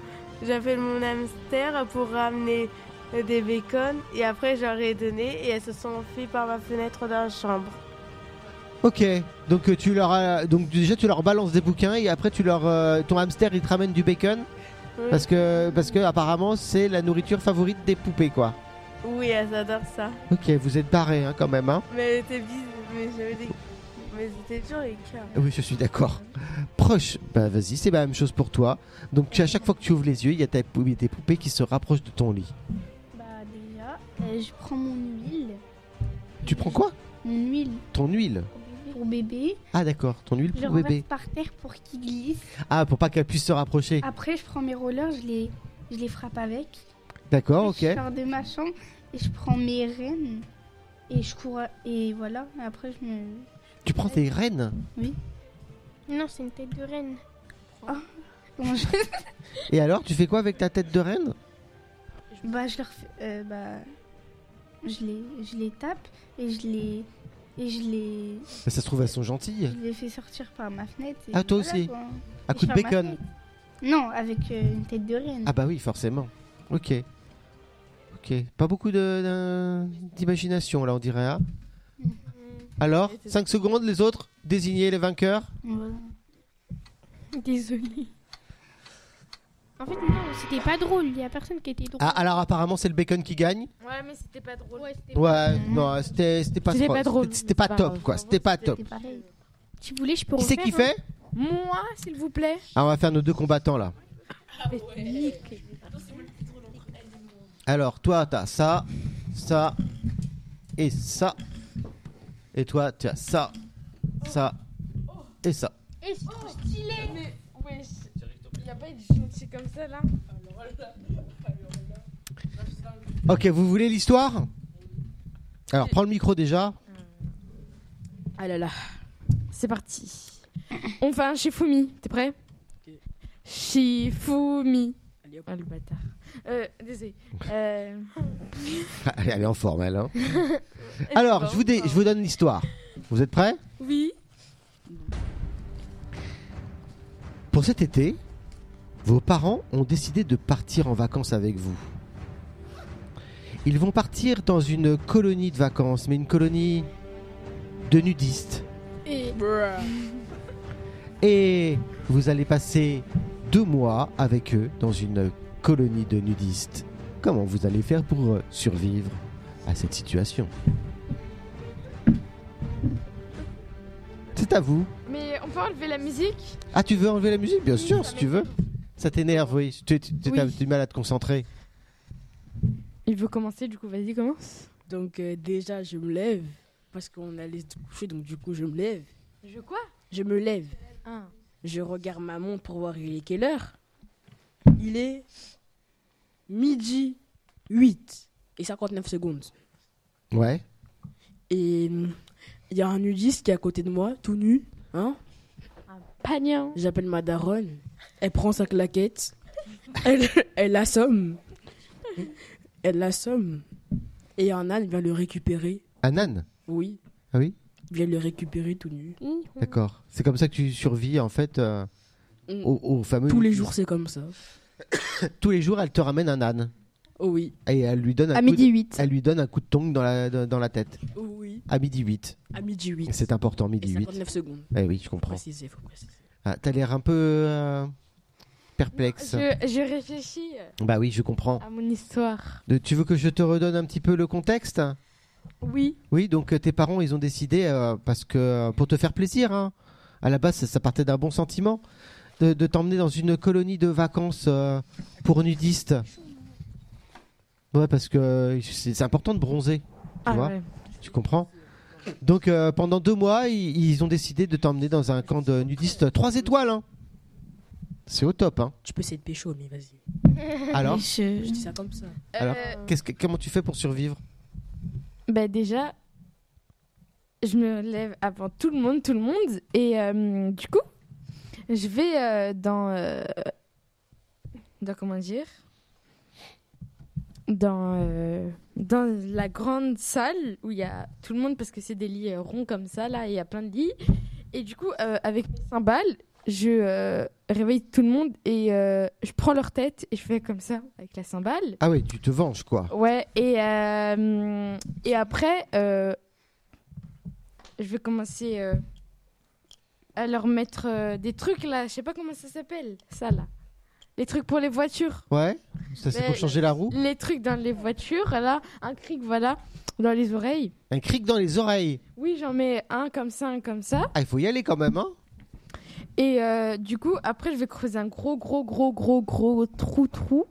S2: j'appelle mon hamster pour ramener euh, des bacon. Et après, je leur ai donné et elles se sont enfuies par ma fenêtre dans la chambre.
S5: Ok. Donc euh, tu leur, as- donc déjà tu leur balances des bouquins et après tu leur, euh, ton hamster il te ramène du bacon
S2: Oui.
S5: parce que parce que apparemment c'est la nourriture favorite des poupées quoi.
S2: Oui, elles adorent ça.
S5: Ok, vous êtes barrés hein, quand même hein.
S2: Mais elles étaient bis- mais j'avais des- mais c'était toujours les cœurs.
S5: Oui, je suis d'accord. Proche. Bah vas-y, c'est la même chose pour toi. Donc à chaque fois que tu ouvres les yeux, il y a ta pou- il y a tes poupées qui se rapprochent de ton lit.
S7: Bah, déjà, euh, je prends mon huile.
S5: Tu prends quoi
S7: Mon huile
S5: Ton huile.
S7: pour bébé.
S5: Ah d'accord, ton huile
S7: Je le
S5: pour
S7: renverse
S5: bébé.
S7: par terre pour qu'il glisse.
S5: Ah, pour pas qu'elle puisse se rapprocher.
S7: Après, je prends mes rollers, je les, je les frappe avec.
S5: D'accord, Oh, ok.
S7: Je sors de ma chambre et je prends mes rênes. Et je cours. à- Et voilà, après, je me.
S5: Tu prends tes rênes
S7: Oui.
S9: Non, c'est une tête de reine.
S7: Ah, Bon, je...
S5: Et alors, tu fais quoi avec ta tête de reine
S7: bah, je leur fais. euh, bah. Je les, je les tape et je les. Et je les.
S5: Ça se trouve, elles sont gentilles.
S7: Je les fais sortir par ma fenêtre. et
S5: Ah, toi
S7: voilà,
S5: aussi.
S7: quoi.
S5: À
S7: Et
S5: coup de
S7: je ferme ma
S5: bacon.
S7: fenêtre. Non, avec euh, une tête de reine.
S5: Ah bah oui, forcément. Ok. Ok. Pas beaucoup de- d'un- d'imagination, là, on dirait. hein
S11: Mm-hmm.
S5: alors, 5 secondes, les autres, désignez les vainqueurs.
S7: Voilà.
S9: Désolée. En fait, non, c'était pas drôle. Il y a personne qui était drôle.
S5: Ah, alors apparemment, c'est le bacon qui gagne.
S9: Ouais, mais c'était pas drôle.
S5: Ouais, non, c'était c'était pas,
S11: C'était
S5: sport.
S11: pas drôle,
S5: C'était-
S11: mais
S5: C'était
S11: c'est
S5: pas
S11: pas
S5: top,
S11: grave.
S5: quoi. C'était pas top.
S9: Si vous voulez, je peux
S5: Qui c'est qui
S9: refaire,
S5: fait
S9: hein. Moi, s'il vous plaît.
S5: Ah, on va faire nos deux combattants, là. Alors, toi, t'as ça, ça et ça. Et toi, tu as ça, ça et ça.
S9: Et c'est
S11: trop stylé Mais wesh, y a pas du gentil comme ça là
S5: Ok, vous voulez l'histoire Alors, prends le micro déjà.
S11: Ah là là. C'est parti. On fait un Shifumi, t'es prêt Shifumi.
S1: Léopold.
S8: Ah, le bâtard. Euh, désolé. Euh,
S5: <laughs> Elle est en forme, elle. hein. <laughs> Alors, je vous, dé- je vous donne l'histoire. Vous êtes prêts
S1: Oui.
S5: Pour cet été, vos parents ont décidé de partir en vacances avec vous. Ils vont partir dans une colonie de vacances, mais une colonie de nudistes.
S22: Et.
S5: Et vous allez passer deux mois avec eux dans une colonie de nudistes. Comment vous allez faire pour euh, survivre à cette situation C'est à vous.
S8: Mais on peut enlever la musique
S5: Ah, tu veux enlever la musique Bien sûr, si tu veux. Ça t'énerve, oui. Tu, tu- tu- t'as du mal à te concentrer.
S8: Il veut commencer, du coup, vas-y, commence.
S1: Donc euh, déjà, je me lève parce qu'on allait se coucher, donc du coup, je me lève.
S8: Je quoi
S1: Je me lève.
S8: Ah.
S1: Je regarde ma montre pour voir il est quelle heure. Il est midi 8 et 59 secondes.
S5: Ouais.
S1: Et hum, il y a un nudiste qui est à côté de moi, tout nu. Hein
S8: Pagnon.
S1: J'appelle ma daronne. Elle prend sa claquette. Elle, elle l'assomme. Elle l'assomme. Et un âne vient le récupérer.
S5: Un âne
S1: Oui.
S5: Ah oui
S1: Vient le récupérer tout nu.
S5: D'accord. C'est comme ça que tu survis, en fait, euh,
S1: Mm.
S5: au, au fameux.
S1: Tous les jours, c'est comme ça.
S5: Tous les jours, elle te ramène un âne.
S1: Oh oui.
S5: Et elle lui donne un
S1: À
S5: coup
S1: midi
S5: de...
S1: huit.
S5: Elle lui donne un coup de tongue dans la, dans dans la tête.
S1: Oh Oui.
S5: À midi 8.
S1: À midi 8.
S5: C'est important, midi
S1: Et
S5: 8.
S1: 59 secondes.
S5: Eh oui, je comprends.
S1: Préciser, faut préciser.
S5: Ah, T'as l'air un peu euh, perplexe.
S8: Je, je réfléchis euh,
S5: Bah oui, je comprends.
S8: à mon histoire.
S5: De- Tu veux que je te redonne un petit peu le contexte
S8: Oui.
S5: Oui, donc euh, tes parents, ils ont décidé, euh, parce que euh, pour te faire plaisir, hein. à la base, ça, ça partait d'un bon sentiment, de, de t'emmener dans une colonie de vacances euh, pour nudistes. Ouais, parce que euh, c'est c'est important de bronzer. Tu
S8: Ah
S5: vois
S8: ouais.
S5: Tu comprends Donc euh, pendant deux mois, ils, ils ont décidé de t'emmener dans un camp de nudistes 3 étoiles. hein. C'est au top. Hein.
S1: Tu peux essayer de pécho, mais vas-y.
S5: Alors
S1: je... dis ça comme ça.
S5: Alors, qu'est-ce que- comment tu fais pour survivre
S8: Bah déjà, je me lève avant tout le monde, tout le monde. Et euh, du coup, je vais euh, dans... euh, dans comment dire dans, euh, dans la grande salle où il y a tout le monde parce que c'est des lits euh, ronds comme ça, là, et il y a plein de lits. Et du coup, euh, avec mes cymbales, je euh, réveille tout le monde et euh, je prends leur tête et je fais comme ça avec la cymbale.
S5: Ah oui, tu te venges, quoi.
S8: Ouais, et, euh, et après, euh, je vais commencer euh, à leur mettre euh, des trucs là, je sais pas comment ça s'appelle, ça là. Les trucs pour les voitures.
S5: Ouais Ça, c'est
S8: Mais
S5: pour changer la roue
S8: Les trucs dans les voitures, là, un cric, voilà, dans les oreilles.
S5: Un cric dans les oreilles.
S8: Oui, j'en mets un comme ça, un comme ça.
S5: Ah, il faut y aller quand même, hein
S8: Et euh, du coup, après, je vais creuser un gros, gros, gros, gros, gros trou, trou.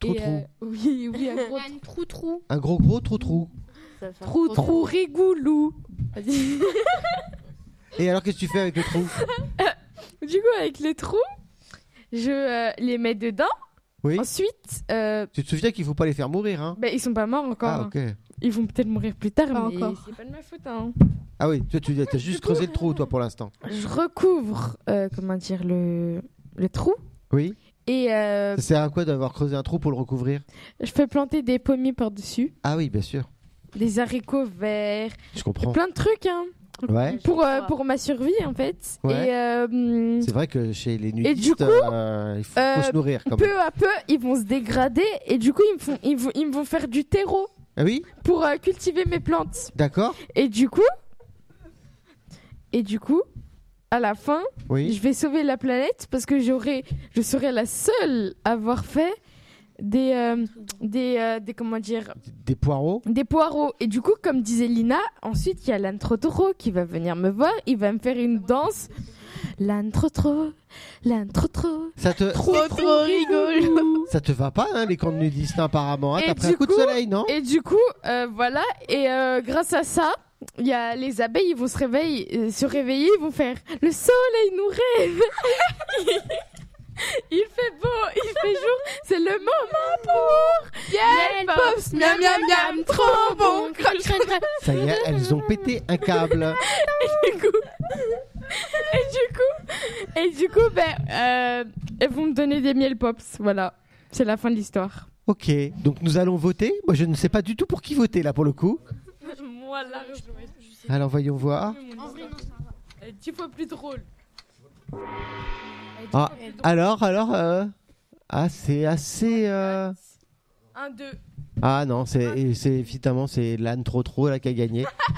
S5: Trou,
S8: Et,
S5: trou.
S8: euh, <laughs> oui, oui, un gros trou, trou.
S5: Un gros gros trou trou.
S8: Trou, trou, rigoulou. Vas-y.
S5: Et alors qu'est-ce que tu fais avec le trou
S8: Du coup, avec les trous, je euh, les mets dedans.
S5: Oui.
S8: Ensuite, euh,
S5: Tu te souviens qu'il faut pas les faire mourir, hein
S8: bah, ils sont pas morts encore.
S5: Ah ok.
S8: Ils vont peut-être mourir plus tard,
S23: Pas
S8: mais
S23: encore.
S8: c'est pas de ma faute. hein.
S5: Ah oui, toi tu as juste creusé le trou toi pour l'instant.
S8: Je recouvre, euh, comment dire, le, le trou.
S5: Oui.
S8: Et euh,
S5: Ça sert à quoi d'avoir creusé un trou pour le recouvrir
S8: je fais planter des pommiers par-dessus,
S5: Ah oui, bien sûr.
S8: des haricots verts,
S5: Je comprends.
S8: plein de trucs, hein.
S5: Ouais.
S8: Pour, euh, pour ma survie, en fait.
S5: Ouais.
S8: Et, euh, hum,
S5: C'est vrai que chez les
S8: du
S5: nudistes,
S8: coup,
S5: euh, il faut, faut
S8: euh,
S5: se nourrir quand même.
S8: peu à peu, ils vont se dégrader et du coup, ils me font, ils vont, ils me vont faire du terreau
S5: Ah oui
S8: pour euh, cultiver mes plantes.
S5: D'accord
S8: Et du coup, et du coup, à la fin,
S5: Oui.
S8: je vais sauver la planète parce que j'aurai, je serai la seule à avoir fait des, euh, des, euh, des comment dire,
S5: Des poireaux
S8: des poireaux. Et du coup, comme disait Lina, ensuite il y a l'âne Trotoro qui va venir me voir, il va me faire une danse. L'âne Trotoro, l'âne Trotoro.
S5: Ça te
S8: Trop trop rigolo.
S5: ça te va pas hein, les camps de nudistes apparemment, hein
S8: Et
S5: T'as pris
S8: du
S5: un coup de
S8: coup-
S5: soleil, non
S8: Et du coup, euh, voilà. Et euh, grâce à ça, il y a les abeilles, ils vont se réveiller, euh, se réveiller, ils vont faire le soleil nous rêve. <laughs> il fait beau, il fait jour, c'est le moment pour Yel Pops, miam miam miam, trop bon. Croc, croc, croc.
S5: Ça y est, elles ont pété un câble.
S8: Et du coup, et du coup, et du coup, ben, euh, elles vont me donner des miel pops, voilà.
S11: C'est la fin de l'histoire.
S5: Ok, donc nous allons voter. Moi, je ne sais pas du tout pour qui voter là pour le coup.
S11: Moi, là, je
S5: Alors voyons voir.
S11: Dix fois plus drôle.
S5: Ah, alors, alors, euh, ah, c'est assez. euh,
S11: Un, deux.
S5: Ah non, c'est et c'est- évidemment c'est l'âne trop trop là qui a gagné.
S2: Ah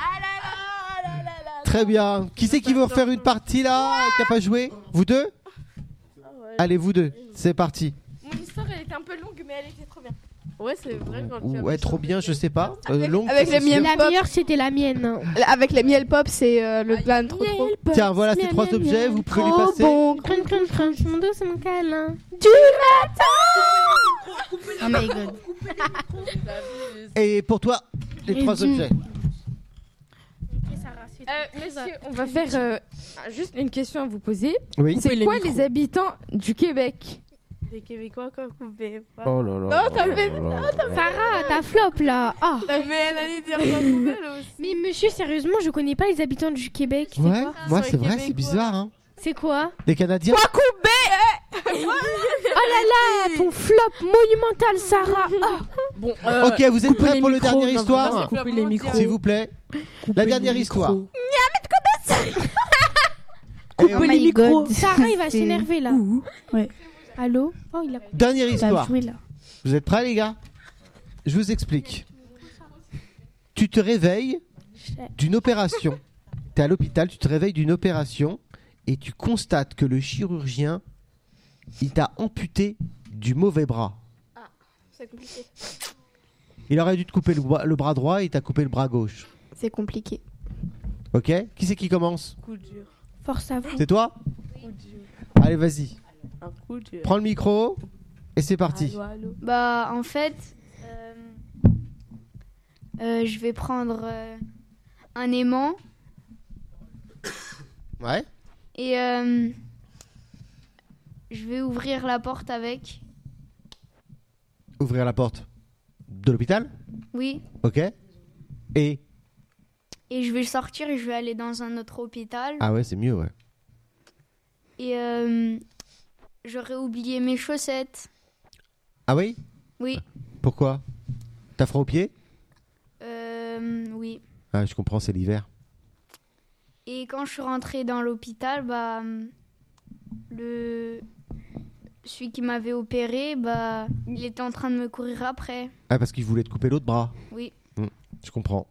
S5: Très bien. Qui c'est qui veut refaire une partie là Qui a pas joué Vous deux
S9: Oh,
S5: Allez, vous deux. C'est parti.
S11: Mon histoire, elle était un peu longue, mais elle était trop bien.
S21: Ouais, c'est vrai. Quand tu as
S5: Ouais, trop bien, je sais pas. Euh, longue,
S10: Avec
S5: ça,
S10: les
S5: c'est sûr.
S10: miel pop.
S9: c'était la mienne.
S10: Avec les miel pop, c'est euh, le plan trop trop.
S5: Tiens, voilà ces trois objets, vous pouvez les passer.
S9: Oh, bon, crunch, crunch, crunch, mon dos, c'est mon câlin.
S10: Du
S7: Oh my god.
S5: Et pour toi, les
S11: Et
S5: trois
S11: du-
S5: objets.
S11: Euh, monsieur, on va faire euh, juste une question à vous poser.
S5: Oui.
S11: C'est
S5: Coupez les
S11: quoi
S5: micros.
S11: les habitants du Québec
S2: Les Québécois, quoi, coupé.
S5: Oh là là.
S2: Non, t'as fait-
S5: Oh là là.
S9: Sarah, ta flop là. Ah.
S2: Mais elle allait dire quoi, coupé, là aussi.
S11: <laughs>
S9: Mais monsieur, sérieusement, je connais pas les habitants du Québec. C'est
S5: Ouais,
S9: quoi
S5: moi c'est vrai, c'est bizarre. Hein.
S9: C'est quoi
S5: Les Canadiens.
S9: Oh là là, ton flop monumental, Sarah. Ah.
S6: Oh
S1: Bon, euh,
S5: ok, vous êtes prêts pour le dernier histoire
S1: Coupez les micros.
S5: S'il vous plaît. La dernière histoire.
S10: Oh
S1: Coupez les micros.
S9: Sarah, il va
S1: C'est-
S9: s'énerver là.
S7: Ouais.
S9: Allô Oh, il a coupé.
S5: Dernière histoire.
S7: joué, là.
S5: Vous êtes prêts, les gars Je vous explique. Tu te réveilles d'une opération. Tu es à l'hôpital, tu te réveilles d'une opération et tu constates que le chirurgien, il t'a amputé du mauvais bras.
S10: C'est compliqué.
S5: Il aurait dû te couper le bras, le bras droit et il t'a coupé le bras gauche.
S10: C'est compliqué.
S5: Ok Qui c'est qui commence
S2: Coup dur.
S9: Force à vous.
S5: C'est toi
S2: Coup dur.
S5: Allez, vas-y.
S2: Un coup dur.
S5: Prends le micro et c'est parti.
S2: Allô, allô.
S3: Bah, en fait, euh, euh, je vais prendre euh, un aimant
S5: Ouais
S3: et euh, je vais ouvrir la porte avec.
S5: Ouvrir la porte de l'hôpital
S3: Oui.
S5: Ok Et
S3: Et je vais sortir et je vais aller dans un autre hôpital.
S5: Ah ouais, c'est mieux, ouais.
S3: Et euh, j'aurais oublié mes chaussettes.
S5: Ah oui
S3: Oui.
S5: Pourquoi T'as froid aux pieds
S3: Euh, oui.
S5: Ah, je comprends, c'est l'hiver.
S3: Et quand je suis rentrée dans l'hôpital, bah le celui qui m'avait opéré, bah il était en train de me courir après.
S5: Ah, parce qu'il voulait te couper l'autre bras.
S3: Oui.
S5: Hmm, je comprends.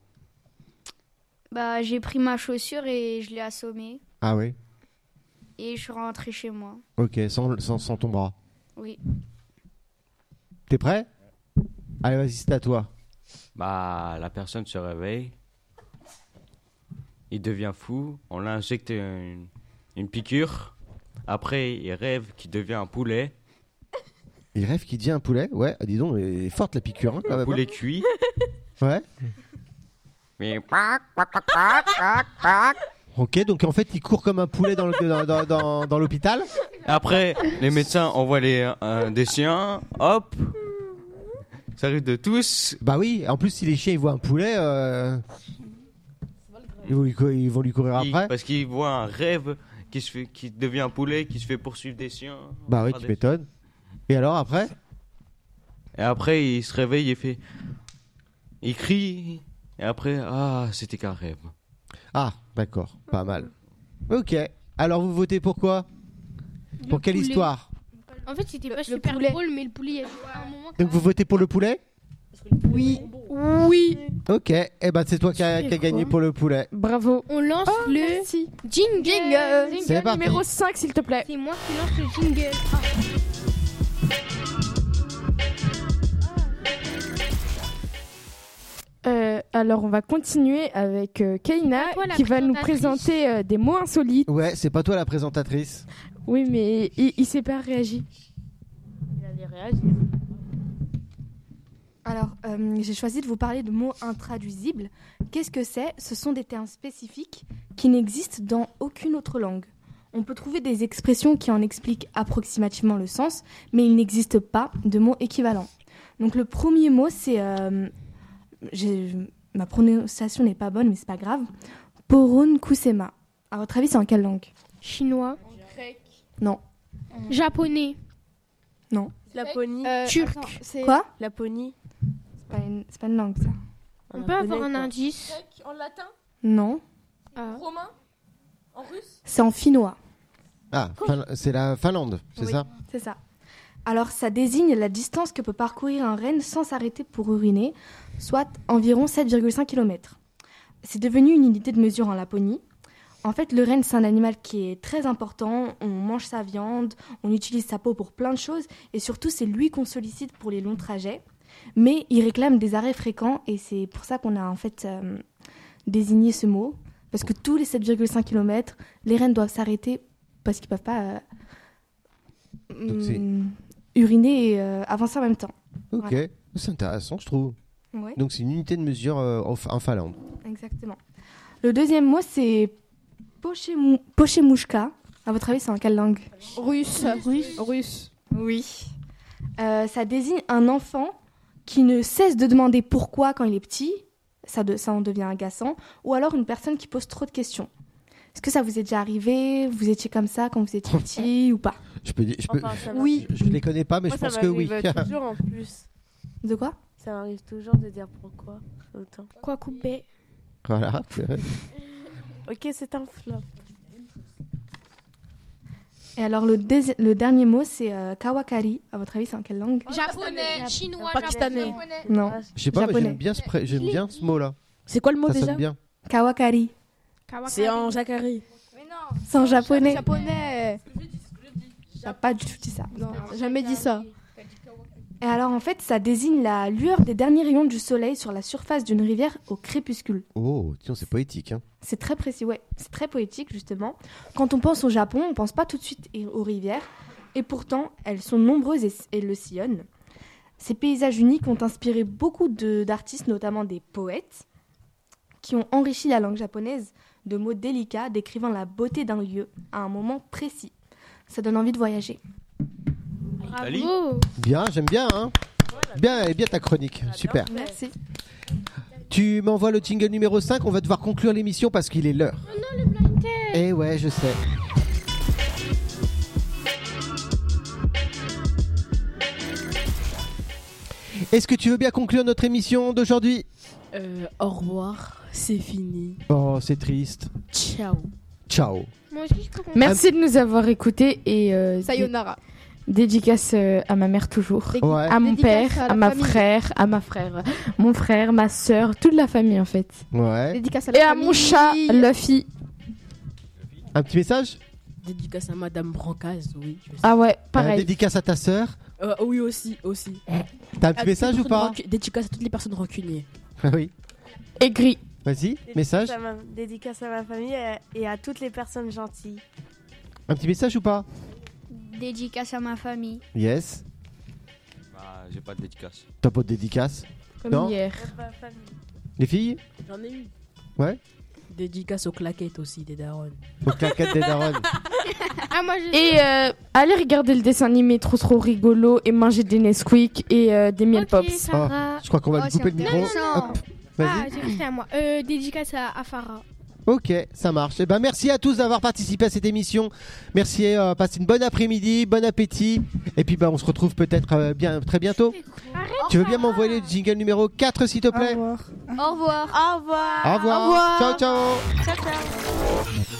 S3: Bah j'ai pris ma chaussure et je l'ai assommée
S5: Ah oui
S3: et je suis rentrée chez moi.
S5: Ok, sans, sans, sans ton bras.
S3: Oui.
S5: T'es prêt Allez, vas-y, c'est à toi.
S4: Bah, la personne se réveille. Il devient fou. On lui injecte une, une piqûre. Après, il rêve qu'il devient un poulet.
S5: Il rêve qu'il devient un poulet. Ouais, ah, dis donc, elle est forte la piqûre. hein, quand
S4: Un
S5: même.
S4: poulet cuit.
S5: Ouais.
S4: Mais
S5: Ok, donc en fait, il court comme un poulet dans le- dans- dans- dans- dans l'hôpital.
S4: après, les médecins envoient les, euh, des chiens. Hop. Ça arrive de tous.
S5: Bah oui, en plus si les chiens ils voient un poulet, euh, ils, vont lui, cou- ils vont lui courir
S4: Il-
S5: après.
S4: parce qu'il voit un rêve qui, se fait, qui devient un poulet, qui se fait poursuivre des chiens.
S5: Bah oui,
S4: par
S5: tu
S4: des-
S5: m'étonnes. Et alors après
S4: Et après, il se réveille et fait. Il crie. Et après, ah, c'était qu'un rêve.
S5: Ah, d'accord, pas mal. Ok, alors vous votez pour quoi Pour quelle
S9: poulet.
S5: histoire
S9: En fait, c'était pas super drôle, mais le poulet, il y a un moment.
S5: Donc vous votez pour le poulet
S9: Oui. Oui.
S5: Ok, et eh ben c'est toi qui a, qui a gagné pour le poulet.
S11: Bravo.
S9: On lance le Oh, jingle.
S11: Oh,
S24: Euh,
S11: Euh, Jingle.
S5: C'est parti.
S11: numéro 5, s'il te plaît.
S9: C'est moi qui lance le jingle. Ah.
S11: Euh, alors, on va continuer avec euh, Keina
S9: toi, la
S11: qui va nous
S9: présentatrice.
S11: présenter euh, des mots insolites.
S5: Ouais, c'est pas toi la présentatrice.
S11: Oui, mais il, il s'est pas réagi.
S24: Alors, euh, j'ai choisi de vous parler de mots intraduisibles. Qu'est-ce que c'est Ce sont des termes spécifiques qui n'existent dans aucune autre langue. On peut trouver des expressions qui en expliquent approximativement le sens, mais il n'existe pas de mots équivalents. Donc le premier mot, c'est... euh, j'ai- ma prononciation n'est pas bonne, mais c'est pas grave. Poron kusema. À votre avis, c'est en quelle langue
S9: Oh. Chinois.
S24: Non.
S9: Japonais.
S24: Non.
S2: Laponie.
S9: Euh,
S11: Euh.
S9: Turc.
S6: Quoi
S2: Laponie.
S6: C'est pas, une... c'est pas une langue, ça.
S9: On peut avoir un indice euh,
S25: En latin
S6: Non.
S25: En romain En russe
S6: C'est en finnois.
S5: Ah, Fin- c'est la Finlande, c'est
S6: Oui,
S5: ça
S6: C'est ça. Alors, ça désigne la distance que peut parcourir un renne sans s'arrêter pour uriner, soit environ 7,5 km. C'est devenu une unité de mesure en Laponie. En fait, le renne, c'est un animal qui est très important. On mange sa viande, on utilise sa peau pour plein de choses, et surtout, c'est lui qu'on sollicite pour les longs trajets. Mais il réclame des arrêts fréquents, et c'est pour ça qu'on a en fait euh, désigné ce mot. Parce que tous les 7,5 km, les rennes doivent s'arrêter parce qu'ils peuvent pas euh,
S5: Donc c'est-
S6: hum, uriner et euh, avancer en même temps.
S5: Ok,
S6: Voilà.
S5: c'est intéressant, je trouve.
S6: Ouais.
S5: Donc c'est une unité de mesure euh, en, F- en Finlande.
S6: Exactement. Le deuxième mot, c'est pochemou- pochemouchka. À votre avis, c'est en quelle langue
S26: Russe.
S6: Russe.
S26: Russe.
S6: Oui. Euh, ça désigne un enfant qui ne cesse de demander pourquoi quand il est petit. Ça, de- ça en devient agaçant. Ou alors une personne qui pose trop de questions. Est-ce que ça vous est déjà arrivé Vous étiez comme ça quand vous étiez petit ou pas
S5: Je peux, dire- je peux,
S2: Enfin,
S5: je-
S2: ça m'arrive.
S5: Je, les connais pas, mais
S2: Moi,
S5: je
S2: ça
S5: pense que oui. <laughs>
S2: m'arrive toujours en plus.
S6: De quoi
S2: Ça m'arrive toujours de dire pourquoi. Autant.
S9: Quoi couper
S5: voilà. c'est vrai.
S2: Ok, c'est un flop.
S6: Et alors le, dési- le dernier mot, c'est euh, kawakari. À votre avis, c'est en quelle langue
S25: Japonais, chinois,
S26: Pakistanais.
S25: japonais.
S6: Non.
S5: Je sais pas, mais
S6: Japonais.
S5: j'aime bien ce, pré- j'aime bien ce mot-là.
S26: C'est quoi le mot
S5: Ça
S26: déjà
S5: sonne bien.
S6: Kawakari.
S26: C'est en Jacari.
S6: C'est en japonais.
S26: Japonais.
S6: T'as pas du tout dit ça.
S26: Non, jamais dit ça.
S6: Et alors en fait, ça désigne la lueur des derniers rayons du soleil sur la surface d'une rivière au crépuscule.
S5: Oh, tiens, c'est poétique. Hein.
S6: C'est très précis, ouais. C'est très poétique justement. Quand on pense au Japon, on pense pas tout de suite et- aux rivières, et pourtant elles sont nombreuses et, et le sillonnent. Ces paysages uniques ont inspiré beaucoup de- d'artistes, notamment des poètes, qui ont enrichi la langue japonaise de mots délicats décrivant la beauté d'un lieu à un moment précis. Ça donne envie de voyager.
S4: Italie.
S9: Oh,
S5: Bien, j'aime bien. Hein. Bien, elle est bien ta chronique. Super.
S6: Merci.
S5: Tu m'envoies le jingle numéro 5, on va devoir conclure l'émission parce qu'il est l'heure. Oh non, le blind Eh ouais, je sais. Est-ce que tu veux bien conclure notre émission d'aujourd'hui
S1: Euh, au revoir, c'est fini.
S5: Oh, c'est triste.
S1: Ciao.
S5: Ciao.
S8: Merci de nous avoir écoutés et euh,
S26: Sayonara.
S8: dé- dédicace euh, à ma mère toujours,
S26: Dédicace- Ouais.
S8: à mon
S26: dédicace
S8: père,
S26: à
S8: à,
S26: la
S8: ma
S26: famille.
S8: frère, à ma frère, mon frère, ma sœur, toute la famille en fait.
S5: Ouais.
S26: Dédicace à
S8: Et à mon chat Luffy.
S5: Un petit message
S1: Dédicace à Madame Brancaz, oui. je sais.
S8: Ah ouais,
S5: Euh,
S8: pareil.
S5: Dédicace à ta sœur.
S1: Euh, oui, aussi, aussi.
S5: T'as un
S1: À
S5: petit
S1: toutes
S5: message
S1: les
S5: ou pas
S1: personnes recu- Dédicace à toutes les personnes rancunières.
S5: Ah Oui.
S8: Aigri.
S5: Vas-y, message.
S2: Dédicace à ma- Dédicace à ma famille et à- et à toutes les personnes gentilles.
S5: Un petit message ou pas
S3: Dédicace à ma famille.
S5: Yes.
S4: Bah, j'ai pas de dédicace.
S5: T'as pas de dédicace
S1: Comme
S5: Non
S1: hier.
S5: Les filles
S1: J'en ai eu.
S5: Ouais
S1: Dédicace aux claquettes aussi des darons.
S5: Aux claquettes des darons.
S9: Ah,
S8: Et euh, allez regarder le dessin animé trop trop rigolo et manger des Nesquik et euh, des miel pops. Ah.
S9: Sarah.
S5: je crois
S27: Oh,
S5: qu'on va lui couper le micro.
S9: Non, non, non.
S5: Hop,
S9: Ah,
S5: Vas-y.
S9: j'ai resté à moi. Euh, dédicace à, à Farah.
S5: Ok, ça marche. Eh ben, merci à tous d'avoir participé à cette émission. Merci, euh, passez une bonne après-midi, bon appétit. Et puis, bah, on se retrouve peut-être euh, bien, très bientôt. Tu veux bien m'envoyer le jingle numéro 4, s'il te plaît
S27: Au revoir.
S5: Au revoir. Ciao, ciao.
S27: Ciao, ciao.